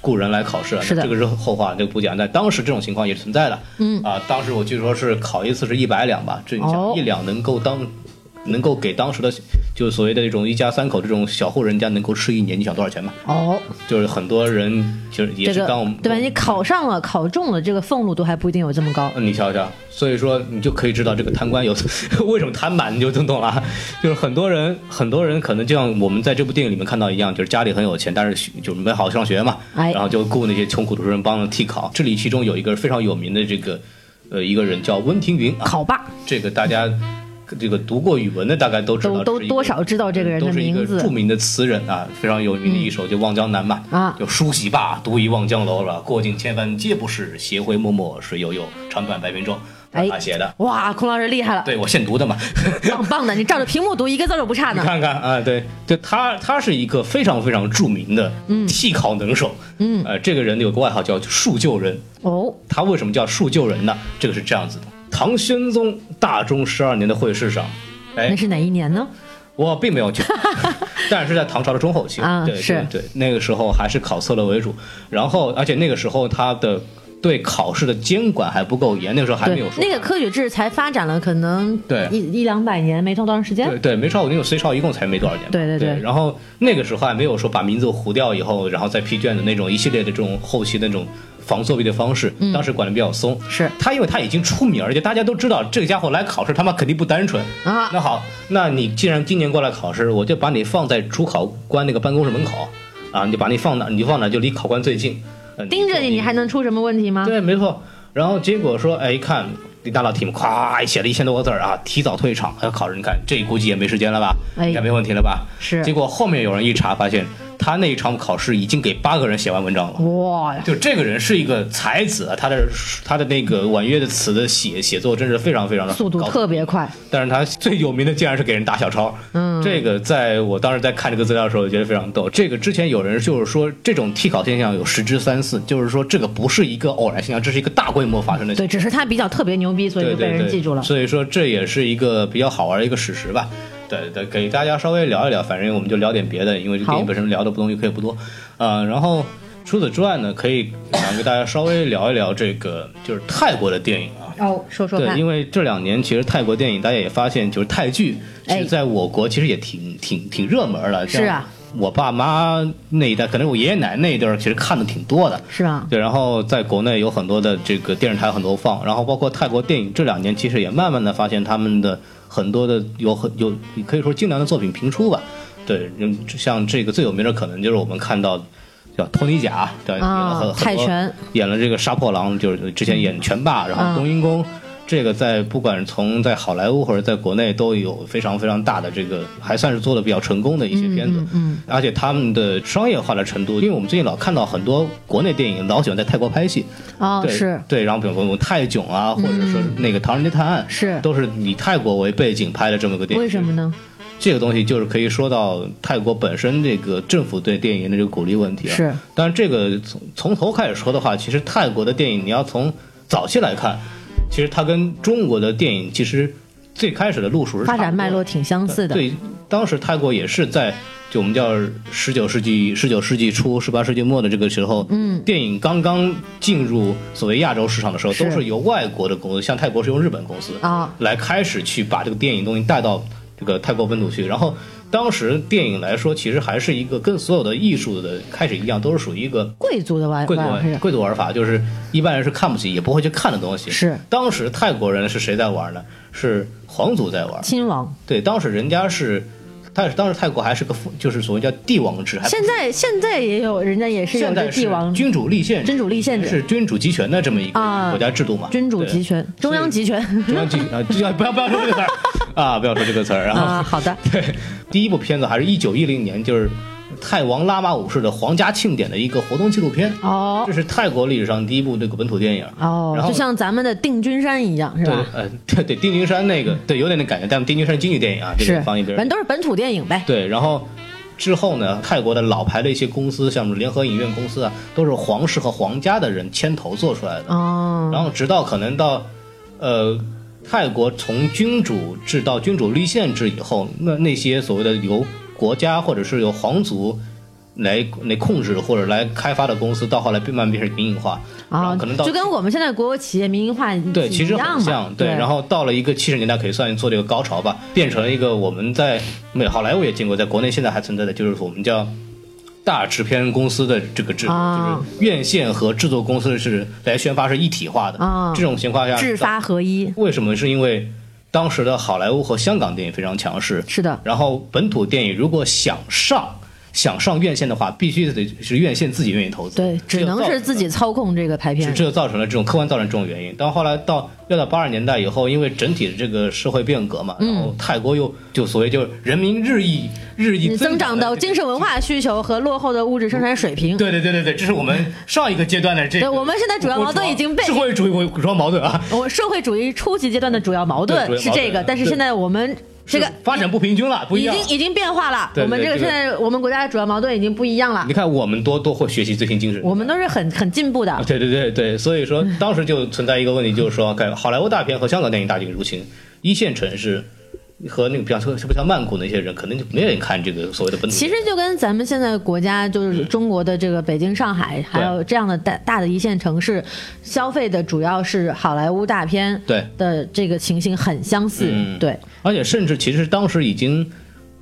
Speaker 4: 雇人来考试，啊
Speaker 1: 是的
Speaker 4: 这个是后话，这个不讲。但当时这种情况也存在的，嗯啊，当时我据说是考一次是一百两吧，这你
Speaker 1: 哦
Speaker 4: 想一两能够当。能够给当时的，就所谓的这种一家三口这种小户人家能够吃一年，你想多少钱吧？
Speaker 1: 哦，
Speaker 4: 就是很多人就是也
Speaker 1: 这
Speaker 4: 是
Speaker 1: 个
Speaker 4: 当我们、
Speaker 1: 对吧？你考上了，考中了，这个俸禄都还不一定有这么高。
Speaker 4: 嗯，你瞧瞧，所以说你就可以知道这个贪官有 (laughs) 为什么贪婪，你就懂懂了啊。就是很多人，很多人可能就像我们在这部电影里面看到一样，就是家里很有钱，但是学就没好好上学嘛，
Speaker 1: 哎
Speaker 4: 然后就雇那些穷苦读生帮着替考。这里其中有一个非常有名的这个，呃，一个人叫温庭筠啊，
Speaker 1: 考霸
Speaker 4: 这个大家这个读过语文的大概都知道
Speaker 1: 都
Speaker 4: 是一个，
Speaker 1: 都多少知道这个人
Speaker 4: 都
Speaker 1: 的
Speaker 4: 是一
Speaker 1: 名
Speaker 4: 个
Speaker 1: 字
Speaker 4: 著名的词人啊，非常有名的一首就《望江南》嘛，
Speaker 1: 啊
Speaker 4: 就梳洗罢，独倚望江楼了，过尽千帆皆不是，斜晖脉脉水悠悠，长坂白云中。
Speaker 1: 哎
Speaker 4: 他写的，
Speaker 1: 哇，孔老师厉害了，
Speaker 4: 对我现读的嘛。
Speaker 1: 棒棒的，你照着屏幕读，一个字儿都不差
Speaker 4: 你
Speaker 1: 呢。
Speaker 4: 看看啊，对，就他他是一个非常非常著名的替考能手，嗯，呃，这个人有个外号叫树救人，
Speaker 1: 哦，
Speaker 4: 他为什么叫树救人呢？这个是这样子的：唐宣宗大中十二年的会试上，哎
Speaker 1: 那，是哪一年呢？
Speaker 4: 我并没
Speaker 1: (laughs)
Speaker 4: 有去，但是在唐朝的中后期，
Speaker 1: 啊
Speaker 4: 对
Speaker 1: 是
Speaker 4: 对对，那个时候还是考策略为主，然后而且那个时候他的对考试的监管还不够严，那个时候还没
Speaker 1: 对
Speaker 4: 有，说
Speaker 1: 那个科举制才发展了，可能
Speaker 4: 对
Speaker 1: 一一两百年，没多长时间。
Speaker 4: 对对，没超过那个隋朝一共才没多少年嘛。
Speaker 1: 对对
Speaker 4: 对
Speaker 1: 对
Speaker 4: 然后那个时候还没有说把民族糊掉以后，然后再批卷的那种一系列的这种后期的那种防作弊的方式，当时管得比较松。
Speaker 1: 嗯是
Speaker 4: 他因为他已经出名儿，而且大家都知道这个家伙来考试他妈肯定不单纯。
Speaker 1: 啊
Speaker 4: 那好，那你既然今年过来考试，我就把你放在主考官那个办公室门口，啊，你就把你放哪，你就放哪就离考官最近，呃
Speaker 1: 盯着你，你还能出什么问题吗？
Speaker 4: 对，没错。然后结果说，哎，一看一大道题目，咵写了一千多个字儿啊，提早退场。还有考试，你看这估计也没时间了吧？
Speaker 1: 哎
Speaker 4: 应该没问题了吧？
Speaker 1: 是
Speaker 4: 结果后面有人一查，发现他那一场考试已经给八个人写完文章
Speaker 1: 嗯
Speaker 4: 了。
Speaker 1: 哇呀，
Speaker 4: 就这个人是一个才子，啊，他的他的那个婉约的词的写写作真是非常非常的
Speaker 1: 速度
Speaker 4: 高
Speaker 1: 特别快。
Speaker 4: 但是他最有名的竟然是给人打小抄。嗯，这个在我当时在看这个资料的时候，我觉得非常逗。这个之前有人就是说，这种替考现象有十之三四，就是说这个不是一个偶然现象，这是一个大规模发生的现象。
Speaker 1: 对，只是他比较特别牛逼，所以
Speaker 4: 对
Speaker 1: 就被
Speaker 4: 对
Speaker 1: 人
Speaker 4: 对，
Speaker 1: 记住了。
Speaker 4: 所以说这也是一个比较好玩的一个史实吧。对对，给大家稍微聊一聊，反正我们就聊点别的，因为这电
Speaker 1: 好
Speaker 4: 影本身聊的东西可以不多。呃，然后除此之外呢，可以想跟大家稍微聊一聊这个就是泰国的电影啊。
Speaker 1: 哦，说说
Speaker 4: 对，
Speaker 1: 看
Speaker 4: 因，为这两年其实泰国电影大家也发现，就是泰剧，其
Speaker 1: 哎
Speaker 4: 实在我国其实也挺挺挺热门的。
Speaker 1: 是啊
Speaker 4: 像我爸妈那一代，可能我爷爷奶奶那一代儿，其实看的挺多的。
Speaker 1: 是吧？
Speaker 4: 对，然后在国内有很多的这个电视台很多放，然后包括泰国电影这两年其实也慢慢的发现他们的很多的有很有你可以说精良的作品频出吧。对，嗯像这个最有名的可能就是我们看到叫托尼贾，对，演了
Speaker 1: 啊
Speaker 4: 很很多
Speaker 1: 泰拳
Speaker 4: 演了这个杀破狼，就是之前演拳霸，然
Speaker 1: 嗯
Speaker 4: 后冬阴功。这个在不管从在好莱坞或者在国内都有非常非常大的这个，还算是做的比较成功的一些片子，
Speaker 1: 嗯
Speaker 4: 而且他们的商业化的程度，因为我们最近老看到很多国内电影老喜欢在泰国拍戏，
Speaker 1: 哦，
Speaker 4: 对
Speaker 1: 是嗯
Speaker 4: 对，然后比如说我们泰囧啊，或者说那个《唐人街探案》
Speaker 1: 是
Speaker 4: 都是以泰国为背景拍的这么个电影，
Speaker 1: 为什么？呢？
Speaker 4: 这个东西就是可以说到泰国本身这个政府对电影的这个鼓励问题啊。
Speaker 1: 是，
Speaker 4: 但是这个从从头开始说的话，其实泰国的电影你要从早期来看，其实它跟中国的电影其实最开始的路数是
Speaker 1: 发
Speaker 4: 差
Speaker 1: 展
Speaker 4: 不多
Speaker 1: 脉
Speaker 4: 的
Speaker 1: 络挺相似的。
Speaker 4: 对，当时泰国也是在就我们叫十九世纪、十九世纪初、十八世纪末的这个时候，嗯，电影刚刚进入所谓亚洲市场的时候，
Speaker 1: 是
Speaker 4: 都是由外国的公司，像泰国是用日本公司
Speaker 1: 啊
Speaker 4: 来开始去把这个电影东西带到这个泰国本土去，然后。当时电影来说，其实还是一个跟所有的艺术的开始一样，都是属于一个
Speaker 1: 贵族的玩
Speaker 4: 贵族
Speaker 1: 玩意
Speaker 4: 玩
Speaker 1: 儿
Speaker 4: 贵族玩法就是一般人是看不起，也不会去看的东西。
Speaker 1: 是
Speaker 4: 当时泰国人是谁在玩呢？是皇族在玩。
Speaker 1: 亲王。
Speaker 4: 对，当时人家是，但是当时泰国还是个父，就是所谓叫帝王制，还不
Speaker 1: 现在现在也有人家也是有
Speaker 4: 现
Speaker 1: 这
Speaker 4: 在
Speaker 1: 帝王
Speaker 4: 君主立宪制，
Speaker 1: 君主立宪制
Speaker 4: 是君主集权的这么一个
Speaker 1: 啊
Speaker 4: 国家制度嘛？
Speaker 1: 君主
Speaker 4: 对
Speaker 1: 集，权，中央集权。
Speaker 4: 中央集啊，就要不要不要说这个词儿啊，不要说这个词儿。然后、
Speaker 1: 啊，好的，
Speaker 4: (laughs) 对，第一部片子还是一九一零年，就是泰王拉玛五世的皇家庆典的一个活动纪录片。
Speaker 1: 哦
Speaker 4: 这是泰国历史上第一部这个本土电影。啊
Speaker 1: 哦
Speaker 4: 然，后
Speaker 1: 就像咱们的定军山一样，是
Speaker 4: 对
Speaker 1: 吧？，嗯
Speaker 4: 呃，对对，丁君山那个，对，有点那感觉，但丁君山是京剧电影啊，这
Speaker 1: 是，
Speaker 4: 个放一边
Speaker 1: 反
Speaker 4: 儿
Speaker 1: 正。都是本土电影呗。
Speaker 4: 对，然后之后呢，泰国的老牌的一些公司，像什么联合影院公司啊，都是皇室和皇家的人牵头做出来的。
Speaker 1: 哦，
Speaker 4: 然后直到可能到，呃，泰国从君主制到君主立宪制以后，那那些所谓的由国家或者是由皇族。来来控制或者来开发的公司，到后来变慢慢变成民营化，然
Speaker 1: 啊
Speaker 4: 后可能，到
Speaker 1: 就跟我们现在国有企业民营化
Speaker 4: 对，
Speaker 1: 一
Speaker 4: 其实
Speaker 1: 样
Speaker 4: 很
Speaker 1: 嘛
Speaker 4: 像，对。然后到了一个七十年代，可以算做这个高潮吧，变成了一个我们在美好莱坞也见过，在国内现在还存在的，就是我们叫大制片公司的这个制度，
Speaker 1: 啊
Speaker 4: 就是院线和制作公司是来宣发是一体化的。
Speaker 1: 啊
Speaker 4: 这种情况下，
Speaker 1: 制发合一，
Speaker 4: 为什么？是因为当时的好莱坞和香港电影非常强势，
Speaker 1: 是的，
Speaker 4: 然后本土电影如果想上，想上院线的话，必须得是院线自己愿意投资，
Speaker 1: 对，
Speaker 4: 这
Speaker 1: 只
Speaker 4: 就
Speaker 1: 能
Speaker 4: 造
Speaker 1: 是自己操控这个排
Speaker 4: 这
Speaker 1: 片。
Speaker 4: 这就造成了这种客观造成这种原因。但后来到要到八十年代以后，因为整体的这个社会变革嘛，然后泰国又就所谓就人民日益日益
Speaker 1: 你增长
Speaker 4: 的
Speaker 1: 的精神文化需求和落后的物质生产水平，
Speaker 4: 对对对对对，这是我们上一个阶段的这个。
Speaker 1: 对我们现在主要矛盾已经被
Speaker 4: 社会主义主要矛盾啊，
Speaker 1: 我社会主义初级阶段的主要矛
Speaker 4: 对主
Speaker 1: 盾
Speaker 4: 要
Speaker 1: 是
Speaker 4: 矛盾
Speaker 1: 这个，但是
Speaker 4: 对
Speaker 1: 现在我们这个
Speaker 4: 是发展不平均了，不一
Speaker 1: 已
Speaker 4: 样。
Speaker 1: 经已经变化了，
Speaker 4: 对
Speaker 1: 我们
Speaker 4: 对
Speaker 1: 这个
Speaker 4: 这
Speaker 1: 现
Speaker 4: 个
Speaker 1: 在我们国家的主要矛盾已经不一样了
Speaker 4: 你，看，我们多多会学习最新精神。
Speaker 1: 我们都是很很进步的。
Speaker 4: 对对对对，所以说当时就存在一个问题，就是说，看好莱坞大片和香港电影大景如情，一线城市和那个比方说，不像曼谷那些人，可能就没人看这个所谓的本土。
Speaker 1: 其实就跟咱们现在国家
Speaker 4: 嗯
Speaker 1: 就是中国的这个北京、上海，还有这样的大大的一线城市，消费的主要是好莱坞大片
Speaker 4: 对，
Speaker 1: 的这个情形很相似。
Speaker 4: 嗯
Speaker 1: 对，
Speaker 4: 而且甚至其实当时已经。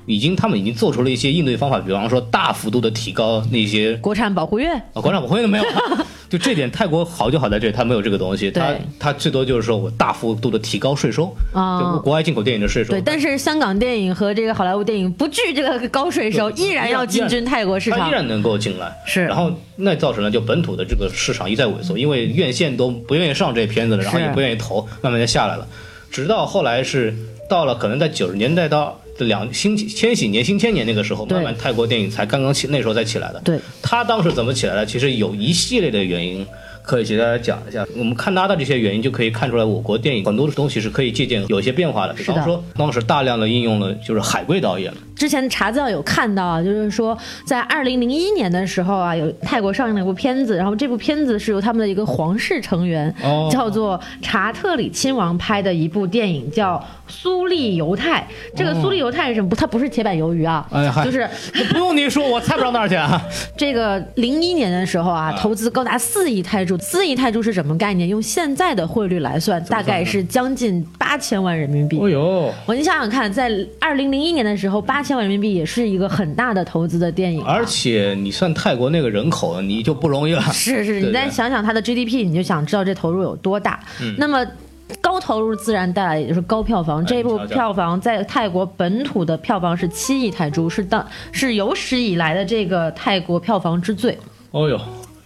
Speaker 4: 已经，他们已经做出了一些应对方法，比方说大幅度的提高那些
Speaker 1: 国产保护月，
Speaker 4: 啊， (laughs) 广场舞会都没有了，就这点泰国好就好在这，它没有这个东西，它
Speaker 1: 对
Speaker 4: 它最多就是说我大幅度的提高税收，
Speaker 1: 啊
Speaker 4: 就国外进口电影的税收。
Speaker 1: 对，但是香港电影和这个好莱坞电影不惧这个高税收，
Speaker 4: 对
Speaker 1: 依然要进军泰国市
Speaker 4: 它
Speaker 1: 场
Speaker 4: 依。然能够进来，
Speaker 1: 是
Speaker 4: 然后那造成了就本土的这个市场一再萎缩，因为院线都不愿意上这片子了，然后
Speaker 1: 是
Speaker 4: 也不愿意投，慢慢就下来了。直到后来是到了可能在九十年代到两新千禧年、新千年那个时候，
Speaker 1: 对
Speaker 4: 慢慢泰国电影才刚刚起，那时候才起来的。
Speaker 1: 对，
Speaker 4: 他当时怎么起来的？其实有一系列的原因。可以给大家讲一下，我们看他的这些原因，就可以看出来我国电影很多的东西是可以借鉴有一些变化的。比
Speaker 1: 是的
Speaker 4: 方说，当时大量的应用了就是海归导演，
Speaker 1: 之前查资料有看到啊，就是说在二零零一年的时候啊，有泰国上映了一部片子，然后这部片子是由他们的一个皇室成员，
Speaker 4: 哦
Speaker 1: 叫做查特里亲王拍的一部电影，叫《苏利犹太》。这个苏利犹太是什么？不，它不是铁板鱿鱼啊，
Speaker 4: 哎嗨
Speaker 1: 就是
Speaker 4: 不用你说，我猜不上哪儿去啊。
Speaker 1: 这个零一年的时候啊，投资高达四亿泰铢。四亿泰铢是什么概念？用现在的汇率来算，大概是将近八千万人民币。
Speaker 4: 哎呦，
Speaker 1: 我你想想看，在二零零一年的时候，八千万人民币也是一个很大的投资的电影啊。
Speaker 4: 而且你算泰国那个人口，你就不容易了。
Speaker 1: 是是，
Speaker 4: 对
Speaker 1: 你再
Speaker 4: 对嗯
Speaker 1: 想想它的 GDP，你就想知道这投入有多大。那么。高投入自然带来也就是高票房，这一部
Speaker 4: 哎你瞧
Speaker 1: 票
Speaker 4: 瞧
Speaker 1: 房在泰国本土的票房是七亿泰铢，是当是有史以来的这个泰国票房之最，
Speaker 4: 哦呦，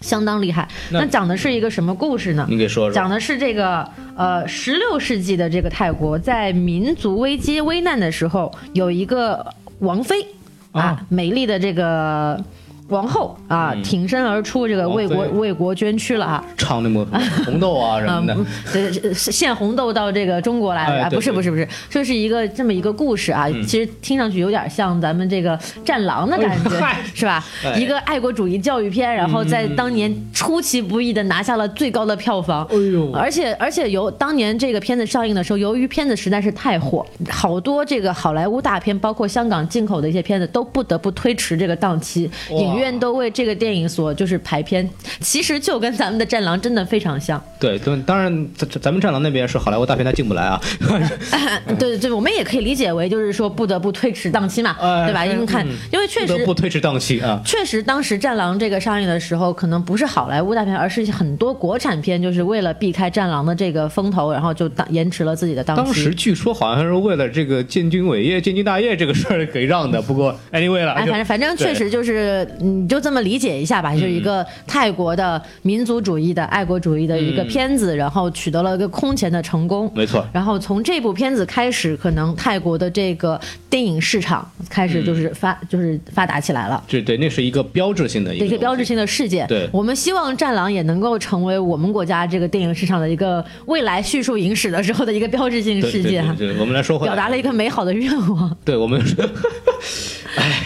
Speaker 1: 相当厉害。
Speaker 4: 那
Speaker 1: 那讲的是一个什么故事呢？
Speaker 4: 你给说
Speaker 1: 讲
Speaker 4: 说。
Speaker 1: 的是这个呃，十六世纪的这个泰国，在民族危机危难的时候，有一个王妃啊，美丽的这个王后啊，挺身而出，这个为国
Speaker 4: 嗯王妃
Speaker 1: 为国捐躯了啊。
Speaker 4: 唱那么红豆啊什么
Speaker 1: 嗯
Speaker 4: 的，，
Speaker 1: 这这献红豆到这个中国来
Speaker 4: 哎
Speaker 1: 了啊？
Speaker 4: 对
Speaker 1: 不是
Speaker 4: 对嗯
Speaker 1: 不是不是，这是一个这么一个故事啊。其实听上去有点像咱们这个《战狼》的感
Speaker 4: 哎呦
Speaker 1: 觉
Speaker 4: 嗨，
Speaker 1: 是吧？
Speaker 4: 哎嗯
Speaker 1: 一个爱国主义教育片，然后在当年出其不意的拿下了最高的票房。
Speaker 4: (laughs) 哎呦
Speaker 1: 而且而且由当年这个片子上映的时候，由于片子实在是太火，好多这个好莱坞大片，包括香港进口的一些片子，都不得不推迟这个档期，
Speaker 4: 哇
Speaker 1: 影院都为这个电影所就是排片。其实就跟咱们的《战狼》真的非常
Speaker 4: (laughs)
Speaker 1: 像。
Speaker 4: 对对，当然咱咱们战狼那边是好莱坞大片，他进不来啊。
Speaker 1: 对对，我们也可以理解为就是说不得不推迟档期嘛，
Speaker 4: 哎
Speaker 1: 对吧？
Speaker 4: 是
Speaker 1: 因为看，
Speaker 4: 嗯
Speaker 1: 因为确
Speaker 4: 不得
Speaker 1: 实
Speaker 4: (laughs) 不推迟档期啊。
Speaker 1: 确实，当时《战狼》这个上映的时候，可能不是好莱坞大片，而是很多国产片，就是为了避开《战狼》的这个风头，然后就当延迟了自己的档期。
Speaker 4: 当时据说好像是为了这个建军伟业、建军大业这个事儿给让的，不过 anyway 了，
Speaker 1: 哎，
Speaker 4: 就
Speaker 1: 反正反正
Speaker 4: 对嗯
Speaker 1: 确实就是，你就这么理解一下吧，就是一个泰国的民族主义的爱国主义的一个片子，然后取得了一个空前的成功。
Speaker 4: 嗯没错。
Speaker 1: 然后从这部片子开始，可能泰国的这个电影市场开始
Speaker 4: 嗯
Speaker 1: 就是发、就是发达起来了。
Speaker 4: 这对，那是一个标志性的一个
Speaker 1: 一个标
Speaker 4: 东
Speaker 1: 志
Speaker 4: 西
Speaker 1: 性的事件。
Speaker 4: 对
Speaker 1: 我们希望《战狼》也能够成为我们国家这个电影市场的一个未来叙述影史的时候的一个标志性
Speaker 4: 对
Speaker 1: 事件，
Speaker 4: 对对对，我们来说回来，
Speaker 1: 表达了一个美好的愿
Speaker 4: (laughs)
Speaker 1: 望。
Speaker 4: 对我们，哎，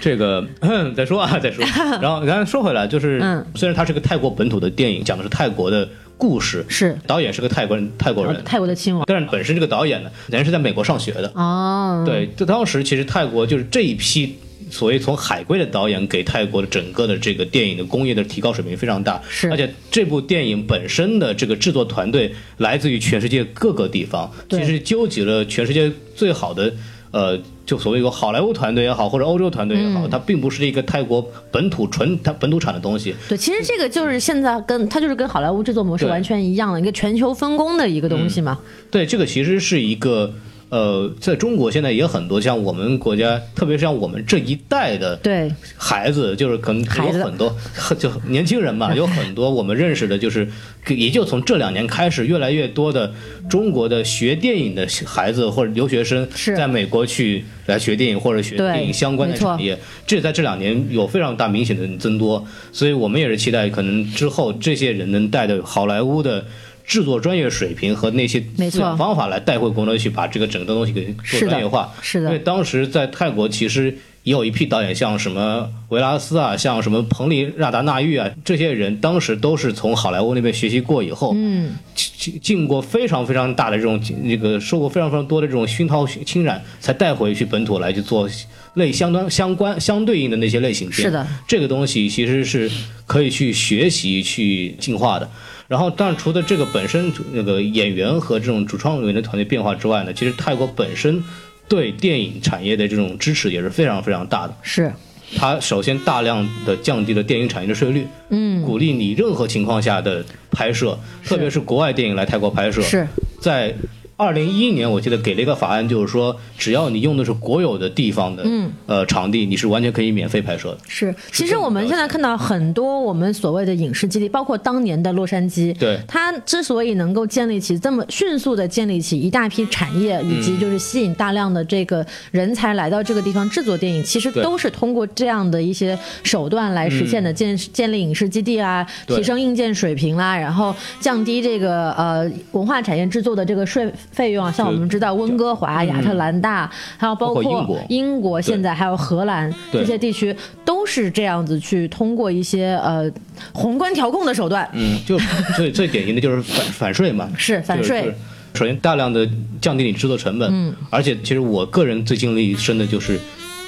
Speaker 4: 这个 (clears throat) 再说
Speaker 1: (laughs)
Speaker 4: 啊，再说。然后刚才说回来，就是、
Speaker 1: 嗯
Speaker 4: 虽然它是个泰国本土的电影，讲的是泰国的故事，
Speaker 1: 是
Speaker 4: 导演是个泰国人，泰国
Speaker 1: 呃
Speaker 4: 人，
Speaker 1: 泰国的亲王
Speaker 4: 但是本身这个导演呢，人是在美国上学的。
Speaker 1: 哦，
Speaker 4: 对，就当时其实泰国就是这一批。所谓从海归的导演给泰国的整个的这个电影的工业的提高水平非常大，
Speaker 1: 是
Speaker 4: 而且这部电影本身的这个制作团队来自于全世界各个地方，
Speaker 1: 对
Speaker 4: 其实纠集了全世界最好的，呃，就所谓一个好莱坞团队也好，或者欧洲团队也
Speaker 1: 嗯
Speaker 4: 好，它并不是一个泰国本土纯它本土产的东西，
Speaker 1: 对，其实这个就是现在跟它就是跟好莱坞制作模式
Speaker 4: 对嗯
Speaker 1: 完全一样的一个全球分工的一个东西嘛。
Speaker 4: 对，这个其实是一个呃，在中国现在也很多，像我们国家，特别是像我们这一代的
Speaker 1: 对，
Speaker 4: 孩子，就是可能
Speaker 1: 孩子
Speaker 4: 有很多 (laughs) 就年轻
Speaker 1: (laughs)
Speaker 4: 人嘛，有很多我们认识的，就是也就从这两年开始，越来越多的中国的学电影的孩子或者留学生
Speaker 1: 是
Speaker 4: 在美国去来学电影或者学
Speaker 1: 对
Speaker 4: 电影相关的
Speaker 1: 没错
Speaker 4: 产业，这在这两年有非常大明显的增多，所以我们也是期待可能之后这些人能带着好莱坞的。制作专业水平和那些
Speaker 1: 没
Speaker 4: 思
Speaker 1: 错
Speaker 4: 想方法来带回国内去，把这个整个东西给做
Speaker 1: 是
Speaker 4: 专
Speaker 1: 的
Speaker 4: 业化。，
Speaker 1: 是
Speaker 4: 因为
Speaker 1: 的，
Speaker 4: 当时在泰国其实也有一批导演，像什么维拉斯啊，像什么彭丽亚达纳玉啊，这些人当时都是从好莱坞那边学习过以后，
Speaker 1: 嗯，
Speaker 4: 进进过非常非常大的这种那个受过非常非常多的这种熏陶侵染，才带回去本土来去做类相当相关相对应的那些类型片。
Speaker 1: 是的，
Speaker 4: 这个东西其实是可以去学习去进化的。然后，但除了这个本身那个演员和这种主创人员的团队变化之外呢，其实泰国本身对电影产业的这种支持也是非常非常大的。
Speaker 1: 是
Speaker 4: 它首先大量的降低了电影产业的税率，
Speaker 1: 嗯，
Speaker 4: 鼓励你任何情况下的拍摄，特别是国外电影来泰国拍摄。
Speaker 1: 是
Speaker 4: 在二零一一年，我记得给了一个法案，就是说，只要你用的是国有的地方的、
Speaker 1: 嗯
Speaker 4: 呃场地，你是完全可以免费拍摄的。
Speaker 1: 是。其
Speaker 4: 这
Speaker 1: 实
Speaker 4: 么
Speaker 1: 我们
Speaker 4: 了
Speaker 1: 现在
Speaker 4: 解
Speaker 1: 看到很多我们所谓的影视基地，包括当年的洛杉矶，
Speaker 4: 对
Speaker 1: 它之所以能够建立起这么迅速的建立起一大批产业，以
Speaker 4: 嗯
Speaker 1: 及就是吸引大量的这个人才来到这个地方制作电影，其实
Speaker 4: 对嗯
Speaker 1: 都是通过这样的一些手段来实现的，建建立影视基地啊，
Speaker 4: 对
Speaker 1: 提升硬件水平啦、然后降低这个呃文化产业制作的这个税费用啊，像我们知道温哥华、亚特兰大，还有包
Speaker 4: 嗯包括
Speaker 1: 括
Speaker 4: 英国
Speaker 1: 英国现在还有荷兰
Speaker 4: 对
Speaker 1: 这些地区都是这样子去通过一些呃宏观调控的手段，
Speaker 4: 嗯，就最最典型的就是反反税嘛，
Speaker 1: 是反
Speaker 4: 就
Speaker 1: 税
Speaker 4: 是，首先大量的降低你制作成本，
Speaker 1: 嗯，
Speaker 4: 而且其实我个人最经历深的就是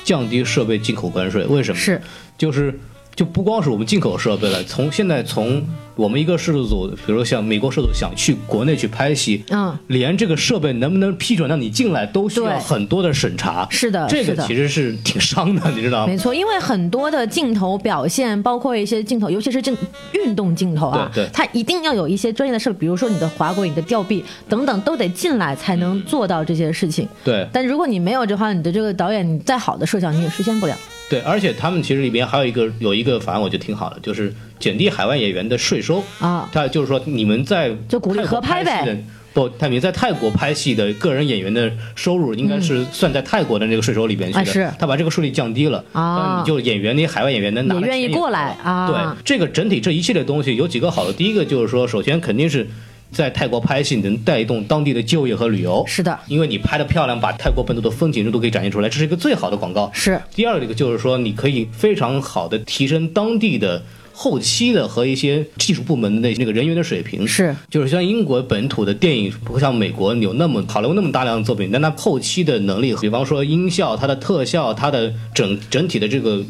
Speaker 4: 降低设备进口关税，为什么？
Speaker 1: 是
Speaker 4: 就是就不光是我们进口设备了，从现在从我们一个摄制组，比如说像美国摄制组想去国内去拍戏，
Speaker 1: 嗯，
Speaker 4: 连这个设备能不能批准让你进来都需要
Speaker 1: 对
Speaker 4: 很多的审查，
Speaker 1: 是的
Speaker 4: 这
Speaker 1: 是
Speaker 4: 个
Speaker 1: 的
Speaker 4: 其实是挺伤的，你知道吗
Speaker 1: 没？错，因为很多的镜头表现，包括一些镜头，尤其是镜运动镜头啊，
Speaker 4: 对对
Speaker 1: 它一定要有一些专业的设备，比如说你的滑轨、你的吊臂等等，都得进来才能做到这些事情。
Speaker 4: 对
Speaker 1: 但如果你没有这话，你的这个导演，你再好的设想你也实现不了。
Speaker 4: 对，而且他们其实里边还有一个有一个法案，我觉得挺好的，就是减低海外演员的税收
Speaker 1: 啊
Speaker 4: 他就是说你们在
Speaker 1: 就鼓励
Speaker 4: 泰国
Speaker 1: 合拍呗
Speaker 4: 戏的。不，他们在泰国拍戏的个人演员的收入应该是算在泰国的那个税收里边去的。
Speaker 1: 嗯啊是
Speaker 4: 他把这个税率降低了，
Speaker 1: 啊
Speaker 4: 那你就演员，那海外演员能拿的
Speaker 1: 也愿意
Speaker 4: 钱也
Speaker 1: 过来
Speaker 4: 多了
Speaker 1: 啊
Speaker 4: 对，这个整体这一系列东西有几个好的，第一个就是说，首先肯定是在泰国拍戏能带动当地的就业和旅游。
Speaker 1: 是的，
Speaker 4: 因为你拍的漂亮，把泰国本土的风景都可以展现出来，这是一个最好的广告。
Speaker 1: 是
Speaker 4: 第二个就是说，你可以非常好的提升当地的后期的和一些技术部门的那个人员的水平。
Speaker 1: 是，
Speaker 4: 就是像英国本土的电影，不像美国有那么好莱坞那么大量的作品，但它后期的能力，比方说音效、它的特效、它的整整体的这个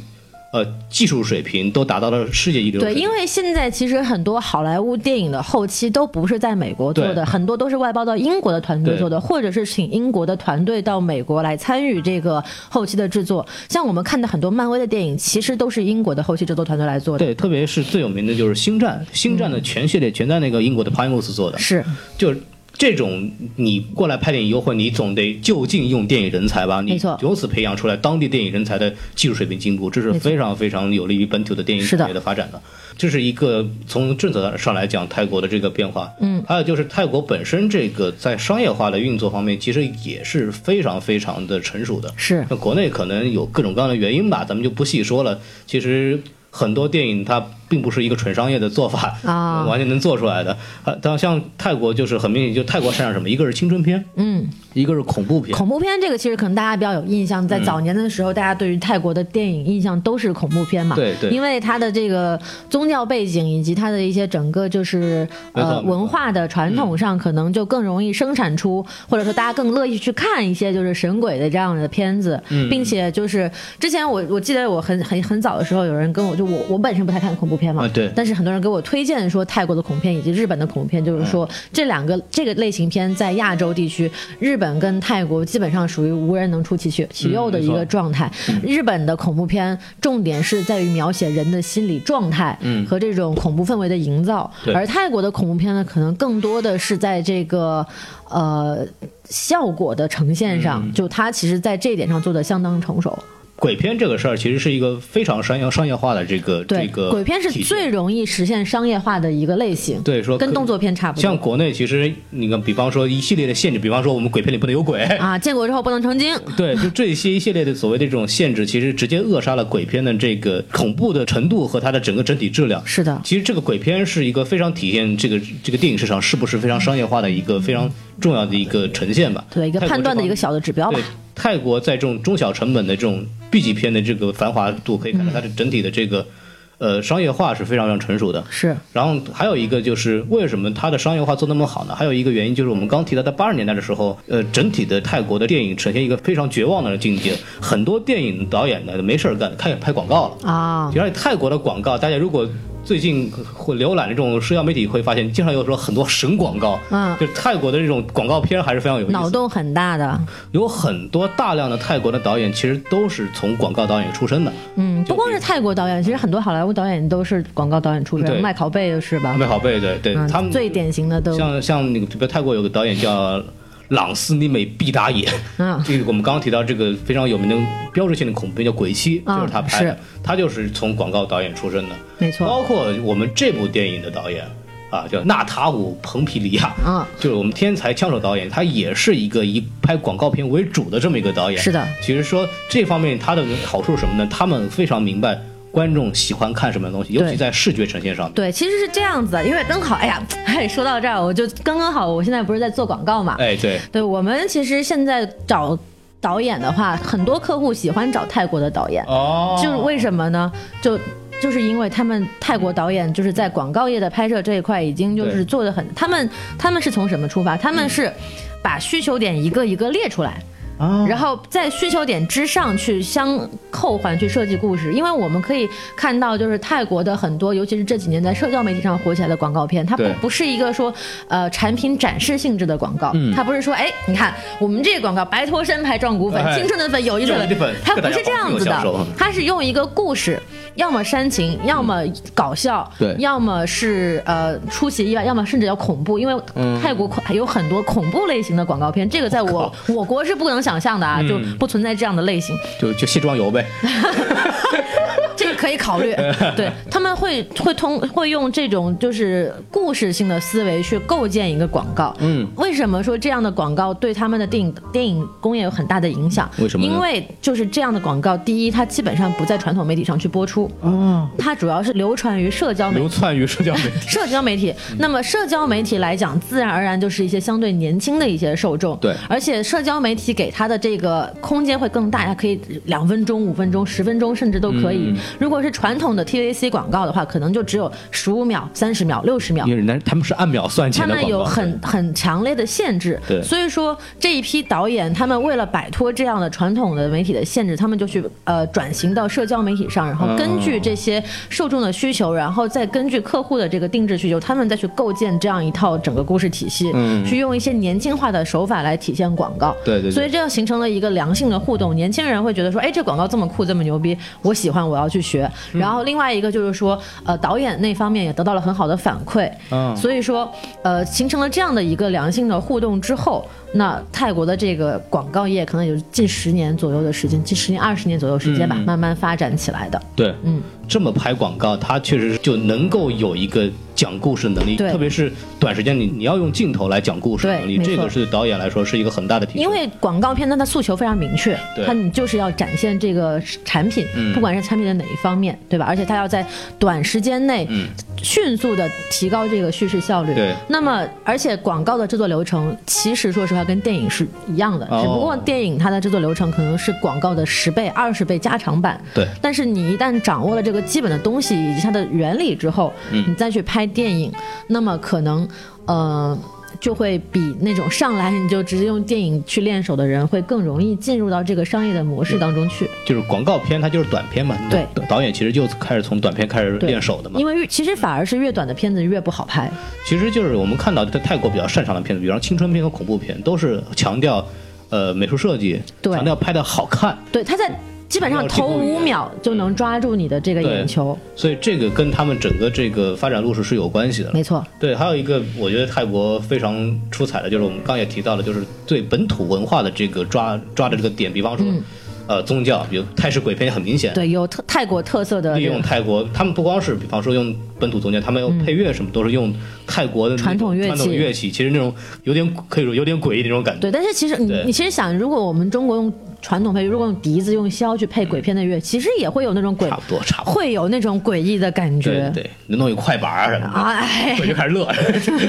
Speaker 4: 呃技术水平，都达到了世界一流的
Speaker 1: 对，
Speaker 4: 水平。
Speaker 1: 因为现在其实很多好莱坞电影的后期都不是在美国做
Speaker 4: 对
Speaker 1: 的，很多都是外包到英国的团队
Speaker 4: 对
Speaker 1: 做的，或者是请英国的团队到美国来参与这个后期的制作。像我们看的很多漫威的电影，其实都是英国的后期制作团队来做的。
Speaker 4: 对，特别是最有名的就是《星战》，《星战》的全系列全在那个英国的 Prime Movies 做的。
Speaker 1: 是
Speaker 4: 就是这种你过来拍电影优惠，你总得就近用电影人才吧？你
Speaker 1: 没错
Speaker 4: 由此培养出来当地电影人才的技术水平进步，这是
Speaker 1: 没错
Speaker 4: 非常非常有利于本土的电影
Speaker 1: 是的
Speaker 4: 产业的发展的。这是一个从政策上来讲泰国的这个变化。嗯，还有就是泰国本身这个在商业化的运作方面，其实也是非常非常的成熟的。
Speaker 1: 是
Speaker 4: 那国内可能有各种各样的原因吧，咱们就不细说了。其实很多电影它并不是一个纯商业的做法
Speaker 1: 啊
Speaker 4: 完全能做出来的。啊，但像泰国就是很明显，就泰国擅长什么？一个是青春片，
Speaker 1: 嗯，
Speaker 4: 一个是恐怖片。
Speaker 1: 恐怖片这个其实可能大家比较有印象，
Speaker 4: 嗯
Speaker 1: 在早年的时候，大家对于泰国的电影印象都是恐怖片嘛。
Speaker 4: 对对
Speaker 1: 因为它的这个宗教背景以及它的一些整个就是
Speaker 4: 没错
Speaker 1: 呃
Speaker 4: 没错
Speaker 1: 文化的传统上，可能就更容易生产出，或者说大家更乐意去看一些就是神鬼的这样的片子，
Speaker 4: 嗯
Speaker 1: 并且就是之前我我记得我很很很早的时候，有人跟我就我我本身不太看恐怖怖片嘛。
Speaker 4: 啊对
Speaker 1: 但是很多人给我推荐说泰国的恐怖片以及日本的恐怖片，就是说
Speaker 4: 嗯
Speaker 1: 这两个这个类型片在亚洲地区，日本跟泰国基本上属于无人能出其右其右的一
Speaker 4: 嗯没
Speaker 1: 个
Speaker 4: 错
Speaker 1: 状态。日本的恐怖片重点是在于描写人的心理状态和这种恐怖氛围的营造，
Speaker 4: 嗯对
Speaker 1: 而泰国的恐怖片呢，可能更多的是在这个呃效果的呈现
Speaker 4: 嗯
Speaker 1: 上，就它其实在这一点上做的相当成熟。
Speaker 4: 鬼片这个事儿其实是一个非常商业商业化的这个
Speaker 1: 对，
Speaker 4: 这个
Speaker 1: 鬼片是
Speaker 4: 体系
Speaker 1: 最容易实现商业化的一个类型，
Speaker 4: 对说
Speaker 1: 跟
Speaker 4: 可
Speaker 1: 动作片差不多。
Speaker 4: 像国内其实你看，比方说一系列的限制，比方说我们鬼片里不能有鬼。
Speaker 1: 啊，建国之后不能成精，
Speaker 4: 对，就这些一系列的所谓的这种限制，其实直接扼杀了鬼片的这个恐怖的程度和它的整个整体质量。
Speaker 1: 是的，
Speaker 4: 啊其实这个鬼片是一个非常体现这个这个电影市场是不是非常商业化的一个非常重要的一个呈现吧。
Speaker 1: 对一个
Speaker 4: 泰国
Speaker 1: 判断的
Speaker 4: 这
Speaker 1: 一个
Speaker 4: 方
Speaker 1: 小的指标吧
Speaker 4: 对。，泰国在这种中小成本的这种 B 级片的这个繁华度，可以
Speaker 1: 嗯
Speaker 4: 看到它的整体的这个呃商业化是非常非常成熟的。
Speaker 1: 是
Speaker 4: 然后还有一个就是为什么它的商业化做那么好呢？还有一个原因就是我们刚提到，在八十年代的时候，呃，整体的泰国的电影呈现一个非常绝望的境界，很多电影导演呢没事儿干，开始拍广告了。
Speaker 1: 啊，
Speaker 4: 而且泰国的广告，大家如果最近会浏览这种社交媒体，会发现经常有说很多神广告，
Speaker 1: 嗯
Speaker 4: 就是泰国的这种广告片还是非常有意思的。
Speaker 1: 脑洞很大的，
Speaker 4: 有很多大量的泰国的导演其实都是从广告导演出身的，
Speaker 1: 嗯，
Speaker 4: 就
Speaker 1: 不光是泰国导演，其实很多好莱坞导演都是广告导演出身，
Speaker 4: 对
Speaker 1: 麦考贝是吧
Speaker 4: 安？排好贝对对，
Speaker 1: 嗯，
Speaker 4: 他们
Speaker 1: 最典型的都
Speaker 4: 像像那个，比如泰国有个导演叫朗斯尼美毕达也，
Speaker 1: 嗯
Speaker 4: 这个我们刚刚提到这个非常有名的标志性的恐怖片叫《鬼泣》，
Speaker 1: 嗯
Speaker 4: 就是他拍的，
Speaker 1: 是
Speaker 4: 他就是从广告导演出身的，
Speaker 1: 没错
Speaker 4: 包括我们这部电影的导演啊，叫纳塔武·蓬皮利亚，
Speaker 1: 嗯
Speaker 4: 就是我们天才枪手导演，他也是一个以拍广告片为主的这么一个导演。
Speaker 1: 是的
Speaker 4: 其实说这方面他的好处是什么呢？他们非常明白观众喜欢看什么东西，尤
Speaker 1: 对
Speaker 4: 其在视觉呈现上面。
Speaker 1: 对，其实是这样子的，因为刚好，哎呀， (laughs) 哎，说到这儿，我就刚刚好，我现在不是在做广告嘛，
Speaker 4: 哎，对，
Speaker 1: 对我们其实现在找导演的话，很多客户喜欢找泰国的导演，
Speaker 4: 哦
Speaker 1: 就是为什么呢？就就是因为他们泰国导演就是在广告业的拍摄这一块已经就是
Speaker 4: 对嗯
Speaker 1: 做的很，他们他们是从什么出发？他们是把需求点一个一个列出来。
Speaker 4: 啊哦
Speaker 1: 然后在需求点之上去相扣环去设计故事，因为我们可以看到，就是泰国的很多，尤其是这几年在社交媒体上火起来的广告片，它不
Speaker 4: 对
Speaker 1: 不是一个说呃产品展示性质的广告，
Speaker 4: 嗯
Speaker 1: 它不是说哎你看我们这个广告白脱身牌壮骨粉、
Speaker 4: 哎
Speaker 1: 青春的粉、友谊的
Speaker 4: 友谊的粉
Speaker 1: 它
Speaker 4: 这
Speaker 1: 不
Speaker 4: 个
Speaker 1: 是
Speaker 4: 大家
Speaker 1: 这样子
Speaker 4: 好有享受
Speaker 1: 的，它是用一个故事，要么煽情，要么搞笑，
Speaker 4: 对
Speaker 1: 要么是呃出其意外，要么甚至要恐怖，因为泰国恐有很多恐怖类型的广告片，这个在我我国是不能想象的啊，就不存在这样的类型，
Speaker 4: 就就卸妆油
Speaker 1: (laughs)
Speaker 4: 呗。
Speaker 1: 这个可以考
Speaker 4: (laughs)
Speaker 1: 虑。对他们会会通会用这种就是故事性的思维去构建一个广告。嗯，为什么说这样的广告对他们的电影电影工业有很大的影响？
Speaker 4: 为什么呢
Speaker 1: 因为就是这样的广告，第一，它基本上不在传统媒体上去播出，哦，它主要是流传于社交媒体
Speaker 4: 流。窜于社交媒体。
Speaker 1: 社交媒体，那么社交媒体来讲，自然而然就是一些相对年轻的一些受众。
Speaker 4: 对
Speaker 1: 而且社交媒体给它的这个空间会更大，它可以两分钟、五分钟、十分钟，甚至都可以。如果是传统的 TVC 广告的话，可能就只有十五秒、三十秒、六十秒。
Speaker 4: (laughs) 因为人家他们是按秒算
Speaker 1: 他
Speaker 4: 钱的
Speaker 1: 们
Speaker 4: 广告，
Speaker 1: 有很很强烈的限制，
Speaker 4: 对
Speaker 1: 所以说这一批导演，他们为了摆脱这样的传统的媒体的限制，他们就去呃转型到社交媒体上，然
Speaker 4: 嗯
Speaker 1: 后根据这些受众的需求，然后再根据客户的这个定制需求，他们再去构建这样一套整个故事体系，
Speaker 4: 嗯
Speaker 1: 去用一些年轻化的手法来体现广告，
Speaker 4: 对对对
Speaker 1: 所以这样形成了一个良性的互动，年轻人会觉得说，哎，这广告这么酷，这么牛逼，我喜欢，我要去学。然后另外一个就是说，呃，导演那方面也得到了很好的反馈，
Speaker 4: 嗯
Speaker 1: 所以说，呃，形成了这样的一个良性的互动之后，那泰国的这个广告业可能也就近十年左右的时间，近十年二十年左右时间吧，
Speaker 4: 嗯
Speaker 1: 慢慢发展起来的。
Speaker 4: 对，
Speaker 1: 嗯，
Speaker 4: 这么拍广告，它确实就能够有一个讲故事能力，
Speaker 1: 对
Speaker 4: 特别是短时间你你要用镜头来讲故事的能力，
Speaker 1: 对没
Speaker 4: 这
Speaker 1: 错
Speaker 4: 个是导演来说是一个很大的提升。
Speaker 1: 因为广告片它的诉求非常明确，
Speaker 4: 对
Speaker 1: 它你就是要展现这个产品，
Speaker 4: 嗯
Speaker 1: 不管是产品的哪一方面，对吧？而且它要在短时间内
Speaker 4: 嗯
Speaker 1: 迅速的提高这个叙事效率。
Speaker 4: 对
Speaker 1: 那么而且广告的制作流程其实说实话跟电影是一样的，
Speaker 4: 哦
Speaker 1: 只不过电影它的制作流程可能是广告的十倍、二十倍加长版。
Speaker 4: 对
Speaker 1: 但是你一旦掌握了这个基本的东
Speaker 4: 嗯
Speaker 1: 西以及它的原理之后，你再去拍电影，那么可能，呃，就会比那种上来你就直接用电影去练手的人，会更容易进入到这个商业的模式当中去。
Speaker 4: 就是广告片，它就是短片嘛。
Speaker 1: 对，
Speaker 4: 导演其实就开始从短片开始
Speaker 1: 对
Speaker 4: 练手的嘛
Speaker 1: 因。为越其实反而是越短的片子越不好拍。
Speaker 4: 其实就是我们看到在泰国比较擅长的片子，比方青春片和恐怖片，都是强调呃美术设计，
Speaker 1: 对
Speaker 4: 强调拍的好看。
Speaker 1: 对，他在基本上
Speaker 4: 要进
Speaker 1: 头
Speaker 4: 步一
Speaker 1: 五
Speaker 4: 点
Speaker 1: 秒就能抓住你的这个
Speaker 4: 对
Speaker 1: 眼球，
Speaker 4: 所以这个跟他们整个这个发展路是是有关系的。
Speaker 1: 没错。
Speaker 4: 对，还有一个我觉得泰国非常出彩的，就是我们刚也提到了，就是对本土文化的这个抓抓的这个点，比方说，呃，宗教，比如泰式鬼片很明显，
Speaker 1: 对，有特泰国特色的
Speaker 4: 利
Speaker 1: 这
Speaker 4: 用
Speaker 1: 个
Speaker 4: 泰国，他们不光是比方说用本土宗教，他们用配乐什么、都是用泰国的那种
Speaker 1: 传统乐器
Speaker 4: 传统乐器，其实那种有点可以说有点诡异那种感觉。
Speaker 1: 对，但是其实嗯你
Speaker 4: 对
Speaker 1: 你其实想，如果我们中国用传统配乐，如果用笛子、用箫去配鬼片的乐，其实也会有那种鬼
Speaker 4: 差，不多，差不多。
Speaker 1: 会有那种诡异的感
Speaker 4: 对
Speaker 1: 觉。
Speaker 4: 对对，能弄一快板儿啊什么的。
Speaker 1: 啊， (laughs) 哎
Speaker 4: 我就开始乐。 (laughs)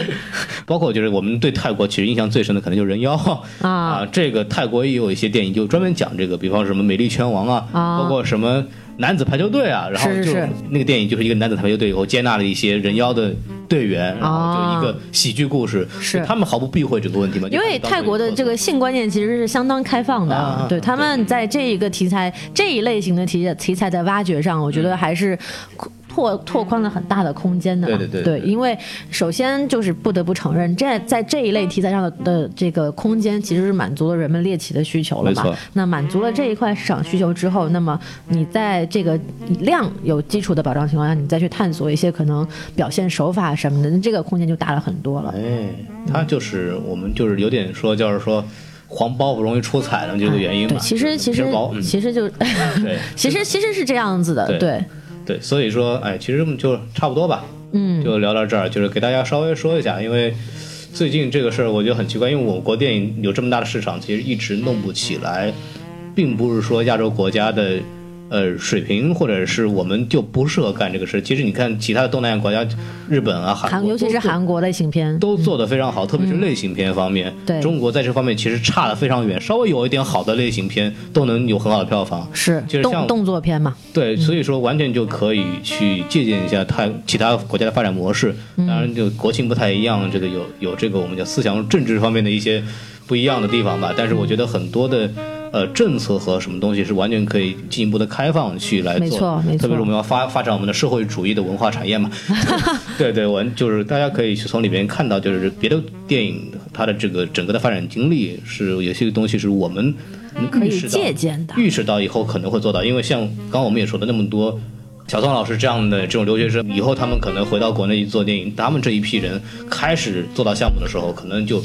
Speaker 4: 包括就是我们对泰国其实印象最深的，可能就是人妖
Speaker 1: 啊
Speaker 4: 这个泰国也有一些电影就专门讲这个，比方说什么《美丽拳王》啊，
Speaker 1: 啊
Speaker 4: 包括什么男子排球队啊，然后
Speaker 1: 是
Speaker 4: 就是
Speaker 1: 是
Speaker 4: 那个电影就是一个男子排球队以后接纳了一些人妖的队员，然后就一个喜剧故事，
Speaker 1: 啊是
Speaker 4: 他们毫不避讳这个问题嘛，
Speaker 1: 因为
Speaker 4: 就把它当
Speaker 1: 泰国的
Speaker 4: 作一
Speaker 1: 这个性观念其实是相当开放的，
Speaker 4: 啊
Speaker 1: 对
Speaker 4: 对
Speaker 1: 他们在这一个题材、这一类型的题题材在挖掘上，我觉得还是拓拓宽了很大的空间的啊。
Speaker 4: 对对对对
Speaker 1: 因为首先就是不得不承认，这在这一类题材上的的这个空间其实是满足了人们猎奇的需求了
Speaker 4: 没
Speaker 1: 嘛
Speaker 4: 错。
Speaker 1: 那满足了这一块市场需求之后，那么你在这个量有基础的保障情况下，你再去探索一些可能表现手法什么的，那这个空间就大了很多了。
Speaker 4: 哎，他就是我们就是有点说就是说。黄包不容易出彩的这个原因
Speaker 1: 对，
Speaker 4: 嘛，
Speaker 1: 其实其实
Speaker 4: 皮儿薄嗯
Speaker 1: 其实就
Speaker 4: 对，
Speaker 1: 其实其实是这样子的，对
Speaker 4: 对对，所以说，哎，其实我们就差不多吧，
Speaker 1: 嗯，
Speaker 4: 就聊到这儿，就是给大家稍微说一下，因为最近这个事儿我觉得很奇怪，因为我国电影有这么大的市场，其实一直弄不起来，并不是说亚洲国家的呃水平，或者是我们就不适合干这个事。其实你看其他的东南亚国家，日本啊、韩
Speaker 1: 韩
Speaker 4: 国，
Speaker 1: 尤其是韩国类型片，
Speaker 4: 都做得非常好，特别是类型片方面，
Speaker 1: 对
Speaker 4: 中国在这方面其实差得非常远，稍微有一点好的类型片都能有很好的票房。
Speaker 1: 是
Speaker 4: 就是
Speaker 1: 动
Speaker 4: 像
Speaker 1: 动作片嘛，
Speaker 4: 对，所以说完全就可以去借鉴一下它其他国家的发展模式。
Speaker 1: 嗯
Speaker 4: 当然，就国情不太一样，这个有有这个我们叫思想政治方面的一些不一样的地方吧。但是我觉得很多的呃政策和什么东西是完全可以进一步的开放去来做，
Speaker 1: 没错没错
Speaker 4: 特别是我们要发发展我们的社会主义的文化
Speaker 1: (laughs)
Speaker 4: 产业嘛。对对，我就是大家可以去从里面看到，就是别的电影它的这个整个的发展经历是有些东西是我们能
Speaker 1: 可以
Speaker 4: 预示到
Speaker 1: 借鉴的
Speaker 4: 预识到以后可能会做到，因为像刚刚我们也说的那么多。小宋老师这样的这种留学生，以后他们可能回到国内去做电影，他们这一批人开始做到项目的时候，可能就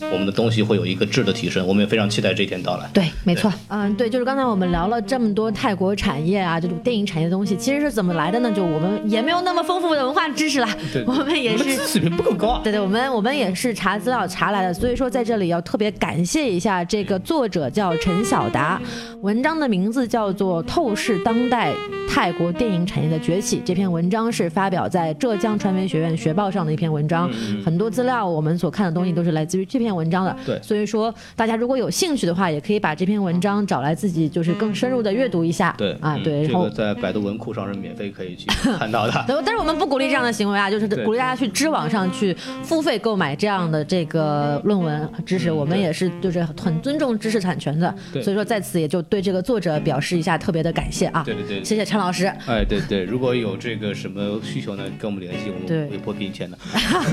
Speaker 4: 我们的东西会有一个质的提升，我们也非常期待这一天到来。
Speaker 1: 对，没错，嗯，对，就是刚才我们聊了这么多泰国产业啊，这种电影产业的东西，其实是怎么来的呢？就我们也没有那么丰富的文化知识啦，我们也 (laughs) 是
Speaker 4: 水平不够高啊。
Speaker 1: 对对，我们我们也是查资料查来的，所以说在这里要特别感谢一下这个作者叫陈晓达，文章的名字叫做《透视当代泰国电影产业的崛起》。这篇文章是发表在浙江传媒学院学报上的一篇文
Speaker 4: 嗯
Speaker 1: 章，很多资料我们所看的东西都是来自于这篇文章的。
Speaker 4: 对
Speaker 1: 所以说大家如果有兴趣的话，也可以把这篇文章找来自己就是更深入的阅读一下。
Speaker 4: 对
Speaker 1: 啊，
Speaker 4: 嗯
Speaker 1: 对，然
Speaker 4: 这
Speaker 1: 后
Speaker 4: 个在百度文库上是免费可以去看
Speaker 1: (laughs)
Speaker 4: 到的。
Speaker 1: 然后但是我们不鼓励这样的行为啊，就是
Speaker 4: 对
Speaker 1: 鼓励大家去知网上去付费购买这样的这个论文知识。我们也是就是很尊重知识产权的，
Speaker 4: 嗯对
Speaker 1: 所以说在此也就对这个作者表示一下特别的感谢啊。
Speaker 4: 对对对对
Speaker 1: 谢谢陈老师。
Speaker 4: 哎，对对，如果有这个什么需求呢，跟我们联系，我
Speaker 1: 对
Speaker 4: 们也不会给
Speaker 1: (laughs)
Speaker 4: 你钱的。 (laughs)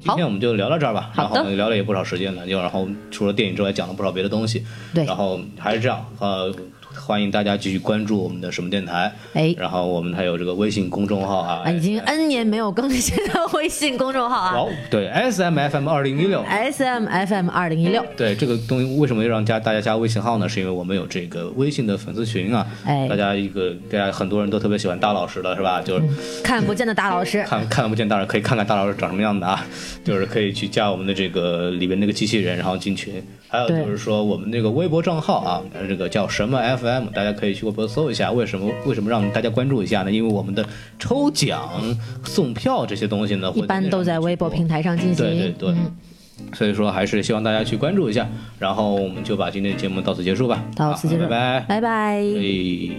Speaker 4: 今天我们就聊到这儿吧，然
Speaker 1: 好的
Speaker 4: 后聊了也不少时间了，就然后除了电影之外，讲了不少别的东西。
Speaker 1: 对
Speaker 4: 然后还是这样，呃，欢迎大家继续关注我们的什么电台，
Speaker 1: 哎
Speaker 4: 然后我们还有这个微信公众号啊，
Speaker 1: 啊，已经 N 年没有更新的微信公众号啊哎
Speaker 4: 哦，对，S M F M 二零一六。
Speaker 1: ，S M F M 二零一六。
Speaker 4: 对这个东西，为什么要让加大家加微信号呢？是因为我们有这个微信的粉丝群啊，
Speaker 1: 哎
Speaker 4: 大家一个大家很多人都特别喜欢大老师的是吧？就是、
Speaker 1: 看不见的大老师， (laughs)
Speaker 4: 看看不见大佬，可以看看大佬是长什么样的啊，就是可以去加我们的这个里面那个机器人，然后进群。还有
Speaker 1: 对
Speaker 4: 就是说我们那个微博账号啊，这个叫什么 FM，大家可以去微博搜一下。为什么为什么让大家关注一下呢？因为我们的抽奖、送票这些东西呢，
Speaker 1: 一般都在微博平
Speaker 4: 台。
Speaker 1: 台上进行。
Speaker 4: 对对对。
Speaker 1: 嗯
Speaker 4: 所以说，还是希望大家去关注一下，然后我们就把今天的节目到此结束吧。
Speaker 1: 到此结束
Speaker 4: 好拜拜。
Speaker 1: 拜拜。
Speaker 4: 哎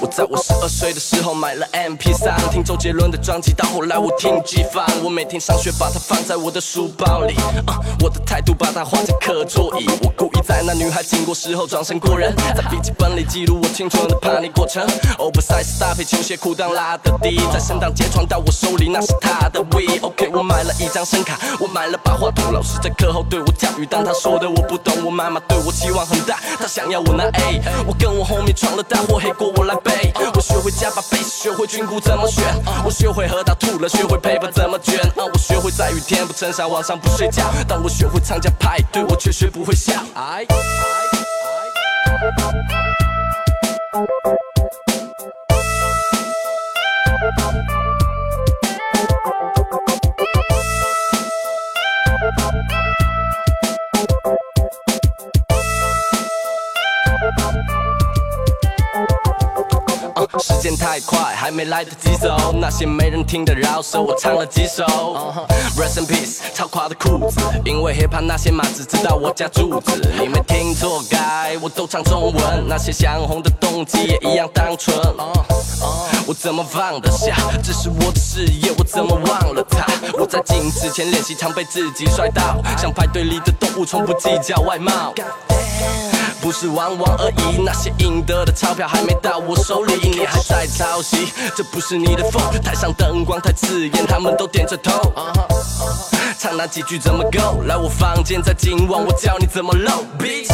Speaker 5: 我在我十二岁的时候买了 MP 三，听周杰伦的专辑，到后来我听 G 翻，我每天上学把它放在我的书包里，啊，我的态度把它画在课桌椅，我故意在那女孩经过时候转身过人，在笔记本里记录我青春的叛逆过程，oversize 搭配球鞋裤裆拉的低，在圣诞节传到我手里那是她的 V，OK，、我买了一张声卡，我买了把话筒，老师在课后对我教育，但他说的我不懂，我妈妈对我期望很大，她想要我拿 A，我跟我后面闯了大祸，黑锅我来背。我学会加把贝，学会军鼓怎么选，我学会喝到吐了，学会 paper 怎么卷，啊我学会在雨天不撑伞，晚上不睡觉，但我学会参加派对，我却学不会笑。哎哎哎啊时间太快，还没来得及走。那些没人听的饶舌，我唱了几首。Rest in peace，超垮的裤子，因为 hiphop 那些马子知道我家住址。你没听错，该我都唱中文。那些想红的动机也一样单纯。我怎么放得下？这是我的事业，我怎么忘了它？我在镜子前练习，常被自己摔倒，像派对里的动物，从不计较外貌。不是玩玩而已。那些赢得的钞票还没到我手里，你还在抄袭，这不是你的风。台上灯光太刺眼，他们都点着头。唱那几句怎么够？来我房间，在今晚我教你怎么露，bitch。